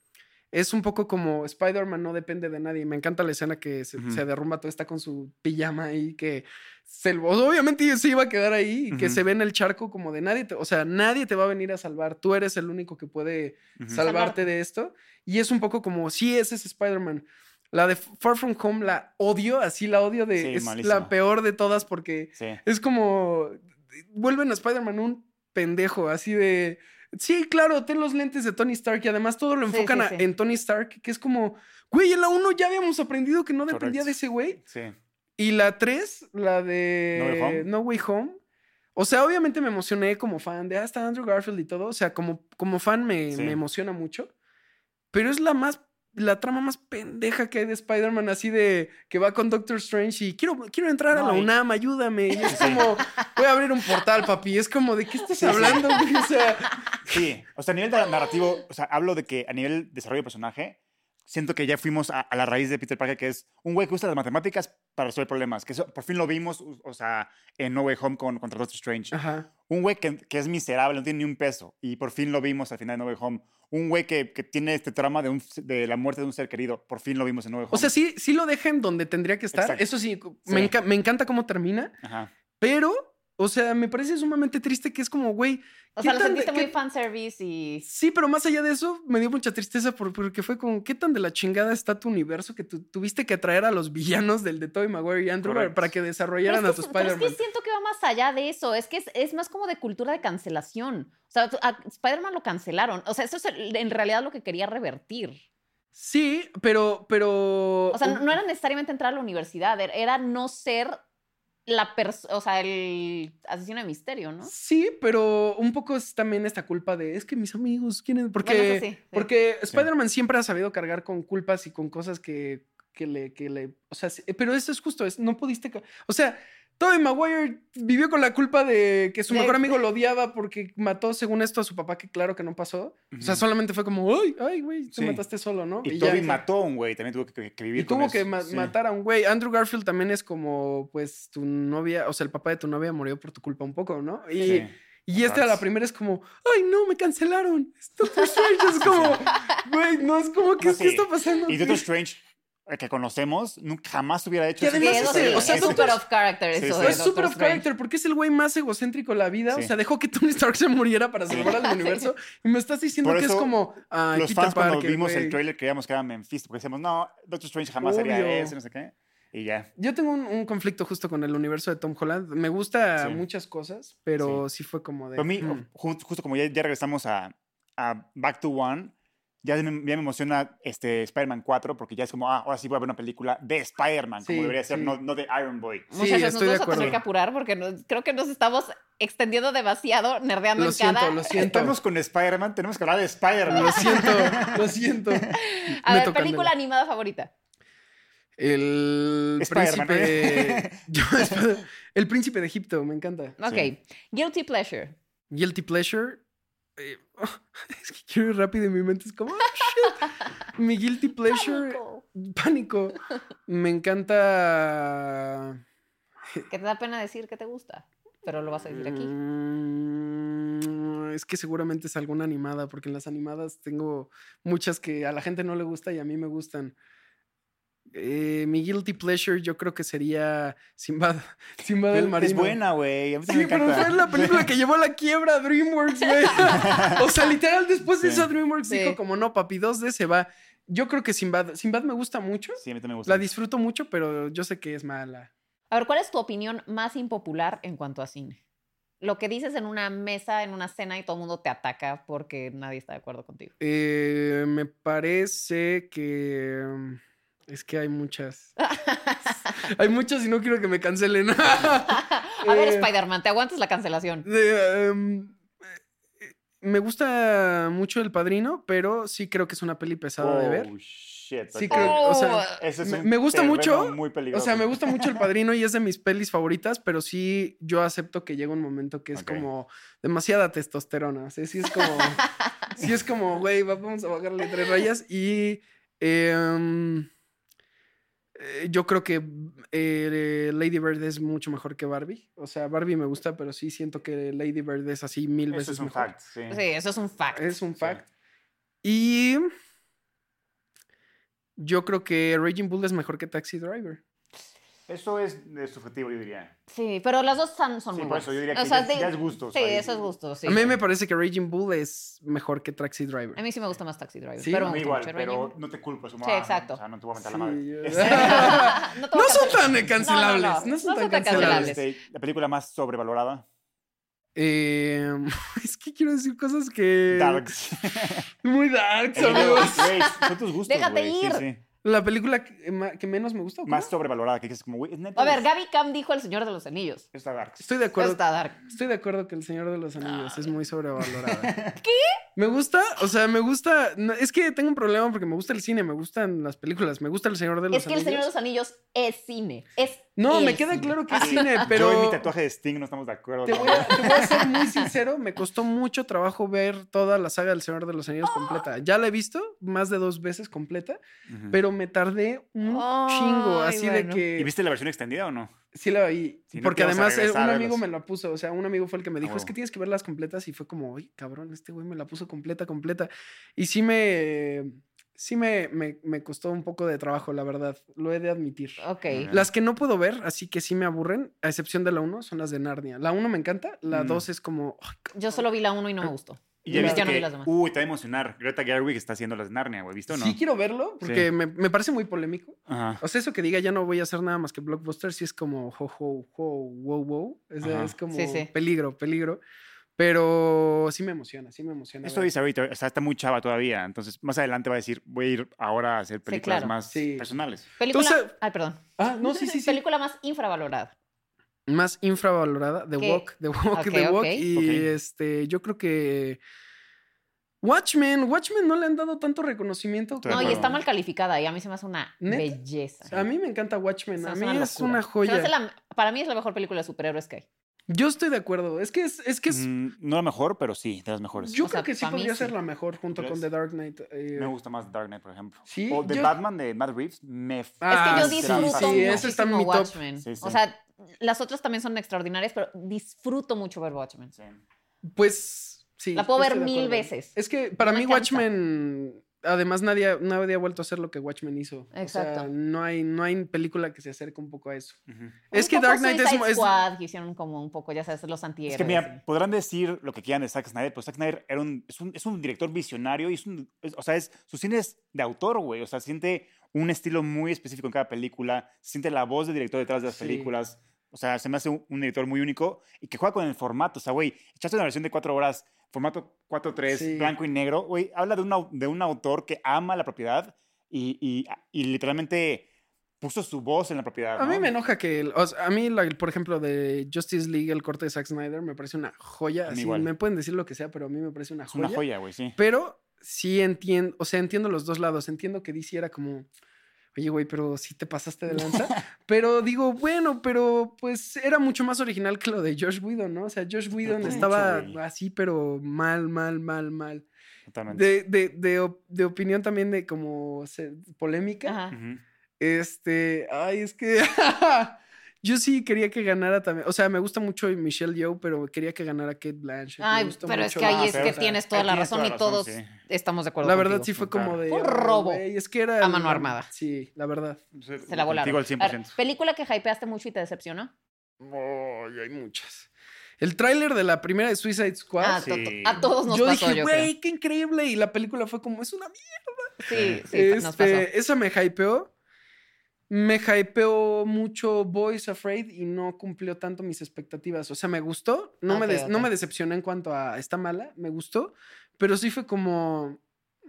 Speaker 3: es un poco como Spider-Man no depende de nadie. Me encanta la escena que se,
Speaker 1: Ujú.
Speaker 3: se derrumba todo, está con su pijama ahí, que se, lo- obviamente se iba a quedar ahí y que
Speaker 1: Ujú.
Speaker 3: se ve en el charco como de nadie, te- o sea, nadie te va a venir a salvar. Tú eres el único que puede
Speaker 1: Ujú.
Speaker 3: salvarte de esto. Y es un poco como, sí, ese es Spider-Man. La de Far From Home la odio, así la odio de...
Speaker 1: Sí,
Speaker 3: es la
Speaker 1: malísima.
Speaker 3: peor de todas porque
Speaker 1: Sí.
Speaker 3: es como... Vuelven a Spider-Man un pendejo, así de... Sí, claro, ten los lentes de Tony Stark y además todo lo
Speaker 2: Sí,
Speaker 3: enfocan
Speaker 2: sí,
Speaker 3: a-
Speaker 2: sí.
Speaker 3: en Tony Stark, que es como, güey, en la 1 ya habíamos aprendido que no dependía
Speaker 1: Correcto.
Speaker 3: de ese güey.
Speaker 1: Sí.
Speaker 3: Y la 3, la
Speaker 1: No Way
Speaker 3: de
Speaker 1: Home.
Speaker 3: No Way Home. O sea, obviamente me emocioné como fan de hasta Andrew Garfield y todo. O sea, como, como fan me,
Speaker 1: Sí.
Speaker 3: me emociona mucho. Pero es la más. La trama más pendeja que hay de Spider-Man, así de que va con Doctor Strange y quiero, quiero entrar a
Speaker 1: No,
Speaker 3: la
Speaker 1: y-
Speaker 3: UNAM, ayúdame. Y es
Speaker 1: Sí.
Speaker 3: como, voy a abrir un portal, papi. Es como, ¿de qué estás
Speaker 1: Sí, sí.
Speaker 3: hablando? güey? O sea,
Speaker 1: Sí, o sea, a nivel de narrativo, o sea, hablo de que a nivel desarrollo de personaje, siento que ya fuimos a, a la raíz de Peter Parker, que es un güey que usa las matemáticas para resolver problemas, que eso por fin lo vimos, o o sea, en No Way Home con, contra Doctor Strange.
Speaker 3: ajá.
Speaker 1: Un güey que, que es miserable, no tiene ni un peso, y por fin lo vimos al final de No Way Home. Un güey que, que tiene este trama de, un- de la muerte de un ser querido, por fin lo vimos en No Way Home.
Speaker 3: O sea, sí, sí lo dejen donde tendría que estar.
Speaker 1: Exacto.
Speaker 3: Eso sí,
Speaker 1: Sí.
Speaker 3: Me, enca- me encanta cómo termina,
Speaker 1: Ajá.
Speaker 3: pero, o sea, me parece sumamente triste que es como, güey,
Speaker 2: O
Speaker 3: ¿Qué
Speaker 2: sea, lo
Speaker 3: tan-
Speaker 2: sentiste
Speaker 3: qué-
Speaker 2: muy fanservice y.
Speaker 3: Sí, pero más allá de eso, me dio mucha tristeza por- porque fue como, ¿qué tan de la chingada está tu universo que tú tuviste que traer a los villanos del de Tobey Maguire y Andrew
Speaker 1: Correcto.
Speaker 3: para que
Speaker 2: Pero
Speaker 3: desarrollaran
Speaker 2: es, que,
Speaker 3: a tu
Speaker 2: pero es que
Speaker 3: Spider-Man?
Speaker 2: siento que va más allá de eso. Es que es, es más como de cultura de cancelación. O sea, tú- a Spider-Man lo cancelaron. O sea, eso es el- en realidad lo que quería revertir.
Speaker 3: Sí, pero, pero...
Speaker 2: O sea, no, no era necesariamente entrar a la universidad, era- era no ser la pers- o sea, el asesino de misterio, ¿no?
Speaker 3: Sí, pero un poco es también esta culpa de es que mis amigos quieren. Porque,
Speaker 2: Bueno, eso sí, sí.
Speaker 3: porque Spider-Man siempre ha sabido cargar con culpas y con cosas que, que le, que le. O sea, sí, pero eso es justo, es, no pudiste. ca- O sea, Tobey Maguire vivió con la culpa de que su
Speaker 2: De-
Speaker 3: mejor amigo lo odiaba porque mató, según esto, a su papá, que claro que no pasó. O sea,
Speaker 1: Ujú.
Speaker 3: solamente fue como, ay, ay, güey, te
Speaker 1: Sí.
Speaker 3: mataste solo, ¿no?
Speaker 1: Y
Speaker 3: ya,
Speaker 1: Toby
Speaker 3: ya.
Speaker 1: mató a un güey, también tuvo que, que- que vivir
Speaker 3: Y
Speaker 1: con
Speaker 3: tuvo
Speaker 1: eso.
Speaker 3: que ma-
Speaker 1: Sí.
Speaker 3: matar a un güey. Andrew Garfield también es como, pues, tu novia, o sea, el papá de tu novia murió por tu culpa un poco, ¿no? Y,
Speaker 1: Sí.
Speaker 3: y este a la
Speaker 1: Rats.
Speaker 3: primera es como, ay, no, me cancelaron. Doctor Strange es como, güey, no, es como, ¿qué,
Speaker 1: No, sí.
Speaker 3: qué está pasando?
Speaker 1: Y Doctor Strange, eh, que conocemos, nunca jamás hubiera hecho
Speaker 3: Y
Speaker 1: ese-
Speaker 3: además
Speaker 2: Sí, eso
Speaker 1: ese-
Speaker 3: es el-
Speaker 2: sí,
Speaker 3: o sea,
Speaker 2: es
Speaker 1: ese-
Speaker 2: super of character
Speaker 1: Sí,
Speaker 2: eso
Speaker 1: sí.
Speaker 2: de
Speaker 3: es súper
Speaker 2: Doctor
Speaker 3: off
Speaker 2: Strange.
Speaker 3: character porque es el güey más egocéntrico de la vida. O
Speaker 1: Sí.
Speaker 3: sea, dejó que Tony Stark se muriera para salvar al universo. Y me estás diciendo
Speaker 1: Por
Speaker 3: que es
Speaker 1: eso,
Speaker 3: como, ay,
Speaker 1: Los
Speaker 3: Peter
Speaker 1: fans cuando
Speaker 3: Parker,
Speaker 1: vimos el
Speaker 3: güey".
Speaker 1: trailer creíamos que era Memphis, porque decíamos, no, Doctor Strange jamás
Speaker 3: Obvio.
Speaker 1: haría eso, no sé qué. Y ya.
Speaker 3: Yo tengo un, un conflicto justo con el universo de Tom Holland. Me gusta
Speaker 1: Sí.
Speaker 3: muchas cosas, pero sí, fue como de.
Speaker 1: Para mí, oh,
Speaker 3: "Mm".
Speaker 1: ju- justo como ya, ya regresamos a, a Back to One, ya me, ya me emociona este, Spider-Man 4, porque ya es como, ah, ahora sí voy a ver una película de Spider-Man, como
Speaker 3: Sí,
Speaker 1: debería ser,
Speaker 3: sí.
Speaker 1: no, no de Iron Boy.
Speaker 3: Sí,
Speaker 2: Muchachos,
Speaker 3: estoy de
Speaker 2: nos vamos a tener
Speaker 3: acuerdo.
Speaker 2: que apurar porque nos- creo que nos estamos extendiendo demasiado, nerdeando
Speaker 3: Lo
Speaker 2: en
Speaker 3: siento,
Speaker 2: cada.
Speaker 3: lo siento.
Speaker 1: Estamos con Spider-Man, tenemos que hablar de Spider-Man.
Speaker 3: Lo siento, lo siento.
Speaker 2: A
Speaker 3: Me
Speaker 2: ver,
Speaker 3: toca
Speaker 2: película animada favorita.
Speaker 3: El
Speaker 1: Spider-Man,
Speaker 3: príncipe. Yo- el príncipe de Egipto, me encanta.
Speaker 2: Ok.
Speaker 1: Sí.
Speaker 2: Guilty Pleasure.
Speaker 3: Guilty Pleasure. eh, es que quiero ir rápido y mi mente es como. "Oh, shit". Mi Guilty Pleasure.
Speaker 2: Pánico.
Speaker 3: Pánico. Me encanta.
Speaker 2: Que te da pena decir que te gusta, pero lo vas a decir aquí.
Speaker 3: Mm, Es que seguramente es alguna animada, porque en las animadas tengo muchas que a la gente no le gusta y a mí me gustan. Eh, mi guilty pleasure yo creo que sería Simbad, Simbad el
Speaker 1: Pero
Speaker 3: marino.
Speaker 1: Es buena, güey. A mí
Speaker 3: Sí,
Speaker 1: también me
Speaker 3: pero
Speaker 1: encanta.
Speaker 3: fue la película que llevó a la quiebra a DreamWorks, güey. O sea, literal, después de
Speaker 1: Sí.
Speaker 3: eso DreamWorks
Speaker 2: Sí.
Speaker 3: dijo como, no, papi, 2D se va. Yo creo que Simbad, Simbad me gusta mucho,
Speaker 1: Sí, a mí también me gusta.
Speaker 3: la disfruto mucho, pero yo sé que es mala.
Speaker 2: A ver, ¿cuál es tu opinión más impopular en cuanto a cine? Lo que dices en una mesa, en una cena y todo el mundo te ataca porque nadie está de acuerdo contigo.
Speaker 3: Eh, me parece que. mm, Es que hay muchas. hay muchas y no quiero que me cancelen.
Speaker 2: a ver,
Speaker 3: Eh.
Speaker 2: Spider-Man, te aguantas la cancelación.
Speaker 3: De, em, eh, me gusta mucho El Padrino, pero sí creo que es una peli pesada de ver.
Speaker 1: Oh, shit.
Speaker 3: Sí,
Speaker 1: ok.
Speaker 3: creo- o sea,
Speaker 1: Ese es
Speaker 3: me-
Speaker 1: un
Speaker 3: me gusta
Speaker 1: terreno
Speaker 3: mucho,
Speaker 1: Muy
Speaker 3: O
Speaker 1: peligroso.
Speaker 3: sea, me gusta mucho El Padrino y es de mis pelis favoritas, pero sí yo acepto que llega un momento que es
Speaker 1: Ok.
Speaker 3: como demasiada testosterona. O sea, sí es como, sí es como, güey, va- vamos a bajarle tres rayas. Y em, eh, yo creo que eh, Lady Bird es mucho mejor que Barbie. O sea, Barbie me gusta, pero sí siento que Lady Bird es así mil
Speaker 1: Ese
Speaker 3: veces
Speaker 1: es un
Speaker 3: mejor.
Speaker 1: fact. Sí.
Speaker 2: Sí, eso es un fact.
Speaker 3: Es un
Speaker 1: Sí.
Speaker 3: fact. Y yo creo que Raging Bull es mejor que Taxi Driver.
Speaker 1: Eso es eh, subjetivo, yo diría.
Speaker 2: Sí, pero las dos son, son
Speaker 1: Sí,
Speaker 2: muy
Speaker 1: por eso
Speaker 2: buenas.
Speaker 1: yo diría
Speaker 2: O
Speaker 1: que
Speaker 2: sea,
Speaker 1: ya, es-
Speaker 2: de-
Speaker 1: ya es gusto. o
Speaker 2: Sí,
Speaker 1: sea, yo-
Speaker 2: eso es gusto, sí.
Speaker 3: A mí me parece que Raging Bull es mejor que Taxi Driver.
Speaker 2: A mí sí me gusta más Taxi Driver.
Speaker 3: Sí,
Speaker 2: pero
Speaker 1: A
Speaker 2: me
Speaker 1: mí
Speaker 2: gusta
Speaker 1: igual,
Speaker 2: mucho
Speaker 1: pero
Speaker 2: Raging.
Speaker 1: no te culpo, su
Speaker 2: Sí, exacto.
Speaker 1: O sea, no te voy a mentar la
Speaker 3: Sí,
Speaker 1: madre.
Speaker 3: yo-
Speaker 1: Este-
Speaker 2: No te
Speaker 3: No
Speaker 2: voy a
Speaker 3: son
Speaker 2: cancelar.
Speaker 3: tan cancelables. No,
Speaker 2: no, no
Speaker 3: son tan
Speaker 2: son tan
Speaker 3: cancelables.
Speaker 2: cancelables.
Speaker 1: este, la película más sobrevalorada.
Speaker 3: Eh, es que quiero decir cosas que.
Speaker 1: Darks.
Speaker 3: Muy darks, amigos.
Speaker 1: Güey, son tus gustos.
Speaker 2: Déjate
Speaker 1: güey, sí,
Speaker 2: ir.
Speaker 1: sí.
Speaker 3: La película que, eh, ma- que menos me gusta. ¿o cómo?
Speaker 1: Más sobrevalorada, que es como, güey, es neta.
Speaker 2: A ver, Gaby Cam dijo El Señor de los Anillos.
Speaker 1: Está Darks.
Speaker 3: Estoy de
Speaker 2: Eso
Speaker 3: acuerdo.
Speaker 2: está dark.
Speaker 3: Estoy de acuerdo que El Señor de los Anillos
Speaker 1: Ah.
Speaker 3: es muy sobrevalorada. ¿Qué? Me gusta, o sea, me gusta. no, es que tengo un problema porque me gusta el cine, me gustan las películas, me gusta El Señor de los
Speaker 2: Es que El
Speaker 3: Anillos.
Speaker 2: Señor de los Anillos es cine. Es
Speaker 3: No, me
Speaker 2: el
Speaker 3: queda
Speaker 2: cine.
Speaker 3: claro que es cine, pero.
Speaker 1: Ah, Yo y mi tatuaje de Sting no estamos de acuerdo.
Speaker 3: Te voy, a, te voy a ser muy sincero, me costó mucho trabajo ver toda la saga del Señor de los Anillos
Speaker 2: Ah.
Speaker 3: completa. Ya la he visto más de dos veces completa,
Speaker 1: Ujú.
Speaker 3: pero me tardé un chingo,
Speaker 2: Ay,
Speaker 3: así
Speaker 2: bueno.
Speaker 1: ¿Y
Speaker 3: de que
Speaker 1: viste la versión extendida o no?
Speaker 3: sí la vi.
Speaker 1: Si no,
Speaker 3: porque
Speaker 1: te vas a
Speaker 3: además eh,
Speaker 1: regresar
Speaker 3: un
Speaker 1: a Oh.
Speaker 3: amigo
Speaker 1: verlos.
Speaker 3: me la puso, o sea, un amigo fue el que me dijo, es
Speaker 1: huevo.
Speaker 3: que tienes que verlas completas y fue como, uy, cabrón, este güey me la puso completa, completa. Y sí me, sí me, me, me costó un poco de trabajo, la verdad, lo he de admitir.
Speaker 2: Ok.
Speaker 1: Ajá.
Speaker 3: Las que no puedo ver, así que sí me aburren, a excepción de la 1, son las de Narnia. La 1 me encanta, la
Speaker 1: Mm.
Speaker 3: 2 es como, "Ay,
Speaker 2: Yo solo vi la uno y no me gustó.
Speaker 1: Y ya
Speaker 2: Yo
Speaker 1: viste
Speaker 2: no vi
Speaker 1: que,
Speaker 2: las demás.
Speaker 1: uy, te va a emocionar. Greta Gerwig está haciendo las Narnia, güey, ¿viste o no?
Speaker 3: Sí quiero verlo porque me, me parece muy polémico.
Speaker 1: Ajá.
Speaker 3: O sea, eso que diga ya no voy a hacer nada más que blockbuster, sí es como ho, ho, ho, wow, wow. O sea,
Speaker 1: Ajá.
Speaker 3: es como
Speaker 2: Sí, sí.
Speaker 3: peligro, peligro. Pero sí me emociona, sí me emociona.
Speaker 1: Eso
Speaker 3: ver.
Speaker 1: dice ahorita, o sea, está muy chava todavía. Entonces, más adelante va a decir, voy a ir ahora a hacer películas
Speaker 2: claro.
Speaker 1: más
Speaker 3: Sí.
Speaker 1: personales.
Speaker 2: Película.
Speaker 3: Entonces-
Speaker 2: Ay, perdón.
Speaker 3: Ah, no, sí, sí, sí.
Speaker 2: Película más infravalorada.
Speaker 3: más infravalorada, The
Speaker 2: ¿Qué?
Speaker 3: Walk, The Walk,
Speaker 2: Ok,
Speaker 3: The Walk.
Speaker 2: ok.
Speaker 3: Y
Speaker 1: Ok.
Speaker 3: este, yo creo que Watchmen, Watchmen no le han dado tanto reconocimiento.
Speaker 1: Estoy de
Speaker 2: No,
Speaker 3: como-
Speaker 2: y
Speaker 1: acuerdo.
Speaker 2: está mal calificada y a mí se me hace una
Speaker 3: ¿Neta?
Speaker 2: belleza.
Speaker 3: A mí me encanta Watchmen,
Speaker 2: Se me
Speaker 3: a mí
Speaker 2: hace
Speaker 3: es
Speaker 2: locura.
Speaker 3: una
Speaker 2: Se me
Speaker 3: joya.
Speaker 2: hace la- para mí es la mejor película de superhéroes que hay.
Speaker 3: Yo estoy de acuerdo, es que es, es que es,
Speaker 1: Mm, no la mejor, pero sí, de las mejores.
Speaker 3: yo
Speaker 2: O
Speaker 3: creo
Speaker 2: sea,
Speaker 3: que sí
Speaker 2: pa' mí
Speaker 3: podría
Speaker 2: sí.
Speaker 3: ser la mejor junto
Speaker 1: ¿Crees?
Speaker 3: con The Dark Knight. eh,
Speaker 1: Me gusta más Dark Knight, por ejemplo.
Speaker 3: Sí,
Speaker 1: O The
Speaker 3: yo-
Speaker 1: Batman de Matt Reeves, me
Speaker 3: Ah,
Speaker 2: es que yo disfruto
Speaker 3: sí,
Speaker 2: muchísimo
Speaker 3: ese está en mi top.
Speaker 2: Watchmen.
Speaker 1: Sí, sí.
Speaker 2: O sea, las otras también son extraordinarias, pero disfruto mucho ver Watchmen.
Speaker 1: Sí.
Speaker 3: Pues sí.
Speaker 2: La puedo
Speaker 3: yo
Speaker 2: ver
Speaker 3: estoy de
Speaker 2: mil
Speaker 3: acuerdo.
Speaker 2: veces.
Speaker 3: Es que para
Speaker 2: No
Speaker 3: mí
Speaker 2: me cansa.
Speaker 3: Watchmen, además nadie, ha- nadie ha vuelto a hacer lo que Watchmen hizo. O sea,
Speaker 2: Exacto.
Speaker 3: no hay, no hay película que se acerque un poco a eso.
Speaker 1: Ujú.
Speaker 3: Es
Speaker 2: Un
Speaker 3: que
Speaker 2: poco
Speaker 3: Dark Knight es-
Speaker 2: Suicide
Speaker 3: es,
Speaker 2: Squad, que hicieron como un poco, ya sabes, los antihéroes.
Speaker 1: Es que mira,
Speaker 2: y-
Speaker 1: podrán decir lo que quieran de Zack Snyder, pero Zack Snyder era un, es, un, es un director visionario y es un, es- o sea, es, su cine es de autor, güey. O sea, siente un estilo muy específico en cada película, siente la voz del director detrás de las
Speaker 3: Sí.
Speaker 1: películas. O sea, se me hace un, un director muy único y que juega con el formato. O sea, güey, echaste una versión de cuatro horas, formato 4-3,
Speaker 3: Sí.
Speaker 1: blanco y negro. Güey, habla de, un au- de un autor que ama la propiedad y, y, y literalmente puso su voz en la propiedad.
Speaker 3: A mí
Speaker 1: ¿no?
Speaker 3: me enoja que. el- o sea, a mí, la- el- por ejemplo, de Justice League, el corte de Zack Snyder, me parece una joya.
Speaker 1: A mí
Speaker 3: así,
Speaker 1: igual.
Speaker 3: me pueden decir lo que sea, pero a mí me parece una
Speaker 1: Es
Speaker 3: joya.
Speaker 1: una joya, güey, sí.
Speaker 3: Pero sí entiendo, o sea, entiendo los dos lados. Entiendo que DC era como. Oye, güey, pero sí te pasaste de lanza. pero digo, bueno, pero pues era mucho más original que lo de Josh Whedon, ¿no? O sea, Josh Whedon
Speaker 1: mucho,
Speaker 3: estaba
Speaker 1: güey.
Speaker 3: así, pero mal, mal, mal, mal.
Speaker 1: Totalmente.
Speaker 3: De, de, de, op- de opinión también de como se- polémica.
Speaker 2: Ajá.
Speaker 1: Ujú.
Speaker 3: Este, ay, es que yo sí quería que ganara también. O sea, me gusta mucho Michelle Yeoh, pero quería que ganara Kate Blanchett. me
Speaker 2: Ay,
Speaker 3: gustó
Speaker 2: pero es
Speaker 3: mucho
Speaker 2: que
Speaker 1: Ah,
Speaker 2: ahí es
Speaker 1: pero,
Speaker 2: que
Speaker 1: o sea,
Speaker 2: tienes toda
Speaker 1: ahí
Speaker 2: la
Speaker 1: tienes
Speaker 2: razón
Speaker 1: toda
Speaker 2: y
Speaker 1: la razón,
Speaker 2: todos
Speaker 1: sí.
Speaker 2: estamos de acuerdo.
Speaker 3: La verdad sí
Speaker 2: contigo.
Speaker 3: fue como
Speaker 1: claro.
Speaker 3: de
Speaker 2: Fue un
Speaker 3: ay,
Speaker 2: robo.
Speaker 3: güey, es que era
Speaker 2: A mano armada.
Speaker 3: Sí, la verdad.
Speaker 2: Se la volaron.
Speaker 1: Digo al
Speaker 2: A ver,
Speaker 1: 100%.
Speaker 2: película que hypeaste mucho y te decepcionó.
Speaker 3: Ay, hay muchas. El tráiler de la primera de Suicide Squad.
Speaker 2: Ah,
Speaker 1: sí.
Speaker 2: to- to- a todos nos
Speaker 3: yo
Speaker 2: pasó,
Speaker 3: dije,
Speaker 2: yo creo.
Speaker 3: güey, qué increíble. Y la película fue como, es una
Speaker 2: Sí, sí, nos pasó.
Speaker 3: Este, esa me hypeó. Me hypeó mucho Boys Afraid y no cumplió tanto mis expectativas. O sea, me gustó. No, me,
Speaker 2: Ok,
Speaker 3: des- no
Speaker 2: ok.
Speaker 3: me decepcioné en cuanto a está mala, me gustó. Pero sí fue como.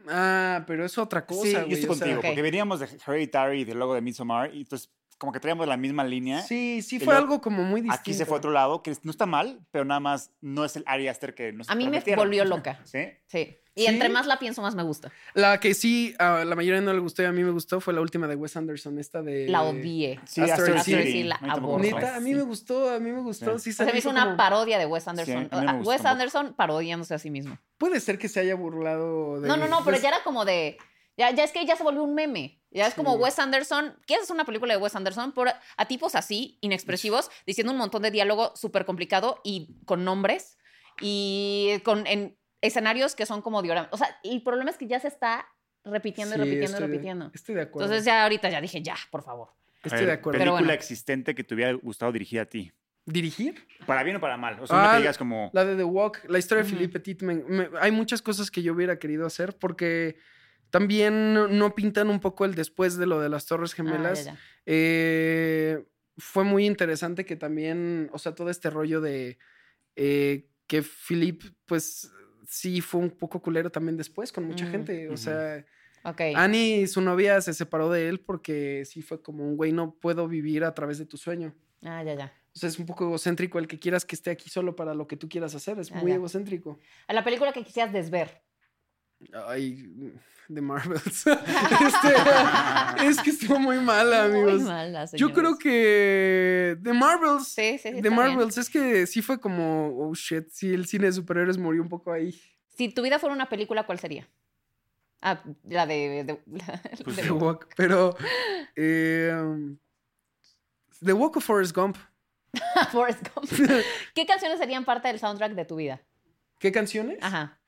Speaker 3: Ah, pero es otra cosa.
Speaker 1: Sí, yo
Speaker 3: güey",
Speaker 1: estoy
Speaker 3: o sea,
Speaker 1: contigo,
Speaker 2: ok.
Speaker 1: porque veníamos de Hereditary y del logo de Midsommar, y entonces como que traíamos la misma línea.
Speaker 3: Sí, sí
Speaker 1: Y
Speaker 3: fue
Speaker 1: lo-
Speaker 3: algo como muy distinto.
Speaker 1: Aquí se fue a otro lado, que no está mal, pero nada más no es el Ari Aster que nos
Speaker 2: A mí me
Speaker 1: prometieron.
Speaker 2: volvió loca.
Speaker 1: ¿Sí?
Speaker 2: Sí. Y
Speaker 3: ¿Sí?
Speaker 2: entre más la pienso, más me gusta.
Speaker 3: La que sí, a la mayoría no le gustó y a mí me gustó fue la última de Wes Anderson, esta de.
Speaker 2: La odié.
Speaker 1: Sí,
Speaker 3: Aster
Speaker 1: Aster
Speaker 3: City.
Speaker 1: City.
Speaker 2: Sí, la
Speaker 1: A mí tampoco
Speaker 2: adoro.
Speaker 1: me gustó.
Speaker 3: Neta, a mí me gustó, a mí me gustó. Sí,
Speaker 2: O sea, se me hizo
Speaker 3: hizo
Speaker 2: una
Speaker 3: como-
Speaker 2: parodia de Wes
Speaker 1: Sí,
Speaker 2: Anderson.
Speaker 1: a mí no me gustó
Speaker 2: Wes
Speaker 1: tampoco.
Speaker 2: Anderson parodiándose a sí mismo.
Speaker 3: Puede ser que se haya burlado de.
Speaker 2: No, no, no, pero
Speaker 3: Wes-
Speaker 2: ya era como de. Ya, ya es que ya se volvió un meme. Ya es como
Speaker 3: Sí.
Speaker 2: Wes Anderson. ¿Qué es una película de Wes Anderson? Por, a tipos así, inexpresivos, diciendo un montón de diálogo súper complicado y con nombres y con en escenarios que son como dioramas. O sea, el problema es que ya se está repitiendo y
Speaker 3: Sí,
Speaker 2: repitiendo y
Speaker 3: estoy de-
Speaker 2: repitiendo.
Speaker 3: Estoy de acuerdo.
Speaker 2: Entonces ya ahorita ya dije, ya, por favor.
Speaker 1: A
Speaker 3: estoy
Speaker 1: ver,
Speaker 3: de acuerdo.
Speaker 1: Película
Speaker 2: Pero bueno.
Speaker 1: existente que te hubiera gustado dirigir a ti.
Speaker 3: ¿Dirigir?
Speaker 1: Para bien o para mal. O sea, no
Speaker 3: Ah,
Speaker 1: que digas como...
Speaker 3: La de The Walk, la historia de
Speaker 2: Ujú.
Speaker 3: Philippe Petit. me- me- hay muchas cosas que yo hubiera querido hacer porque también no, no pintan un poco el después de lo de las Torres
Speaker 2: Ah, ya,
Speaker 3: Gemelas.
Speaker 2: ya.
Speaker 3: Eh, fue muy interesante que también, o sea, todo este rollo de eh, que Philip, pues sí fue un poco culero también después con mucha
Speaker 2: Mm,
Speaker 3: gente. O
Speaker 1: ujú.
Speaker 3: sea,
Speaker 2: Ok.
Speaker 3: Annie, su novia, se separó de él porque sí fue como un güey, no puedo vivir a través de tu sueño.
Speaker 2: Ah, ya, ya.
Speaker 3: O sea, es un poco egocéntrico el que quieras que esté aquí solo para lo que tú quieras hacer. Es
Speaker 2: Ah,
Speaker 3: muy
Speaker 2: ya.
Speaker 3: egocéntrico.
Speaker 2: A la película que quisieras desver.
Speaker 3: Ay, de Marvels. Este, es que estuvo muy mala, amigos.
Speaker 2: Muy mala,
Speaker 3: Yo creo
Speaker 2: señores.
Speaker 3: que de Marvels.
Speaker 2: Sí, sí, sí.
Speaker 3: de
Speaker 2: está bien.
Speaker 3: Marvels, es que sí fue como, oh shit, sí, el cine de superhéroes murió un poco ahí.
Speaker 2: Si tu vida fuera una película, ¿cuál sería? Ah, la de. de- la-
Speaker 1: Pues
Speaker 2: de-
Speaker 1: The
Speaker 3: The Walk, pero. eh, The Walk of Forrest Gump.
Speaker 2: Forrest Gump. ¿Qué canciones serían parte del soundtrack de tu vida?
Speaker 3: ¿Qué canciones?
Speaker 2: Ajá.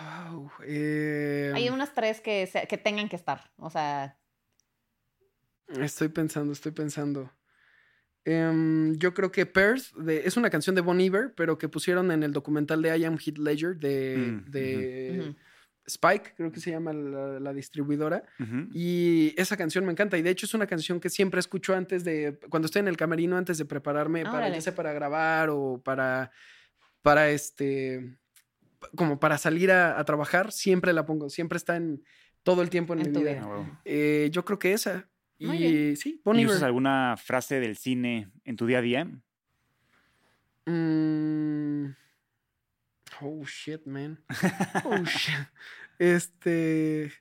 Speaker 3: Wow, eh,
Speaker 2: Hay unas tres que, se- que tengan que estar. O sea,
Speaker 3: Estoy pensando, estoy pensando. Em, yo creo que Perth de- es una canción de Bon Iver, pero que pusieron en el documental de I Am Heath Ledger de,
Speaker 1: Mm,
Speaker 3: de
Speaker 2: ujú.
Speaker 3: Spike, creo que se llama la, la distribuidora.
Speaker 1: Ujú.
Speaker 3: Y esa canción me encanta. Y de hecho es una canción que siempre escucho antes de, cuando estoy en el camerino, antes de prepararme para, ya
Speaker 2: Órale.
Speaker 3: sea para grabar o para, para este, como para salir a, a trabajar, siempre la pongo. Siempre está en todo el tiempo en,
Speaker 2: En
Speaker 3: mi
Speaker 2: tu
Speaker 3: vida.
Speaker 2: vida.
Speaker 1: Ah, huevo.
Speaker 3: Eh, yo creo que esa.
Speaker 2: Muy
Speaker 3: Y sí, Bon
Speaker 1: ¿Y
Speaker 3: Iver.
Speaker 1: usas alguna frase del cine en tu día a día?
Speaker 3: Mm. Oh shit, man. Oh shit. Este.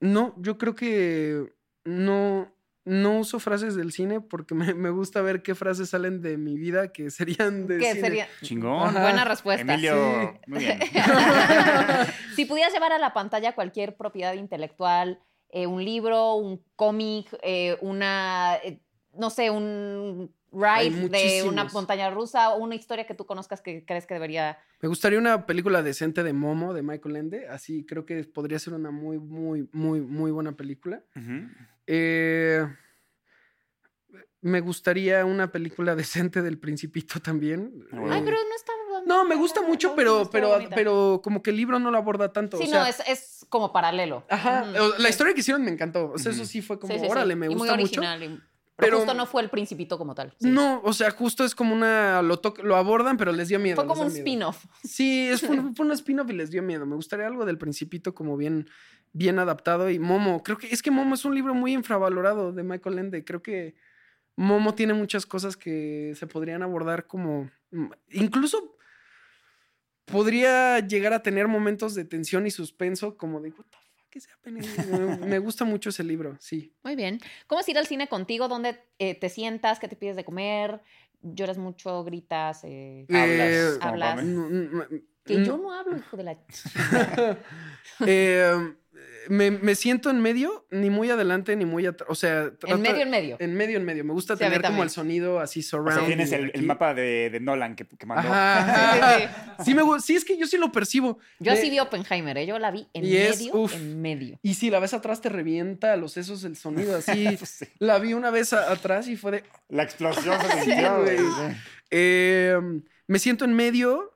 Speaker 3: No, yo creo que no, no uso frases del cine porque me, me gusta ver qué frases salen de mi vida que serían de.
Speaker 2: Que
Speaker 3: cine.
Speaker 2: sería oh,
Speaker 1: Chingón.
Speaker 3: Ajá.
Speaker 2: buena respuesta.
Speaker 1: Emilio,
Speaker 3: Sí.
Speaker 1: muy bien.
Speaker 2: si pudieras llevar a la pantalla cualquier propiedad intelectual, eh, un libro, un cómic, eh, una, eh, no sé, un
Speaker 3: Hay
Speaker 2: ride de una
Speaker 3: muchísimos.
Speaker 2: montaña rusa o una historia que tú conozcas que crees que debería...
Speaker 3: Me gustaría una película decente de Momo, de Michael Ende. Así creo que podría ser una muy, muy, muy, muy buena película.
Speaker 1: Ujú.
Speaker 3: Eh, me gustaría una película decente del Principito también.
Speaker 1: Ah,
Speaker 2: Ay,
Speaker 1: bueno.
Speaker 2: pero no está...
Speaker 3: No, me gusta mucho, pero,
Speaker 2: Está
Speaker 3: pero,
Speaker 2: Ah, bonita.
Speaker 3: pero como que el libro no lo aborda tanto.
Speaker 2: Sí,
Speaker 3: o sea,
Speaker 2: no, es, es como paralelo.
Speaker 3: Ajá,
Speaker 2: Ujú.
Speaker 3: o- la historia que hicieron me encantó. O sea, eso
Speaker 1: Ujú.
Speaker 3: sí fue como,
Speaker 2: Sí, sí, sí.
Speaker 3: órale, me
Speaker 2: Y
Speaker 3: gusta
Speaker 2: muy
Speaker 3: mucho.
Speaker 2: original, y- pero,
Speaker 3: pero-
Speaker 2: justo no fue el principito como tal. sí.
Speaker 3: No, o sea, justo es como una. Lo, toc- lo abordan, pero les dio miedo.
Speaker 2: Fue
Speaker 3: les
Speaker 2: como
Speaker 3: da
Speaker 2: un
Speaker 3: miedo.
Speaker 2: spin-off.
Speaker 3: Sí, es, fue, un, fue un spin-off y les dio miedo. Me gustaría algo del Principito como bien, bien adaptado. Y Momo, creo que es que Momo es un libro muy infravalorado de Michael Ende. Creo que Momo tiene muchas cosas que se podrían abordar como... mm, Incluso podría llegar a tener momentos de tensión y suspenso como de... "What the fuck is happening?" Me- Me gusta mucho ese libro, sí.
Speaker 2: Muy bien. ¿Cómo es ir al cine contigo? ¿Dónde eh, te sientas? ¿Qué te pides de comer? ¿Lloras mucho? ¿Gritas? Eh,
Speaker 1: Hablas,
Speaker 3: Eh,
Speaker 1: como
Speaker 2: hablas.
Speaker 1: Pame.
Speaker 3: No, no, no,
Speaker 2: que yo
Speaker 3: no.
Speaker 2: no hablo, hijo de la... ch-
Speaker 3: Eh, me, me siento en medio, ni muy adelante ni muy atrás. O sea, trato-
Speaker 2: En medio, en medio.
Speaker 3: En medio, en medio. Me gusta
Speaker 2: Sí, a mí
Speaker 3: tener como
Speaker 2: también.
Speaker 3: el sonido así
Speaker 1: O
Speaker 3: surround.
Speaker 1: sea, tienes
Speaker 3: y
Speaker 1: el, el
Speaker 3: aquí.
Speaker 1: mapa de, de Nolan que, que mandó.
Speaker 3: Ajá.
Speaker 2: Sí, sí,
Speaker 3: Sí, me gu- sí, es que yo sí lo percibo.
Speaker 2: Yo
Speaker 3: Me-
Speaker 2: sí vi Oppenheimer, ¿eh? yo la vi en
Speaker 3: Y
Speaker 2: medio,
Speaker 3: es- uf.
Speaker 2: en medio.
Speaker 3: Y si la ves atrás, te revienta a los sesos el sonido así.
Speaker 1: Pues Sí.
Speaker 3: la vi una vez a- atrás y fue de.
Speaker 1: La explosión se sintió,
Speaker 3: güey.
Speaker 1: güey. Sí.
Speaker 3: eh, me siento en medio,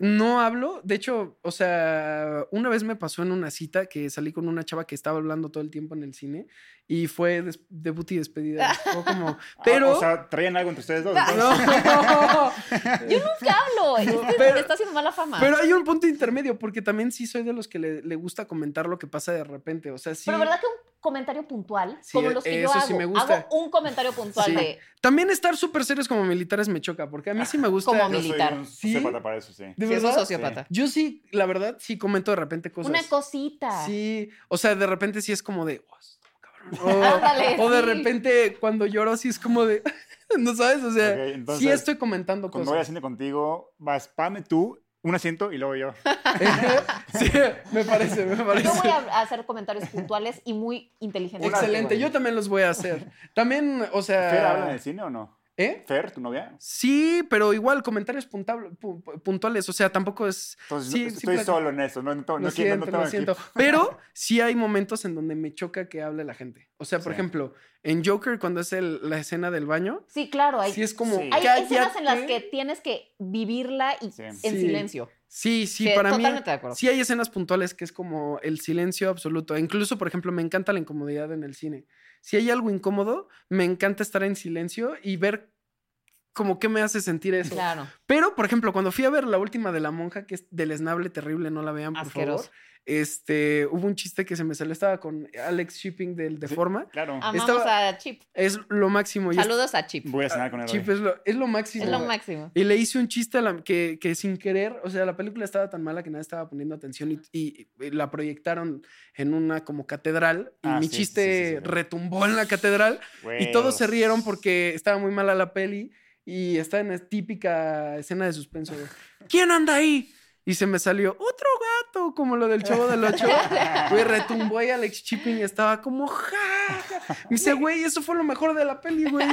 Speaker 3: no hablo. De hecho, o sea, una vez me pasó en una cita que salí con una chava que estaba hablando todo el tiempo en el cine y fue des- debut y despedida. Fue como. Pero.
Speaker 1: Ah, o sea, traían algo entre ustedes dos. entonces.
Speaker 3: no.
Speaker 2: Yo nunca hablo, es que
Speaker 3: Pero-
Speaker 2: me está haciendo mala fama.
Speaker 3: Pero hay un punto intermedio, porque también sí soy de los que le, le gusta comentar lo que pasa de repente. O sea, sí.
Speaker 2: Pero ¿verdad que un comentario puntual,
Speaker 3: Sí,
Speaker 2: como los que yo
Speaker 3: eso
Speaker 2: hago,
Speaker 3: sí me gusta.
Speaker 2: hago un comentario puntual
Speaker 3: Sí.
Speaker 2: de...
Speaker 3: También estar súper serios como militares me choca, porque a mí sí me gusta.
Speaker 2: Como
Speaker 1: Yo
Speaker 2: mil-
Speaker 1: soy
Speaker 2: Militar.
Speaker 1: un
Speaker 3: Sí.
Speaker 1: sociópata para eso, sí.
Speaker 3: ¿De
Speaker 2: Sí, es un
Speaker 3: verdad?
Speaker 2: sociópata.
Speaker 3: Yo sí, la verdad, sí comento de repente cosas.
Speaker 2: Una cosita.
Speaker 3: Sí. O sea, de repente sí es como de. "Oh, esto, cabrón". O,
Speaker 2: Ándale,
Speaker 3: o de
Speaker 2: sí.
Speaker 3: repente cuando lloro sí es como de. no sabes, o sea,
Speaker 1: Ok, entonces,
Speaker 3: sí estoy comentando
Speaker 1: Cuando voy al
Speaker 3: cosas.
Speaker 1: cine contigo, vas, pame tú, un asiento y luego yo.
Speaker 3: Ah. sí, me parece, me parece.
Speaker 2: Yo voy a hacer comentarios puntuales y muy inteligentes.
Speaker 3: Excelente, yo también los voy a hacer. También, o sea.
Speaker 1: ¿Fer habla en el cine o no?
Speaker 3: ¿Eh?
Speaker 1: ¿Fer, tu novia?
Speaker 3: Sí, pero igual comentarios puntabl- pu- pu- puntuales, o sea, tampoco es...
Speaker 1: Entonces,
Speaker 3: Sí,
Speaker 1: no-
Speaker 3: sí,
Speaker 1: estoy
Speaker 3: platica.
Speaker 1: solo en eso. No, no, no,
Speaker 3: Lo
Speaker 1: no- no
Speaker 3: siento,
Speaker 1: tengo
Speaker 3: lo
Speaker 1: equipo.
Speaker 3: siento. Pero sí hay momentos en donde me choca que hable la gente. O sea, por
Speaker 1: Sí.
Speaker 3: ejemplo, en Joker, cuando es el- la escena del baño,
Speaker 2: Sí, claro, hay,
Speaker 3: sí es como...
Speaker 1: Sí.
Speaker 2: hay
Speaker 3: "Cállate".
Speaker 2: escenas en las que tienes que vivirla y
Speaker 1: Sí.
Speaker 2: en
Speaker 3: Sí.
Speaker 2: silencio.
Speaker 3: Sí, sí,
Speaker 2: Que
Speaker 3: para mí...
Speaker 2: totalmente de acuerdo.
Speaker 3: Sí hay escenas puntuales que es como el silencio absoluto. E Incluso, por ejemplo, me encanta la incomodidad en el cine. Si hay algo incómodo, me encanta estar en silencio y ver como qué me hace sentir eso.
Speaker 2: Claro.
Speaker 3: Pero, por ejemplo, cuando fui a ver la última de la monja, que es deleznable, terrible, no la vean, por
Speaker 2: Asqueroso.
Speaker 3: favor. Este, hubo un chiste que se me salió, estaba con Alex Shipping del
Speaker 1: Sí.
Speaker 3: Deforma.
Speaker 1: Claro.
Speaker 2: Amamos
Speaker 3: Estaba-
Speaker 2: a Chip.
Speaker 3: Es lo máximo. y es-
Speaker 2: Saludos a Chip.
Speaker 1: Voy a cenar con él.
Speaker 3: Chip
Speaker 1: hoy.
Speaker 3: es lo, es lo máximo.
Speaker 2: Es lo máximo.
Speaker 3: Y le hice un chiste a la- que, que sin querer, o sea, la película estaba tan mala que nadie estaba poniendo atención y, y- y la proyectaron en una como catedral y
Speaker 1: Ah,
Speaker 3: mi
Speaker 1: sí, sí,
Speaker 3: chiste
Speaker 1: sí, sí, sí.
Speaker 3: retumbó en la catedral y
Speaker 1: Güey. pues,
Speaker 3: todos se rieron porque estaba muy mala la peli y está en la típica escena de suspenso. de, ¿Quién anda ahí? Y se me salió otro gato, como lo del chavo del ocho. Güey, retumbó y Alex Chipping estaba como ja. Me dice, güey, eso fue lo mejor de la peli, güey.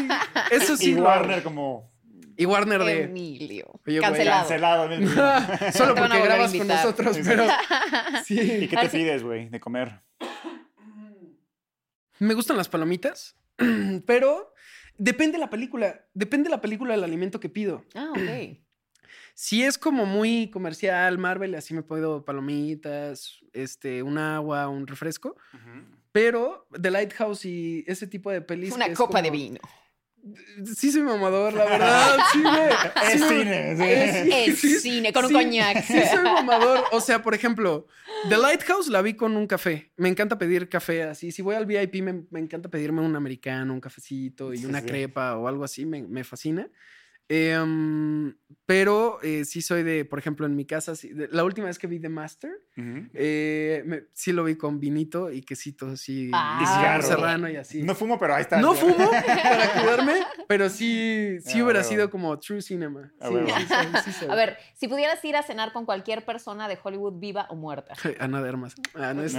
Speaker 3: Eso sí.
Speaker 1: Y
Speaker 3: lo-
Speaker 1: Warner como
Speaker 3: Y Warner de.
Speaker 2: Emilio.
Speaker 3: Oye, güey,
Speaker 2: Cancelado.
Speaker 1: cancelado. mil-
Speaker 3: Solo
Speaker 2: Te van
Speaker 3: porque
Speaker 2: a volver a
Speaker 3: grabas con
Speaker 2: invitar.
Speaker 3: nosotros,
Speaker 1: Sí, sí.
Speaker 3: pero.
Speaker 1: ¿Y
Speaker 3: Sí.
Speaker 1: qué te
Speaker 2: Al fin-
Speaker 1: pides, güey, de comer?
Speaker 3: Me gustan las palomitas, pero depende la película. Depende la película del alimento que pido.
Speaker 2: Ah, ok.
Speaker 3: Si es como muy comercial, Marvel, así me puedo palomitas, este, un agua, un refresco. Pero The Lighthouse y ese tipo de pelis. que
Speaker 2: Una
Speaker 3: es
Speaker 2: copa de
Speaker 3: como-
Speaker 2: vino.
Speaker 3: Sí soy mamador, la verdad. Sí me, sí
Speaker 1: Es
Speaker 3: me-
Speaker 1: cine. sí.
Speaker 3: Es-
Speaker 2: El
Speaker 3: Sí,
Speaker 2: cine con un
Speaker 3: sí,
Speaker 2: coñac.
Speaker 3: Sí soy mamador. O sea, por ejemplo, The Lighthouse la vi con un café. Me encanta pedir café así. Si voy al VIP, me, me encanta pedirme un americano, un cafecito y
Speaker 1: Sí,
Speaker 3: una
Speaker 1: sí.
Speaker 3: crepa o algo así. Me, me fascina. Em, pero eh, sí soy de, por ejemplo, en mi casa, sí- de- la última vez que vi The Master,
Speaker 1: Ujú.
Speaker 3: eh, me- sí lo vi con vinito y quesito así.
Speaker 2: Ah.
Speaker 3: y
Speaker 1: Cigarro.
Speaker 3: serrano y así.
Speaker 1: No fumo, pero ahí está.
Speaker 3: No fumo para cuidarme, pero sí, sí
Speaker 1: Ah,
Speaker 3: hubiera
Speaker 1: huevo.
Speaker 3: sido como true cinema.
Speaker 1: Ah,
Speaker 3: Sí,
Speaker 1: huevo.
Speaker 3: sí soy, sí soy.
Speaker 2: A ver, si pudieras ir a cenar con cualquier persona de Hollywood viva o muerta.
Speaker 3: Ana de Armas. Ah, no, este-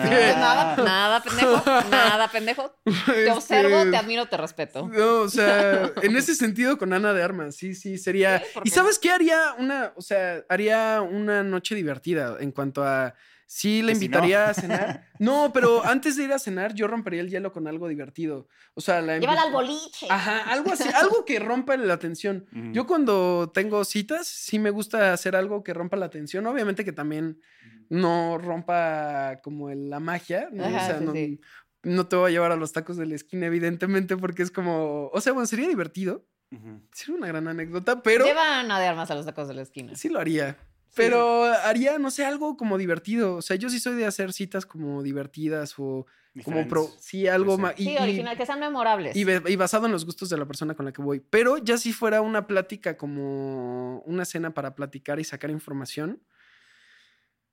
Speaker 1: Ah.
Speaker 2: Nada, nada, pendejo. Nada, pendejo. Te
Speaker 3: este,
Speaker 2: observo, te admiro, te respeto.
Speaker 3: No, o sea, en ese sentido con Ana de Armas, sí, sí, sería.
Speaker 2: Sí, ¿por
Speaker 3: ¿Y
Speaker 2: qué?
Speaker 3: sabes qué haría una, o sea, haría una noche divertida en cuanto a sí le
Speaker 2: Pues
Speaker 1: Que si no.
Speaker 3: invitaría a cenar? No, pero antes de ir a cenar yo rompería el hielo con algo divertido. O sea, la
Speaker 2: Llévala
Speaker 3: invit-
Speaker 2: al boliche.
Speaker 3: Ajá, algo así, algo que rompa la tensión.
Speaker 1: Ujú.
Speaker 3: Yo cuando tengo citas, sí me gusta hacer algo que rompa la tensión. Obviamente que también no rompa como el- la magia. ¿no?
Speaker 2: Ajá,
Speaker 3: o sea,
Speaker 2: sí,
Speaker 3: no,
Speaker 2: sí.
Speaker 3: no te voy a llevar a los tacos de la esquina, evidentemente, porque es como. O sea, bueno, sería divertido.
Speaker 1: Ujú.
Speaker 3: Sería una gran anécdota, pero
Speaker 2: Lleva a de armas a los tacos de la esquina.
Speaker 3: sí lo haría. Pero haría, no sé, algo como divertido. O sea, yo sí soy de hacer citas como divertidas o como pro.
Speaker 1: Diferentes.
Speaker 3: Sí, algo
Speaker 1: Sí, sí.
Speaker 3: más.
Speaker 2: Pues Sí, original, que sean memorables.
Speaker 3: Y, be- y basado en los gustos de la persona con la que voy. Pero ya si fuera una plática como una cena para platicar y sacar información,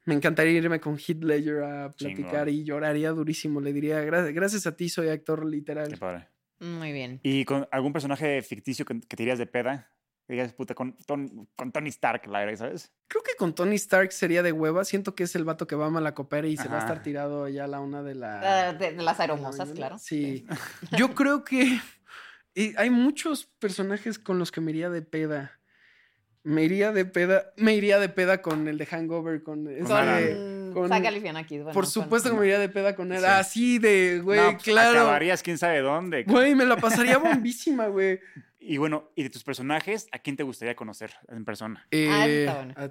Speaker 3: me encantaría irme con Heath Ledger a platicar
Speaker 1: Chingón.
Speaker 3: y lloraría durísimo. Le diría, "Gra- gracias a ti soy actor
Speaker 1: Qué
Speaker 3: literal.
Speaker 1: padre.
Speaker 2: Muy bien.
Speaker 1: ¿Y con algún personaje ficticio que, que te irías de peda? Que digas, puta, con, Ton- con Tony Stark, la verdad, ¿sabes?
Speaker 3: Creo que con Tony Stark sería de hueva. Siento que es el vato que va a Malacopera y se va a
Speaker 1: Ajá.
Speaker 3: estar tirado ya a la una de la...
Speaker 2: Ah, de, de las
Speaker 3: de la
Speaker 2: aeromosas,
Speaker 3: mañana.
Speaker 2: claro.
Speaker 3: Sí. Yo creo que y hay muchos personajes con los que me iría de peda. Me iría de peda, me iría de peda con el de Hangover, con,
Speaker 2: Con,
Speaker 3: este-
Speaker 1: Adam.
Speaker 3: con-
Speaker 2: Saca el Fiona Kiss, bueno,
Speaker 3: por
Speaker 2: con-
Speaker 3: supuesto que me iría de peda con él.
Speaker 1: Sí.
Speaker 3: Así de, güey,
Speaker 1: No, pues,
Speaker 3: claro.
Speaker 1: Acabarías quién sabe dónde. ca-
Speaker 3: Güey, me la pasaría bombísima, güey.
Speaker 2: Ah,
Speaker 1: Y bueno, y de tus personajes, ¿a quién te gustaría conocer en persona?
Speaker 2: Ah,
Speaker 3: Eh,
Speaker 2: está bueno.
Speaker 3: a-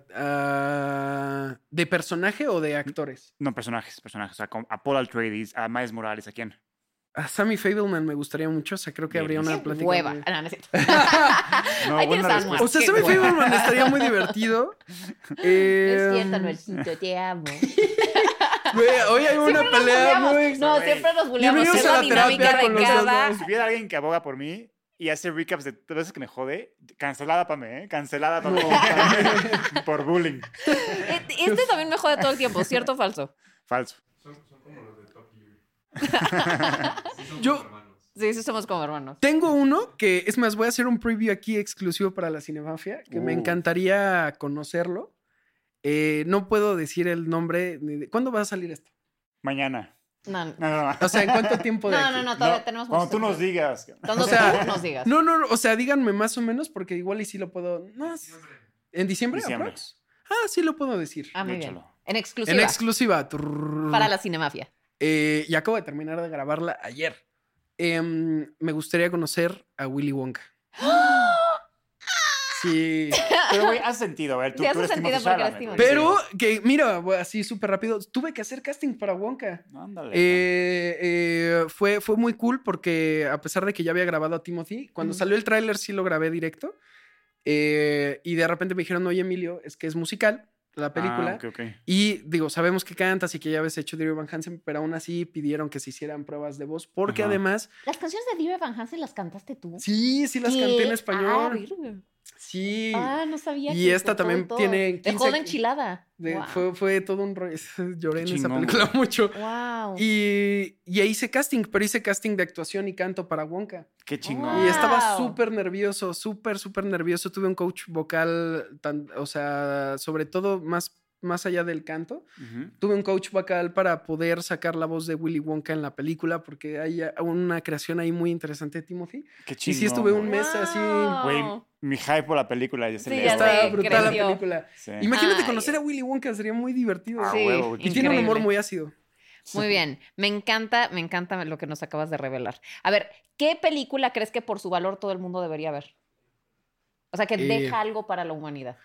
Speaker 3: a- ¿De personaje o de actores?
Speaker 1: No, personajes, personajes. O sea, con- a Paul Atreides, a Miles Morales, ¿a quién?
Speaker 3: A Sammy Fableman me gustaría mucho. O sea, creo que habría
Speaker 1: Bien.
Speaker 2: Qué
Speaker 3: una plática.
Speaker 2: hueva.
Speaker 3: muy-
Speaker 2: Ah, no, no es cierto.
Speaker 1: No,
Speaker 2: Ahí
Speaker 1: buena
Speaker 2: tienes a
Speaker 1: respuesta.
Speaker 2: Anuar.
Speaker 3: O sea,
Speaker 2: Qué
Speaker 3: Sammy
Speaker 2: hueva.
Speaker 3: Fableman estaría muy divertido.
Speaker 2: Es
Speaker 3: Eh,
Speaker 2: cierto, Anuelcito, te amo.
Speaker 3: Güey, hoy hay una
Speaker 2: Siempre nos
Speaker 3: pelea
Speaker 2: buleamos.
Speaker 3: muy.
Speaker 2: No,
Speaker 1: güey.
Speaker 2: siempre nos buleamos.
Speaker 3: Bienvenidos
Speaker 2: Es
Speaker 3: a
Speaker 2: la
Speaker 3: la terapia
Speaker 2: dinámica
Speaker 3: con
Speaker 2: de
Speaker 3: los
Speaker 2: cada...
Speaker 3: dos.
Speaker 1: Si hubiera alguien que aboga por mí y hace recaps de todas las veces que me jode, cancelada Pame, ¿eh? Cancelada Pame.
Speaker 3: No, Pame.
Speaker 1: por bullying.
Speaker 2: Eh, Este también me jode todo el tiempo, ¿cierto o falso?
Speaker 1: Falso.
Speaker 4: Son, son como los de Top Gear. Sí, son
Speaker 3: Yo-
Speaker 4: como hermanos.
Speaker 2: Sí, sí somos como hermanos.
Speaker 3: Tengo uno que, es más, voy a hacer un preview aquí exclusivo para la Cinemafia, que me
Speaker 1: Uh.
Speaker 3: encantaría conocerlo. Eh, no puedo decir el nombre. ni de- ¿Cuándo va a salir esto?
Speaker 1: Mañana.
Speaker 2: No, no,
Speaker 1: No, no, no.
Speaker 3: O sea, ¿en cuánto tiempo de
Speaker 2: no,
Speaker 3: aquí?
Speaker 2: no, no, Ah, todavía tenemos
Speaker 1: Cuando
Speaker 2: mucho
Speaker 1: tú nos
Speaker 2: tiempo.
Speaker 1: digas.
Speaker 2: Cuando
Speaker 3: O sea,
Speaker 2: tú nos digas.
Speaker 3: No, no, no, o sea, díganme más o menos, porque igual y sí lo puedo. No, es-
Speaker 4: Siempre.
Speaker 3: ¿En diciembre?
Speaker 1: Diciembre.
Speaker 3: aprox? Ah, sí lo puedo decir.
Speaker 2: Ah, muy bien.
Speaker 1: Échalo.
Speaker 2: En exclusiva.
Speaker 3: en exclusiva. Turr.
Speaker 2: para la cinemafia.
Speaker 3: Eh, y acabo de terminar de grabarla ayer. Em, me gustaría conocer a Willy Wonka. Sí.
Speaker 1: Pero, güey, hace sentido. A ver, tú,
Speaker 2: Sí,
Speaker 1: tú
Speaker 2: hace
Speaker 1: eres Timothée
Speaker 2: sentido porque eres
Speaker 1: Chalamet, güey.
Speaker 2: Timothée.
Speaker 3: Pero que, mira, güey, así súper rápido, tuve que hacer casting para Wonka.
Speaker 1: Sí. Ándale.
Speaker 3: Eh, eh, fue, fue muy cool porque a pesar de que ya había grabado a Timothy, cuando
Speaker 2: Ujú.
Speaker 3: salió el tráiler sí lo grabé directo. Eh, y de repente me dijeron, oye Emilio, es que es musical la película.
Speaker 1: Ah, ok, ok.
Speaker 3: Y digo, sabemos que cantas y que ya habías hecho Dear Evan Hansen, pero aún así pidieron que se hicieran pruebas de voz porque
Speaker 1: Ajá.
Speaker 3: además,
Speaker 2: Las canciones de Dear Evan Hansen las cantaste tú.
Speaker 3: sí, sí las canté en español. Sí.
Speaker 2: Ah, no sabía.
Speaker 3: Y
Speaker 2: que
Speaker 3: esta
Speaker 2: con todo
Speaker 3: también
Speaker 2: y todo.
Speaker 3: tiene
Speaker 2: Te
Speaker 3: 15
Speaker 2: joda enchilada.
Speaker 3: De-
Speaker 2: wow.
Speaker 3: fue, fue todo un rollo. Lloré en esa
Speaker 1: Chingón,
Speaker 3: película
Speaker 1: güey.
Speaker 3: mucho.
Speaker 2: Wow.
Speaker 3: Y, y ahí hice casting, pero hice casting de actuación y canto para Wonka.
Speaker 1: Qué chingón.
Speaker 2: Wow.
Speaker 3: Y estaba
Speaker 2: Wow.
Speaker 3: súper nervioso, súper, súper nervioso. Tuve un coach vocal, tan- o sea, sobre todo más, más allá del canto.
Speaker 1: Ujú.
Speaker 3: Tuve un coach vocal para poder sacar la voz de Willy Wonka en la película, porque hay una creación ahí muy interesante de Timothy.
Speaker 1: Qué
Speaker 3: sí
Speaker 1: chingón.
Speaker 3: estuve un
Speaker 1: güey.
Speaker 3: mes así.
Speaker 1: Güey, mi hype por la película ya se
Speaker 2: Sí,
Speaker 1: elevó,
Speaker 2: ya
Speaker 3: Está
Speaker 2: sé,
Speaker 1: güey.
Speaker 3: brutal
Speaker 2: creció.
Speaker 3: la película.
Speaker 1: Sí.
Speaker 3: Imagínate
Speaker 2: Ay.
Speaker 3: conocer a Willy Wonka, sería muy divertido.
Speaker 1: Ah,
Speaker 2: Sí,
Speaker 1: huevo, qué
Speaker 3: y tiene un humor
Speaker 2: increíble.
Speaker 3: muy este. ácido.
Speaker 2: Muy bien. Me encanta, me encanta lo que nos acabas de revelar. A ver, ¿qué película crees que por su valor todo el mundo debería ver? O sea, que
Speaker 3: Eh.
Speaker 2: deja algo para la humanidad.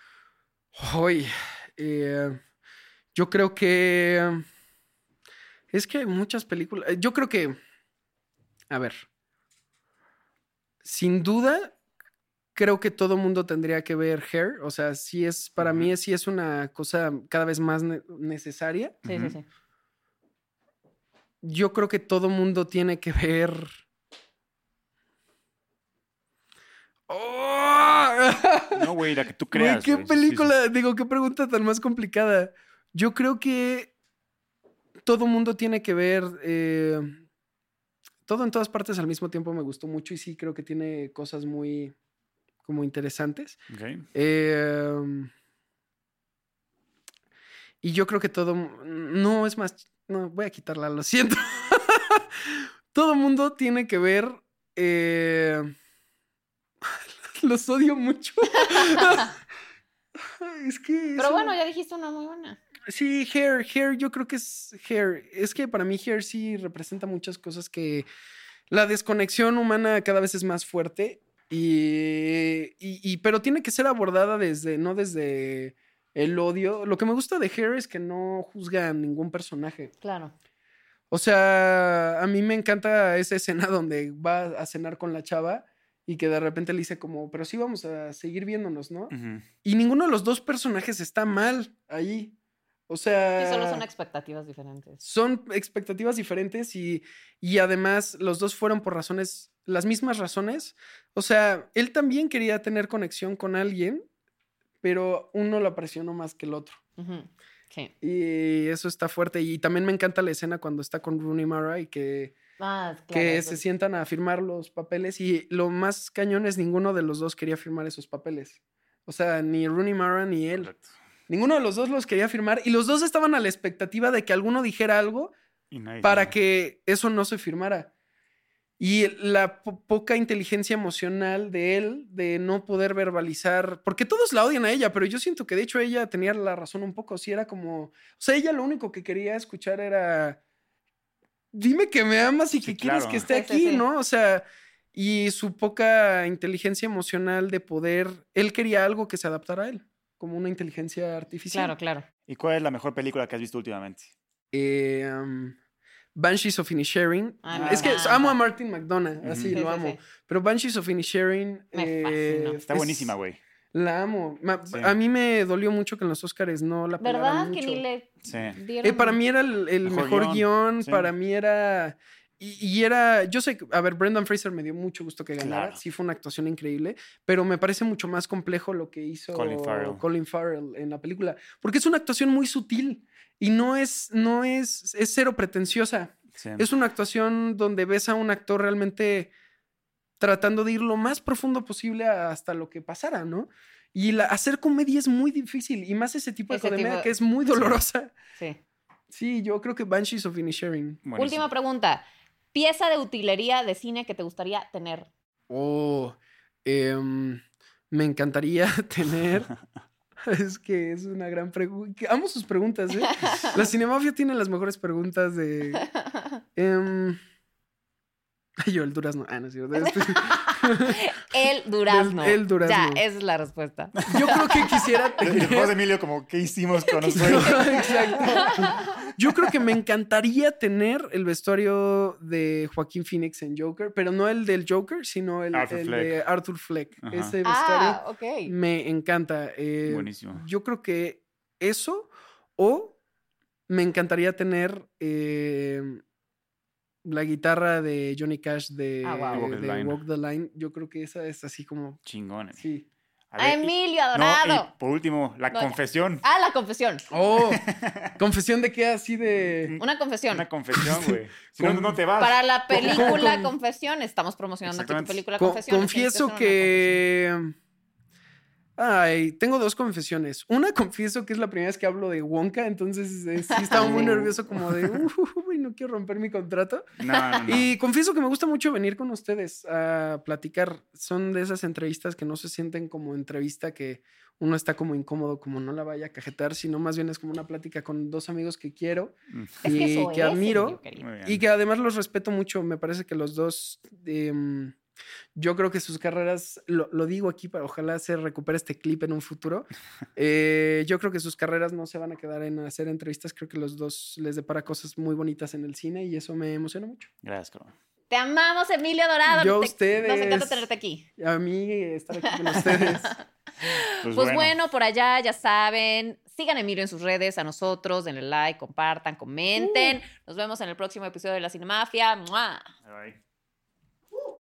Speaker 3: Hoy, eh, yo creo que eh, es que hay muchas películas. eh, Yo creo que, a ver, sin duda, creo que todo mundo tendría que ver Hair. O sea, sí es, para
Speaker 1: Ujú.
Speaker 3: mí, sí es una cosa cada vez más ne- necesaria.
Speaker 2: Sí, sí, sí.
Speaker 3: Yo creo que todo mundo tiene que ver. ¡Oh!
Speaker 1: No, güey, la que tú
Speaker 3: Güey,
Speaker 1: creas.
Speaker 3: qué
Speaker 1: güey. Sí, sí, sí.
Speaker 3: película, digo, qué pregunta tan más complicada. Yo creo que todo mundo tiene que ver eh, todo en todas partes al mismo tiempo. Me gustó mucho y sí creo que tiene cosas muy como interesantes.
Speaker 1: Ok.
Speaker 3: Eh, y yo creo que todo. No, es más. No, voy a quitarla, lo siento. todo mundo tiene que ver. eh, los odio mucho. es que.
Speaker 2: Pero
Speaker 3: es
Speaker 2: bueno,
Speaker 3: una-
Speaker 2: ya dijiste una muy buena.
Speaker 3: Sí, Hair, Hair, yo creo que es Hair. Es que para mí Hair sí representa muchas cosas que la desconexión humana cada vez es más fuerte y, y- y- pero tiene que ser abordada desde, no desde el odio. Lo que me gusta de Hair es que no juzga a ningún personaje.
Speaker 2: Claro.
Speaker 3: O sea, a mí me encanta esa escena donde va a cenar con la chava y que de repente le dice como, pero sí vamos a seguir viéndonos, ¿no?
Speaker 2: Mm.
Speaker 1: Ujú.
Speaker 3: Y ninguno de los dos personajes está mal ahí. O sea...
Speaker 2: Sí, solo son expectativas diferentes.
Speaker 3: Son expectativas diferentes y, y además los dos fueron por razones, las mismas razones. O sea, él también quería tener conexión con alguien, pero uno la presionó más que el otro.
Speaker 2: Ujú. Sí.
Speaker 3: Y eso está fuerte. Y también me encanta la escena cuando está con Rooney Mara y que,
Speaker 2: Ah, claro.
Speaker 3: que
Speaker 2: eso
Speaker 3: se
Speaker 2: sí.
Speaker 3: sientan a firmar los papeles. Y lo más cañón es ninguno de los dos quería firmar esos papeles. O sea, ni Rooney Mara ni él.
Speaker 1: Correcto.
Speaker 3: Ninguno de los dos los quería firmar. Y los dos estaban a la expectativa de que alguno dijera algo
Speaker 1: Y nadie-
Speaker 3: para que eso no se firmara. Y la po- poca inteligencia emocional de él, de no poder verbalizar, porque todos la odian a ella, pero yo siento que de hecho ella tenía la razón un poco, si era como, o sea, ella lo único que quería escuchar era, dime que me amas y
Speaker 1: Sí,
Speaker 3: que quieres
Speaker 1: claro.
Speaker 3: que esté
Speaker 2: Sí, sí,
Speaker 3: aquí,
Speaker 2: sí.
Speaker 3: ¿no? O sea, y su poca inteligencia emocional de poder, él quería algo que se adaptara a él, como una inteligencia artificial.
Speaker 2: Claro, claro.
Speaker 1: ¿Y cuál es la mejor película que has visto últimamente?
Speaker 3: Eh, um, Banshees of Inisherin.
Speaker 2: Ah, me
Speaker 3: es que
Speaker 2: encanta.
Speaker 3: amo a Martin McDonough,
Speaker 1: Ujú.
Speaker 3: así
Speaker 2: Sí,
Speaker 3: lo
Speaker 2: sí,
Speaker 3: amo.
Speaker 2: sí.
Speaker 3: Pero Banshees of Inisherin.
Speaker 2: Me
Speaker 3: eh,
Speaker 2: fascinó.
Speaker 1: Está
Speaker 3: es-
Speaker 1: buenísima, güey.
Speaker 3: La amo. Ma-
Speaker 1: Sí.
Speaker 3: A mí me dolió mucho que en los Oscars no la pelaran
Speaker 2: ¿Verdad que
Speaker 3: mucho.
Speaker 2: ni le
Speaker 1: Sí.
Speaker 2: dieron?
Speaker 3: Eh, para mí era el, el
Speaker 1: Mejor
Speaker 3: mejor,
Speaker 1: guión,
Speaker 3: guión,
Speaker 1: sí.
Speaker 3: para mí era... Y, y era, yo sé, que- a ver, Brendan Fraser me dio mucho gusto que ganara,
Speaker 1: Claro.
Speaker 3: sí fue una actuación increíble, pero me parece mucho más complejo lo que hizo
Speaker 1: Colin Farrell.
Speaker 3: Colin Farrell en la película, porque es una actuación muy sutil y no es, no es, es cero pretenciosa.
Speaker 1: sí.
Speaker 3: Es una actuación donde ves a un actor realmente tratando de ir lo más profundo posible a- hasta lo que pasara, ¿no? Y la- hacer comedia es muy difícil y más ese tipo de
Speaker 2: Ese
Speaker 3: comedia
Speaker 2: tipo-
Speaker 3: que es muy dolorosa.
Speaker 2: Sí.
Speaker 3: Sí, yo creo que Banshees of Inisherin.
Speaker 1: Buenísima.
Speaker 2: Última pregunta. Pieza de utilería de cine que te gustaría tener.
Speaker 3: Oh, em, me encantaría tener. Es que es una gran pregunta. Amo sus preguntas, ¿eh? La Cinemafia tiene las mejores preguntas de. em, ay, yo, el durazno. Ah, no es cierto. Este-
Speaker 2: El durazno.
Speaker 3: El- el durazno.
Speaker 2: Ya, esa es la respuesta.
Speaker 3: Yo creo que quisiera
Speaker 1: Y después de
Speaker 3: tener.
Speaker 1: Emilio, como, ¿qué hicimos con nosotros?
Speaker 3: Exacto. Yo creo que me encantaría tener el vestuario de Joaquín Phoenix en Joker, pero no el del Joker, sino el,
Speaker 1: Arthur
Speaker 3: el
Speaker 1: Fleck.
Speaker 3: de Arthur Fleck.
Speaker 1: Ajá.
Speaker 3: Ese vestuario.
Speaker 2: Ah, ok.
Speaker 3: Me encanta. eh,
Speaker 1: Buenísimo.
Speaker 3: Yo creo que eso o me encantaría tener eh, la guitarra de Johnny Cash de,
Speaker 2: Ah, wow.
Speaker 1: Walk the
Speaker 3: de
Speaker 1: Line.
Speaker 3: Walk the Line. Yo creo que esa es así como...
Speaker 1: Chingón. Emilio.
Speaker 3: Sí.
Speaker 1: A ver, y-
Speaker 2: Emilio
Speaker 1: no, y
Speaker 2: Dorado.
Speaker 1: por último, la
Speaker 2: No, ya.
Speaker 1: confesión.
Speaker 2: Ah, la confesión.
Speaker 3: Oh, confesión de que así de...
Speaker 2: Una confesión.
Speaker 1: Una confesión, güey. Si no, no te vas.
Speaker 2: Para la película
Speaker 3: con-
Speaker 2: Confesión, estamos promocionando aquí tu
Speaker 1: Exactamente.
Speaker 2: película
Speaker 3: Co-
Speaker 2: Confesión.
Speaker 3: confieso que... Ay, tengo dos confesiones. Una confieso que es la primera vez que hablo de Wonka, entonces eh, sí estaba muy nervioso como de, uy, no quiero romper mi contrato.
Speaker 1: No, no, no.
Speaker 3: Y confieso que me gusta mucho venir con ustedes a platicar. Son de esas entrevistas que no se sienten como entrevista que uno está como incómodo, como no la vaya a cajetar, sino más bien es como una plática con dos amigos que quiero
Speaker 1: Mm,
Speaker 2: Es
Speaker 3: y
Speaker 2: eso
Speaker 3: que,
Speaker 2: es,
Speaker 3: admiro
Speaker 2: Emilio, querido.
Speaker 1: muy bien.
Speaker 3: y que además los respeto mucho. Me parece que los dos, em, yo creo que sus carreras, lo, lo digo aquí para ojalá se recupere este clip en un futuro. Eh, yo creo que sus carreras no se van a quedar en hacer entrevistas. Creo que los dos les depara cosas muy bonitas en el cine y eso me emociona mucho.
Speaker 1: Gracias, cabrón.
Speaker 2: Te amamos, Emilio Dorado.
Speaker 3: Yo a
Speaker 2: Te-
Speaker 3: ustedes.
Speaker 2: Nos encanta tenerte aquí.
Speaker 3: A mí eh, estar aquí con ustedes.
Speaker 1: Pues,
Speaker 2: Pues bueno. por allá ya saben. Sigan a Emilio en sus redes, a nosotros, denle like, compartan, comenten. Nos vemos en el próximo episodio de La Cinemafia. ¡Mua!
Speaker 1: Bye.